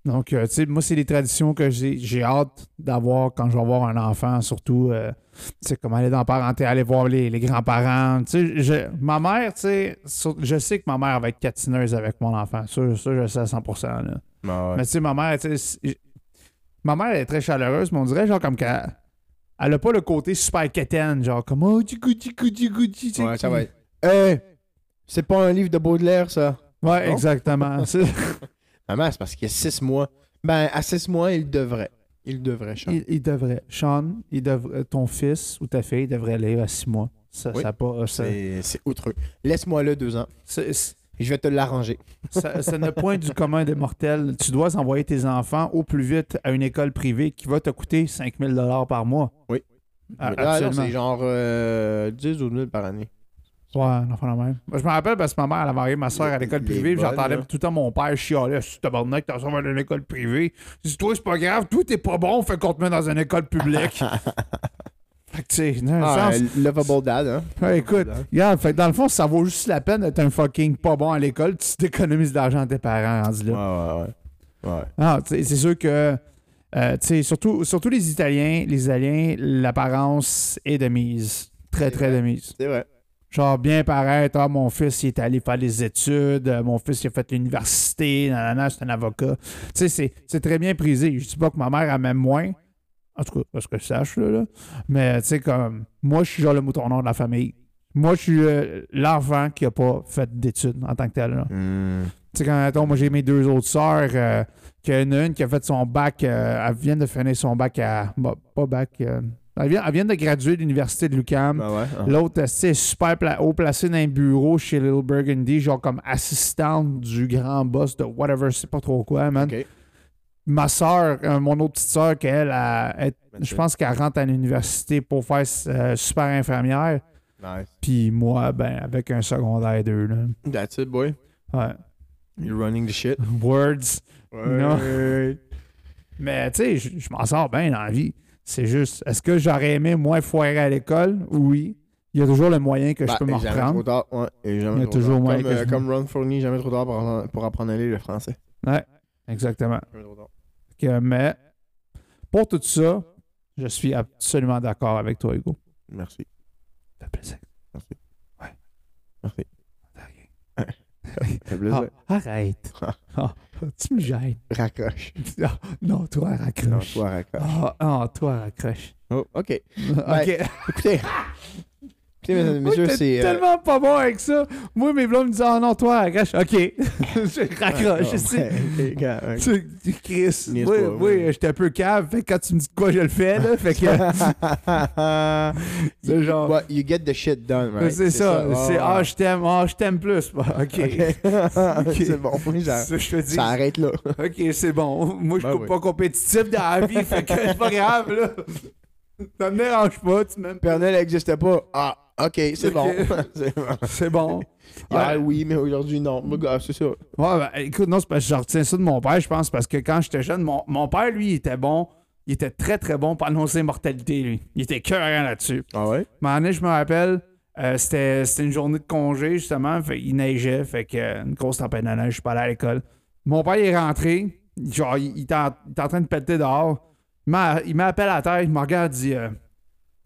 S1: Donc, euh, tu sais, moi, c'est des traditions que j'ai, j'ai hâte d'avoir quand je vais avoir un enfant, surtout, euh, tu sais, comme aller dans la parenté, aller voir les, les grands-parents. Tu sais, je- ma mère, tu sais, sur- je sais que ma mère va être catineuse avec mon enfant. Ça, ça je le sais à 100%. Là.
S2: ah ouais.
S1: Mais tu sais, ma mère, tu sais, c'est- ma mère elle est très chaleureuse, mais on dirait genre comme qu'elle. Elle a pas le côté super quétaine, genre comme oh, tigou, tigou, tigou, tigou, tigou.
S2: Ouais, ça va être. Hey! C'est pas un livre de Baudelaire, ça!
S1: Ouais,
S2: Non? [LAUGHS]
S1: exactement. C'est-
S2: Maman, c'est parce qu'il y a six mois. Ben, à six mois, il devrait. Il devrait changer.
S1: il, il devrait. Sean, il devrait, ton fils ou ta fille devrait lire à six mois. Ça,
S2: Oui.
S1: ça, pas- euh, ça,
S2: C'est c'est outreux. Laisse-moi le deux ans.
S1: c'est- c'est-
S2: Je vais te l'arranger.
S1: ça, ça ne point du commun des mortels. Tu dois envoyer tes enfants au plus vite à une école privée qui va te coûter 5000 par mois.
S2: Oui.
S5: Ah,
S2: Ah, non,
S5: absolument.
S2: c'est genre euh, 10 ou 12 000 par année.
S1: Ouais, un enfant la même. Moi, Je me rappelle parce que ma mère, elle avait envoyé ma soeur à l'école
S2: Les
S1: privée, puis
S2: bonnes,
S1: j'entendais
S2: là.
S1: tout le temps mon père chialer. Si tabarnak, t'as soeur dans une école privée. Je dis, toi, c'est pas grave, toi, t'es pas bon, fait qu'on te met dans une école
S2: [LAUGHS]
S1: publique. fait que, tu sais, dans le
S2: Ah,
S1: sens.
S2: euh, lovable dad, hein?
S1: Ouais, Ah, écoute,
S2: Lovable
S1: regarde, fait que dans le fond, ça vaut juste la peine d'être un fucking pas bon à l'école, tu t'économises de l'argent à tes parents, rendu là.
S2: dad. Ouais, ouais, ouais. Ouais.
S1: Ah, tu sais, c'est sûr que. euh, tu sais, surtout, surtout les Italiens, les Italiens, l'apparence est de mise. Très,
S2: C'est
S1: très
S2: vrai.
S1: de mise.
S2: C'est vrai.
S1: Genre, bien paraître, ah, mon fils, il est allé faire des études, euh, mon fils, il a fait l'université, nanana, c'est un avocat. Tu sais, c'est- c'est très bien prisé. Je dis pas que ma mère a même moins. En tout cas, parce que je sache, là. là. Mais, tu sais, comme, moi, je suis genre le mouton noir de la famille. Moi, je suis euh, l'enfant qui a pas fait d'études en tant que tel, là.
S2: Hmm.
S1: Tu sais, quand mettons, moi j'ai mes deux autres sœurs, euh, qu'il y en a une qui a fait son bac, euh, elle vient de finir son bac à. bah, pas bac. euh, elle, vient, elle vient de graduer de l'université de l'UCAM.
S2: Ah ouais? ah.
S1: L'autre, euh, c'est super pla- haut placé dans un bureau chez Little Burgundy, genre comme assistante du grand boss de whatever, je sais pas trop quoi, man.
S2: Ok.
S1: Ma sœur, euh, mon autre petite sœur, qu'elle, elle- elle- je
S2: Mathieu.
S1: pense qu'elle rentre à l'université pour faire euh, super infirmière.
S2: Nice.
S1: Puis moi, ben, avec un secondaire 2, là.
S2: That's it, boy.
S1: Ouais. [LAUGHS]
S2: You're running the shit.
S1: Words. Non.
S2: Ouais.
S1: Mais tu sais, je je m'en sors bien dans la vie. C'est juste, est-ce que j'aurais aimé moins foirer à l'école? Oui. Il y a toujours le moyen que
S2: Bah,
S1: je peux
S2: et
S1: m'en
S2: jamais
S1: reprendre.
S2: Trop tard, ouais, et jamais
S1: Il y a
S2: trop
S1: toujours
S2: tard.
S1: moyen
S2: comme,
S1: que
S2: euh,
S1: je-
S2: comme Ron Fournier, jamais trop tard pour, apprendre- pour apprendre à lire le français.
S1: Exactement.
S2: Jamais trop tard.
S1: Que- mais pour tout ça, je suis absolument d'accord avec toi, Hugo.
S2: Merci.
S1: Ça fait plaisir.
S2: Merci.
S1: Ouais.
S2: Merci.
S1: De rien.
S2: Ça fait plaisir.
S1: Ah, arrête. [LAUGHS] Ah, tu me gênes. [LAUGHS]
S2: Raccroche.
S1: Ah, non, toi,
S2: Non,
S1: raccroche.
S2: toi, raccroche.
S1: Ah, ah, toi, raccroche.
S2: Oh, OK.
S1: ok. [LAUGHS]
S2: Écoutez. Écoutez, mesdames et
S1: Ben, Moi,
S2: messieurs,
S1: t'es
S2: c'est... euh,
S1: tellement pas bon avec ça. Moi, mes blondes me disaient Ah non, toi, raccroche. OK. [LAUGHS] je raccroche.
S2: Ah, ouais,
S1: ici.
S2: ouais, ok, gars, ouais.
S1: Tu, tu- Chris, oui,
S2: Niaise
S1: oui,
S2: pas, ouais.
S1: j'étais un peu cave. Fait que quand tu me dis de quoi, je le fais. Là, fait que c'est genre.
S2: Well, Ah, you get the shit done,
S1: [LAUGHS]
S2: right?
S1: c'est ça. c'est ah,
S2: ouais.
S1: je t'aime, ah, je t'aime plus. [LAUGHS] Bah, ok.
S2: Ok. [LAUGHS]
S1: Ok.
S2: c'est bon, oui, ça,
S1: Ça, je te dis.
S2: ça arrête là.
S1: Ok, c'est bon. Moi, je
S2: Ben
S1: suis
S2: oui.
S1: pas compétitif dans la vie. fait que c'est pas grave, là. Ça me dérange pas. Tu m'aimes pas.
S2: Père Noël n'existait pas. Ah, ok, c'est
S1: Ok.
S2: bon. [LAUGHS] c'est bon.
S1: C'est
S2: [LAUGHS]
S1: bon.
S2: Ah
S1: Ouais.
S2: oui, mais aujourd'hui, non. Mon gars, c'est ça.
S1: Ouais, ben, écoute, non, c'est parce que je retiens ça de mon père, je pense, parce que quand j'étais jeune, mon, mon père, lui, il était bon. Il était très, très bon pour annoncer mortalité, lui. Il était cohérent là-dessus.
S2: Ah ouais?
S1: Mais année, je me rappelle, euh, c'était c'était une journée de congé, justement. Fait, il neigeait, fait que euh, une grosse tempête de neige, je suis pas allé à l'école. Mon père il est rentré, genre, il, il était en, il était en train de péter dehors. Il m'a- Il m'appelle à la tête, il me regarde, il dit euh,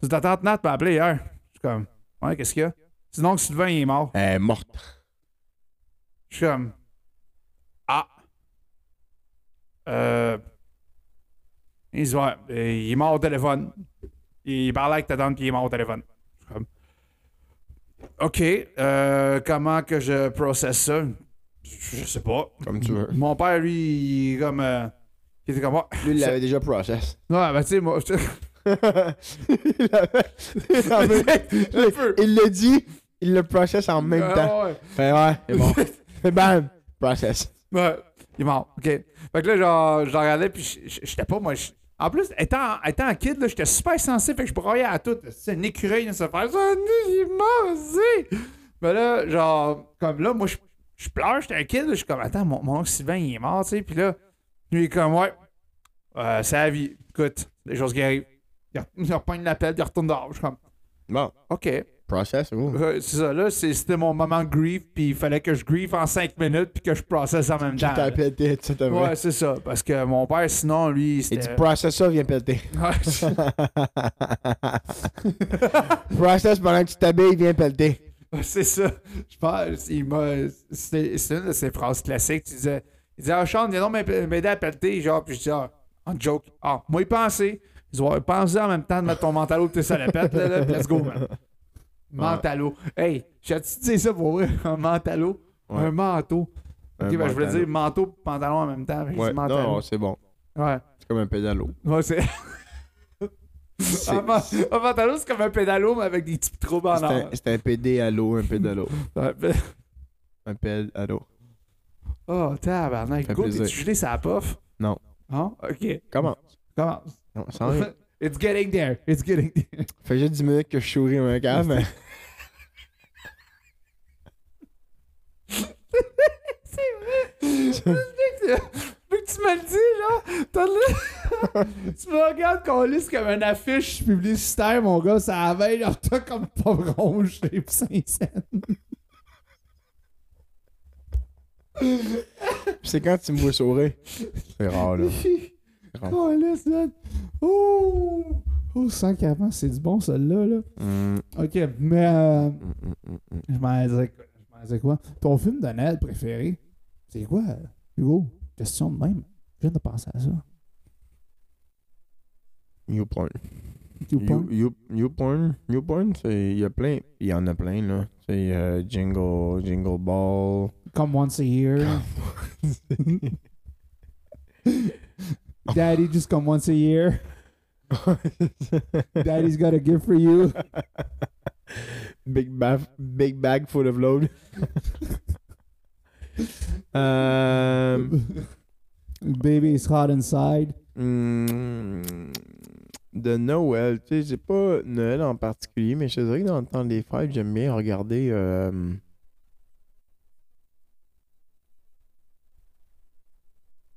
S1: C'est ta tante Nat qui m'a appelé hier. Je suis comme Ouais, qu'est-ce qu'il y a Sinon, Sylvain, il est mort.
S2: Elle est morte.
S1: Je suis comme Ah. Euh. Il dit ouais, euh, il est mort au téléphone. Il parlait avec ta tante puis il est mort au téléphone. Je suis comme OK, euh, comment que je processe ça? Je je sais pas.
S2: Comme tu veux.
S1: Mon père, lui, il est comme. euh, il était comme. Ouais,
S2: Lui, il l'avait déjà process.
S1: ouais ben, tu sais, moi. je-
S2: il l'avait- il l'avait- il l'a dit, il le process en même
S1: Ouais,
S2: temps.
S1: Ah, ouais.
S2: Fait ouais, c'est [LAUGHS] bon. Fait bam, process.
S1: Ouais, il est mort. OK. Fait que là, genre, je le regardais, puis je- je- j'étais pas, moi. je- En plus, étant, étant kid, là, j'étais super sensé, fait que je broyais à tout. C'est un écureuil, ça fait ça, il est mort, c'est. Mais là, genre, comme là, moi, je, je pleure, j'étais un kid, là, je suis comme, attends, mon, mon oncle Sylvain, il est mort, tu sais, puis là, lui, il est comme, ouais, euh, c'est la vie. Écoute, des choses qui arrivent. Il, re- il repogne l'appel, il retourne dehors. Je suis comme,
S2: Bon,
S1: OK.
S2: process, ouh.
S1: Euh, c'est ça, là, c'est- c'était mon moment grief, puis il fallait que je grieve en 5 minutes, puis que je processe en même
S2: Tu
S1: temps. là.
S2: t'as pété, tu t'as
S1: Ouais, c'est ça. Parce que mon père, sinon, lui,
S2: Il
S1: c'était.
S2: dit process ça, viens péter.
S1: [LAUGHS] Ouais,
S2: process pendant que tu t'habilles, viens pelleter.
S1: [LAUGHS] c'est ça. Je pense, il m'a. C'était c'était une de ses phrases classiques. Tu disais, il disait, ah, Sean, viens donc m'aider m'aider à pelleter. Genre, puis je dis, ah, en joke. Ah, moi, y penser. Ils ont pensé en même temps de mettre ton mentalo que tes salopettes, là, là, puis let's go, man. Mentalo. Hey, j'ai-tu dit ça pour vrai? [LAUGHS] Un mentalo?
S2: Ouais.
S1: Un manteau.
S2: Un
S1: Ok, ben, je voulais
S2: mental.
S1: dire manteau et pantalon en même temps. mais j'ai
S2: Ouais,
S1: dit mentalo.
S2: non, c'est bon.
S1: Ouais.
S2: C'est comme un pédalo.
S1: Ouais, c'est. [LAUGHS]
S2: C'est-
S1: Un man- un pantalon, Ah, c'est comme un pédalo, mais avec des petits trous en
S2: C'est un,
S1: or.
S2: c'est un PD à l'eau, un pédalo.
S1: Ouais, ben-
S2: Un pédalo. à l'eau.
S1: [LAUGHS] Oh, tabarnak.
S2: Fait
S1: Go,
S2: plaisir.
S1: t'es-tu gelé ça la pof?
S2: Non. Ah
S1: Hein? OK.
S2: Comment?
S1: Comment?
S2: Non, sans rien.
S1: [LAUGHS] It's getting there. It's getting there. [LAUGHS]
S2: Fait juste 10 minutes que je souris un cave. [LAUGHS] mais- [LAUGHS]
S1: C'est vrai. Vu que tu me le dis, genre, t'as le- [LAUGHS] tu me regardes qu'on lisse comme une affiche publicitaire, mon gars, ça avait genre t'as comme pas ronge les Saint-Saëns.
S2: C'est quand tu me vois sourire. C'est
S1: [LAUGHS]
S2: rare, là.
S1: Qu'on lisse, là. Oh! Oh, sans qu'avant, c'est du bon, celle-là, là.
S2: Mm,
S1: Ok, mais euh,
S2: mm, mm, mm, mm.
S1: je m'en disais quoi- je m'en disais quoi? Ton film de Noël préféré, c'est quoi, Hugo? Question de même. Je viens de penser à ça.
S2: YouPorn.
S1: Tu ou pas?
S2: You- You- YouPorn. YouPorn, c'est- il y a plein. Il y en a plein, là. C'est euh, Jingle, Jingle Ball.
S1: Come once a year. Daddy, just come once a year. Daddy's got a gift for you.
S2: [LAUGHS] [LAUGHS] Big, baf- big bag full of [LAUGHS] load. Euh,
S1: [LAUGHS] Baby is hot inside.
S2: mm, de Noël, tu sais, j'ai pas Noël en particulier, mais je te dirais que dans le temps des fêtes, j'aime bien regarder. euh,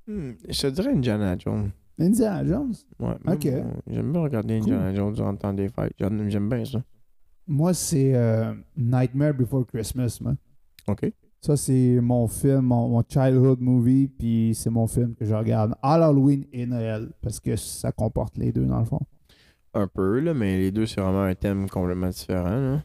S2: hmm, je te dirais Indiana Jones.
S1: Indiana Jones.
S2: Ouais, moi,
S1: Ok.
S2: moi, J'aime bien regarder Indiana Jones durant le temps des fêtes. J'aime j'aime bien ça.
S1: Moi, c'est euh, Nightmare Before Christmas, moi.
S2: OK.
S1: Ça, c'est mon film, mon, mon childhood movie, puis c'est mon film que je regarde à Halloween et Noël, parce que ça comporte les deux, dans le fond.
S2: Un peu, là, mais les deux, c'est vraiment un thème complètement différent. Là.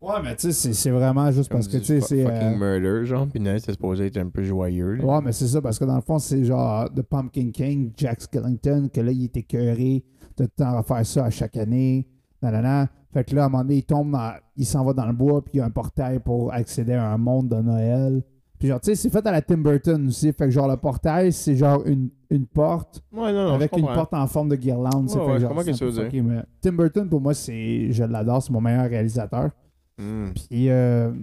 S1: Ouais, mais tu sais, c'est- c'est vraiment juste parce que,
S2: Comme
S1: tu
S2: du
S1: sais,
S2: fu-
S1: c'est...
S2: Fucking
S1: euh,
S2: murder, genre. Puis Noël, c'est supposé être un peu joyeux. Là.
S1: Ouais, mais c'est ça, parce que dans le fond, c'est genre The Pumpkin King, Jack Skellington, que là, il était écœuré de tout le temps refaire ça à chaque année. Nanana. Fait que là, à un moment donné, il tombe dans. Il s'en va dans le bois, puis il y a un portail pour accéder à un monde de Noël. Puis genre, tu sais, c'est fait à la Tim Burton aussi. Fait que genre, le portail, c'est genre une, une porte
S2: Ouais, non, non,
S1: avec
S2: je
S1: une
S2: comprends.
S1: porte en forme de guirlande. tu sais.
S2: Ouais,
S1: fait
S2: ouais,
S1: que
S2: je
S1: genre,
S2: comprends
S1: c'est
S2: ce que
S1: un
S2: tu
S1: peu
S2: veux
S1: fucké, mais Tim Burton, pour moi, c'est. Je l'adore, c'est mon meilleur réalisateur.
S2: Mm.
S1: Puis, euh, tu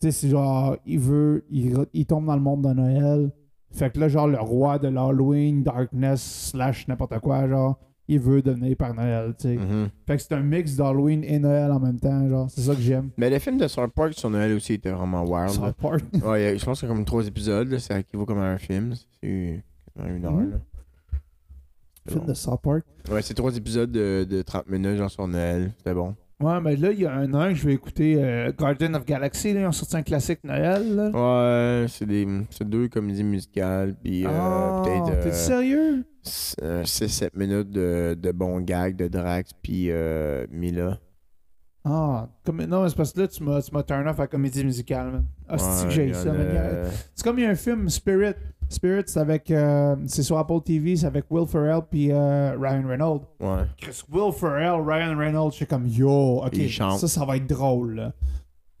S1: sais, c'est genre, il veut, il, re- il tombe dans le monde de Noël. Fait que là, genre, le roi de l'Halloween, Darkness, slash n'importe quoi, genre, il veut devenir par Noël, tu sais.
S2: Mhm.
S1: Fait que c'est un mix d'Halloween et Noël en même temps, genre, c'est ça que j'aime.
S2: Mais le film de South Park sur Noël aussi était vraiment wild.
S1: South
S2: là.
S1: Park.
S2: [LAUGHS] Ouais, il y a- je pense que c'est comme trois épisodes. là, Ça équivaut comme à un film. C'est quasiment une heure.
S1: Mhm.
S2: là.
S1: Le
S2: C'est
S1: film
S2: bon.
S1: de South Park.
S2: Ouais, c'est trois épisodes de, de 30 minutes, genre sur Noël. C'était bon.
S1: Ouais, mais là, il y a un an que je vais écouter euh, Garden of Galaxy, là, ils ont sorti un classique Noël, là.
S2: Ouais, c'est des c'est deux comédies musicales, puis euh,
S1: Ah,
S2: peut-être
S1: T'es sérieux?
S2: 6-7 minutes de, de bons gags de Drax, puis euh, Mila.
S1: Ah, comme, non, mais c'est parce que là, tu m'as, tu m'as turn off à comédie musicale, man. Ah, c'est
S2: Ouais,
S1: que j'ai
S2: il y en
S1: ça, man.
S2: a-
S1: C'est comme il y a un film, Spirit. Spirit, c'est avec. euh, c'est sur Apple TV, c'est avec Will Ferrell puis euh, Ryan Reynolds.
S2: Ouais.
S1: Chris Will Ferrell, Ryan Reynolds, je suis comme yo, ok,
S2: Il chante.
S1: ça, ça va être drôle. là.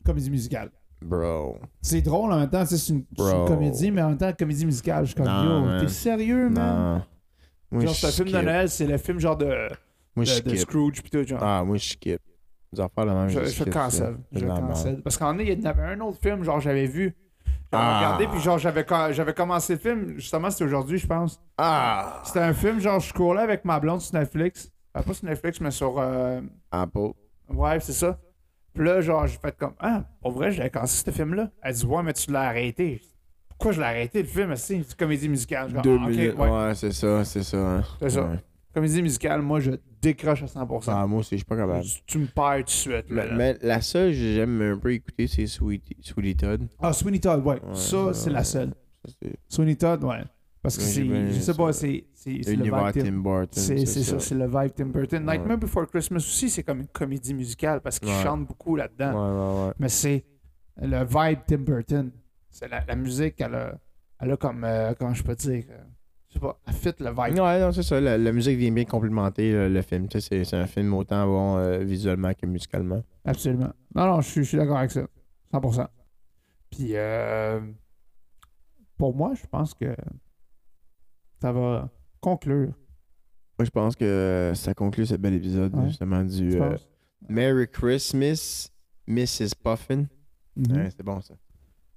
S1: Comédie musicale.
S2: Bro.
S1: C'est drôle en même temps, tu sais, c'est une, c'est une
S2: Bro.
S1: comédie, mais en même temps, comédie musicale, je suis comme
S2: Non,
S1: yo,
S2: man.
S1: t'es sérieux, man?
S2: Non. Moi,
S1: Hmm. genre,
S2: je
S1: c'est un film de
S2: skip.
S1: Noël, c'est le film genre de,
S2: Moi, je
S1: de, de
S2: skip.
S1: Scrooge pis tout, genre.
S2: Ah, moi, je skip. Des affaires la même
S1: Je, je
S2: skip
S1: cancel.
S2: ça.
S1: Je
S2: Non, non.
S1: cancel. Parce qu'en est, il y en avait un autre film, genre j'avais vu. J'avais
S2: Ah.
S1: regardé, puis genre j'avais co- j'avais commencé le film, justement c'était aujourd'hui, je pense.
S2: Ah!
S1: C'était un film, genre je courais avec ma blonde sur Netflix. Euh, pas sur Netflix, mais sur. euh,
S2: Ah, Apple.
S1: Ouais, c'est ça. Puis là, genre, j'ai fait comme Ah, pour vrai, j'avais cancé ce film-là. Elle dit Ouais, mais tu l'as arrêté. Pourquoi je l'ai arrêté le film? C'est une comédie musicale. Je dis,
S2: Deux
S1: Ah, ok,
S2: minutes.
S1: ouais,
S2: Ouais, c'est ça, c'est ça. hein.
S1: c'est ça.
S2: Ouais.
S1: Comédie musicale, moi je décroche à 100%.
S2: Ah, moi aussi, je suis pas capable.
S1: Tu- tu me perds tout de suite. là,
S2: Mais,
S1: là.
S2: mais la seule que j'aime un peu écouter, c'est Sweetie, Sweetie Todd.
S1: Ah, Sweeney Todd, ouais.
S2: Ouais,
S1: ça, c'est la seule.
S2: Ça, c'est-
S1: Sweeney Todd, ouais. Parce que
S2: Oui, j'ai
S1: c'est,
S2: bien
S1: je sais
S2: ça.
S1: pas, c'est, c'est, c'est le
S2: L'univers
S1: vibe Tim.
S2: Tim Burton.
S1: C'est, c'est ça, c'est le vibe Tim Burton.
S2: Ouais.
S1: Nightmare Before Christmas aussi, c'est comme une comédie musicale parce qu'il
S2: Ouais.
S1: chante beaucoup
S2: Ouais,
S1: là-dedans.
S2: ouais, ouais.
S1: Mais c'est le vibe Tim Burton. C'est la, la musique, elle a, elle a comme, euh, comment je peux dire, euh, je sais pas, elle fit le vibe.
S2: Ouais, non, c'est ça. La, la musique vient bien complémenter le, le film. Tu sais, C'est c'est un film autant bon euh, visuellement que musicalement.
S1: Absolument. Non, non, je suis, je suis d'accord avec ça. 100%. Puis, euh, pour moi, je pense que ça va conclure.
S2: Moi, je pense que euh, ça conclut ce bel épisode,
S1: Ouais.
S2: justement,
S1: je
S2: du euh,
S1: pense.
S2: Merry Christmas, Mrs. Puffin. Mm-hmm.
S1: Mhm.
S2: Ouais, c'est bon, ça.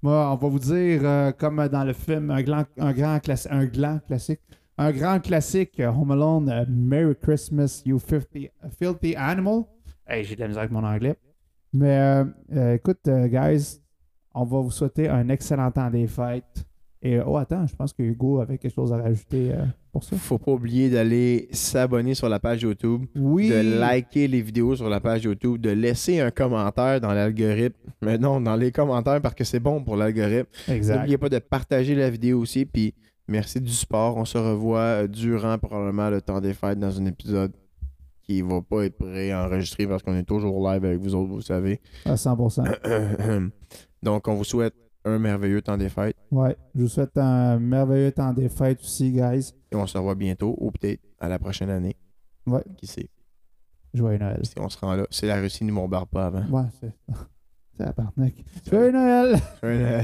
S1: Moi, on va vous dire, euh, comme dans le film, un grand, un grand classi- un gland classique.
S4: un grand classique, euh, Home Alone, euh, Merry Christmas, You Filthy, Filthy Animal. Hey, j'ai de la misère avec mon anglais. Mais euh, euh, écoute, euh, guys, on va vous souhaiter un excellent temps des fêtes. Et euh, oh, attends, je pense que Hugo avait quelque chose à rajouter euh, pour ça.
S2: Faut pas oublier d'aller s'abonner sur la page YouTube,
S4: Oui.
S2: de liker les vidéos sur la page YouTube, de laisser un commentaire dans l'algorithme. Mais non, dans les commentaires parce que c'est bon pour l'algorithme.
S4: Exact.
S2: N'oubliez pas de partager la vidéo aussi. Puis merci du support. On se revoit euh, durant probablement le temps des fêtes dans un épisode qui va pas être pré-enregistré parce qu'on est toujours live avec vous autres, vous savez. [CLEARS THROAT]
S4: À 100%.
S2: Donc, on vous souhaite un merveilleux temps des fêtes
S4: Ouais. Je vous souhaite un merveilleux temps des fêtes aussi, guys.
S2: et on se revoit bientôt ou peut-être à la prochaine année.
S4: Ouais.
S2: Qui sait?
S4: Joyeux Noël.
S2: Si on se rend là, c'est
S4: [LAUGHS]
S2: la Russie ne nous bombarde pas avant.
S4: Ouais, c'est. C'est la Joyeux Noël!
S2: Un, euh,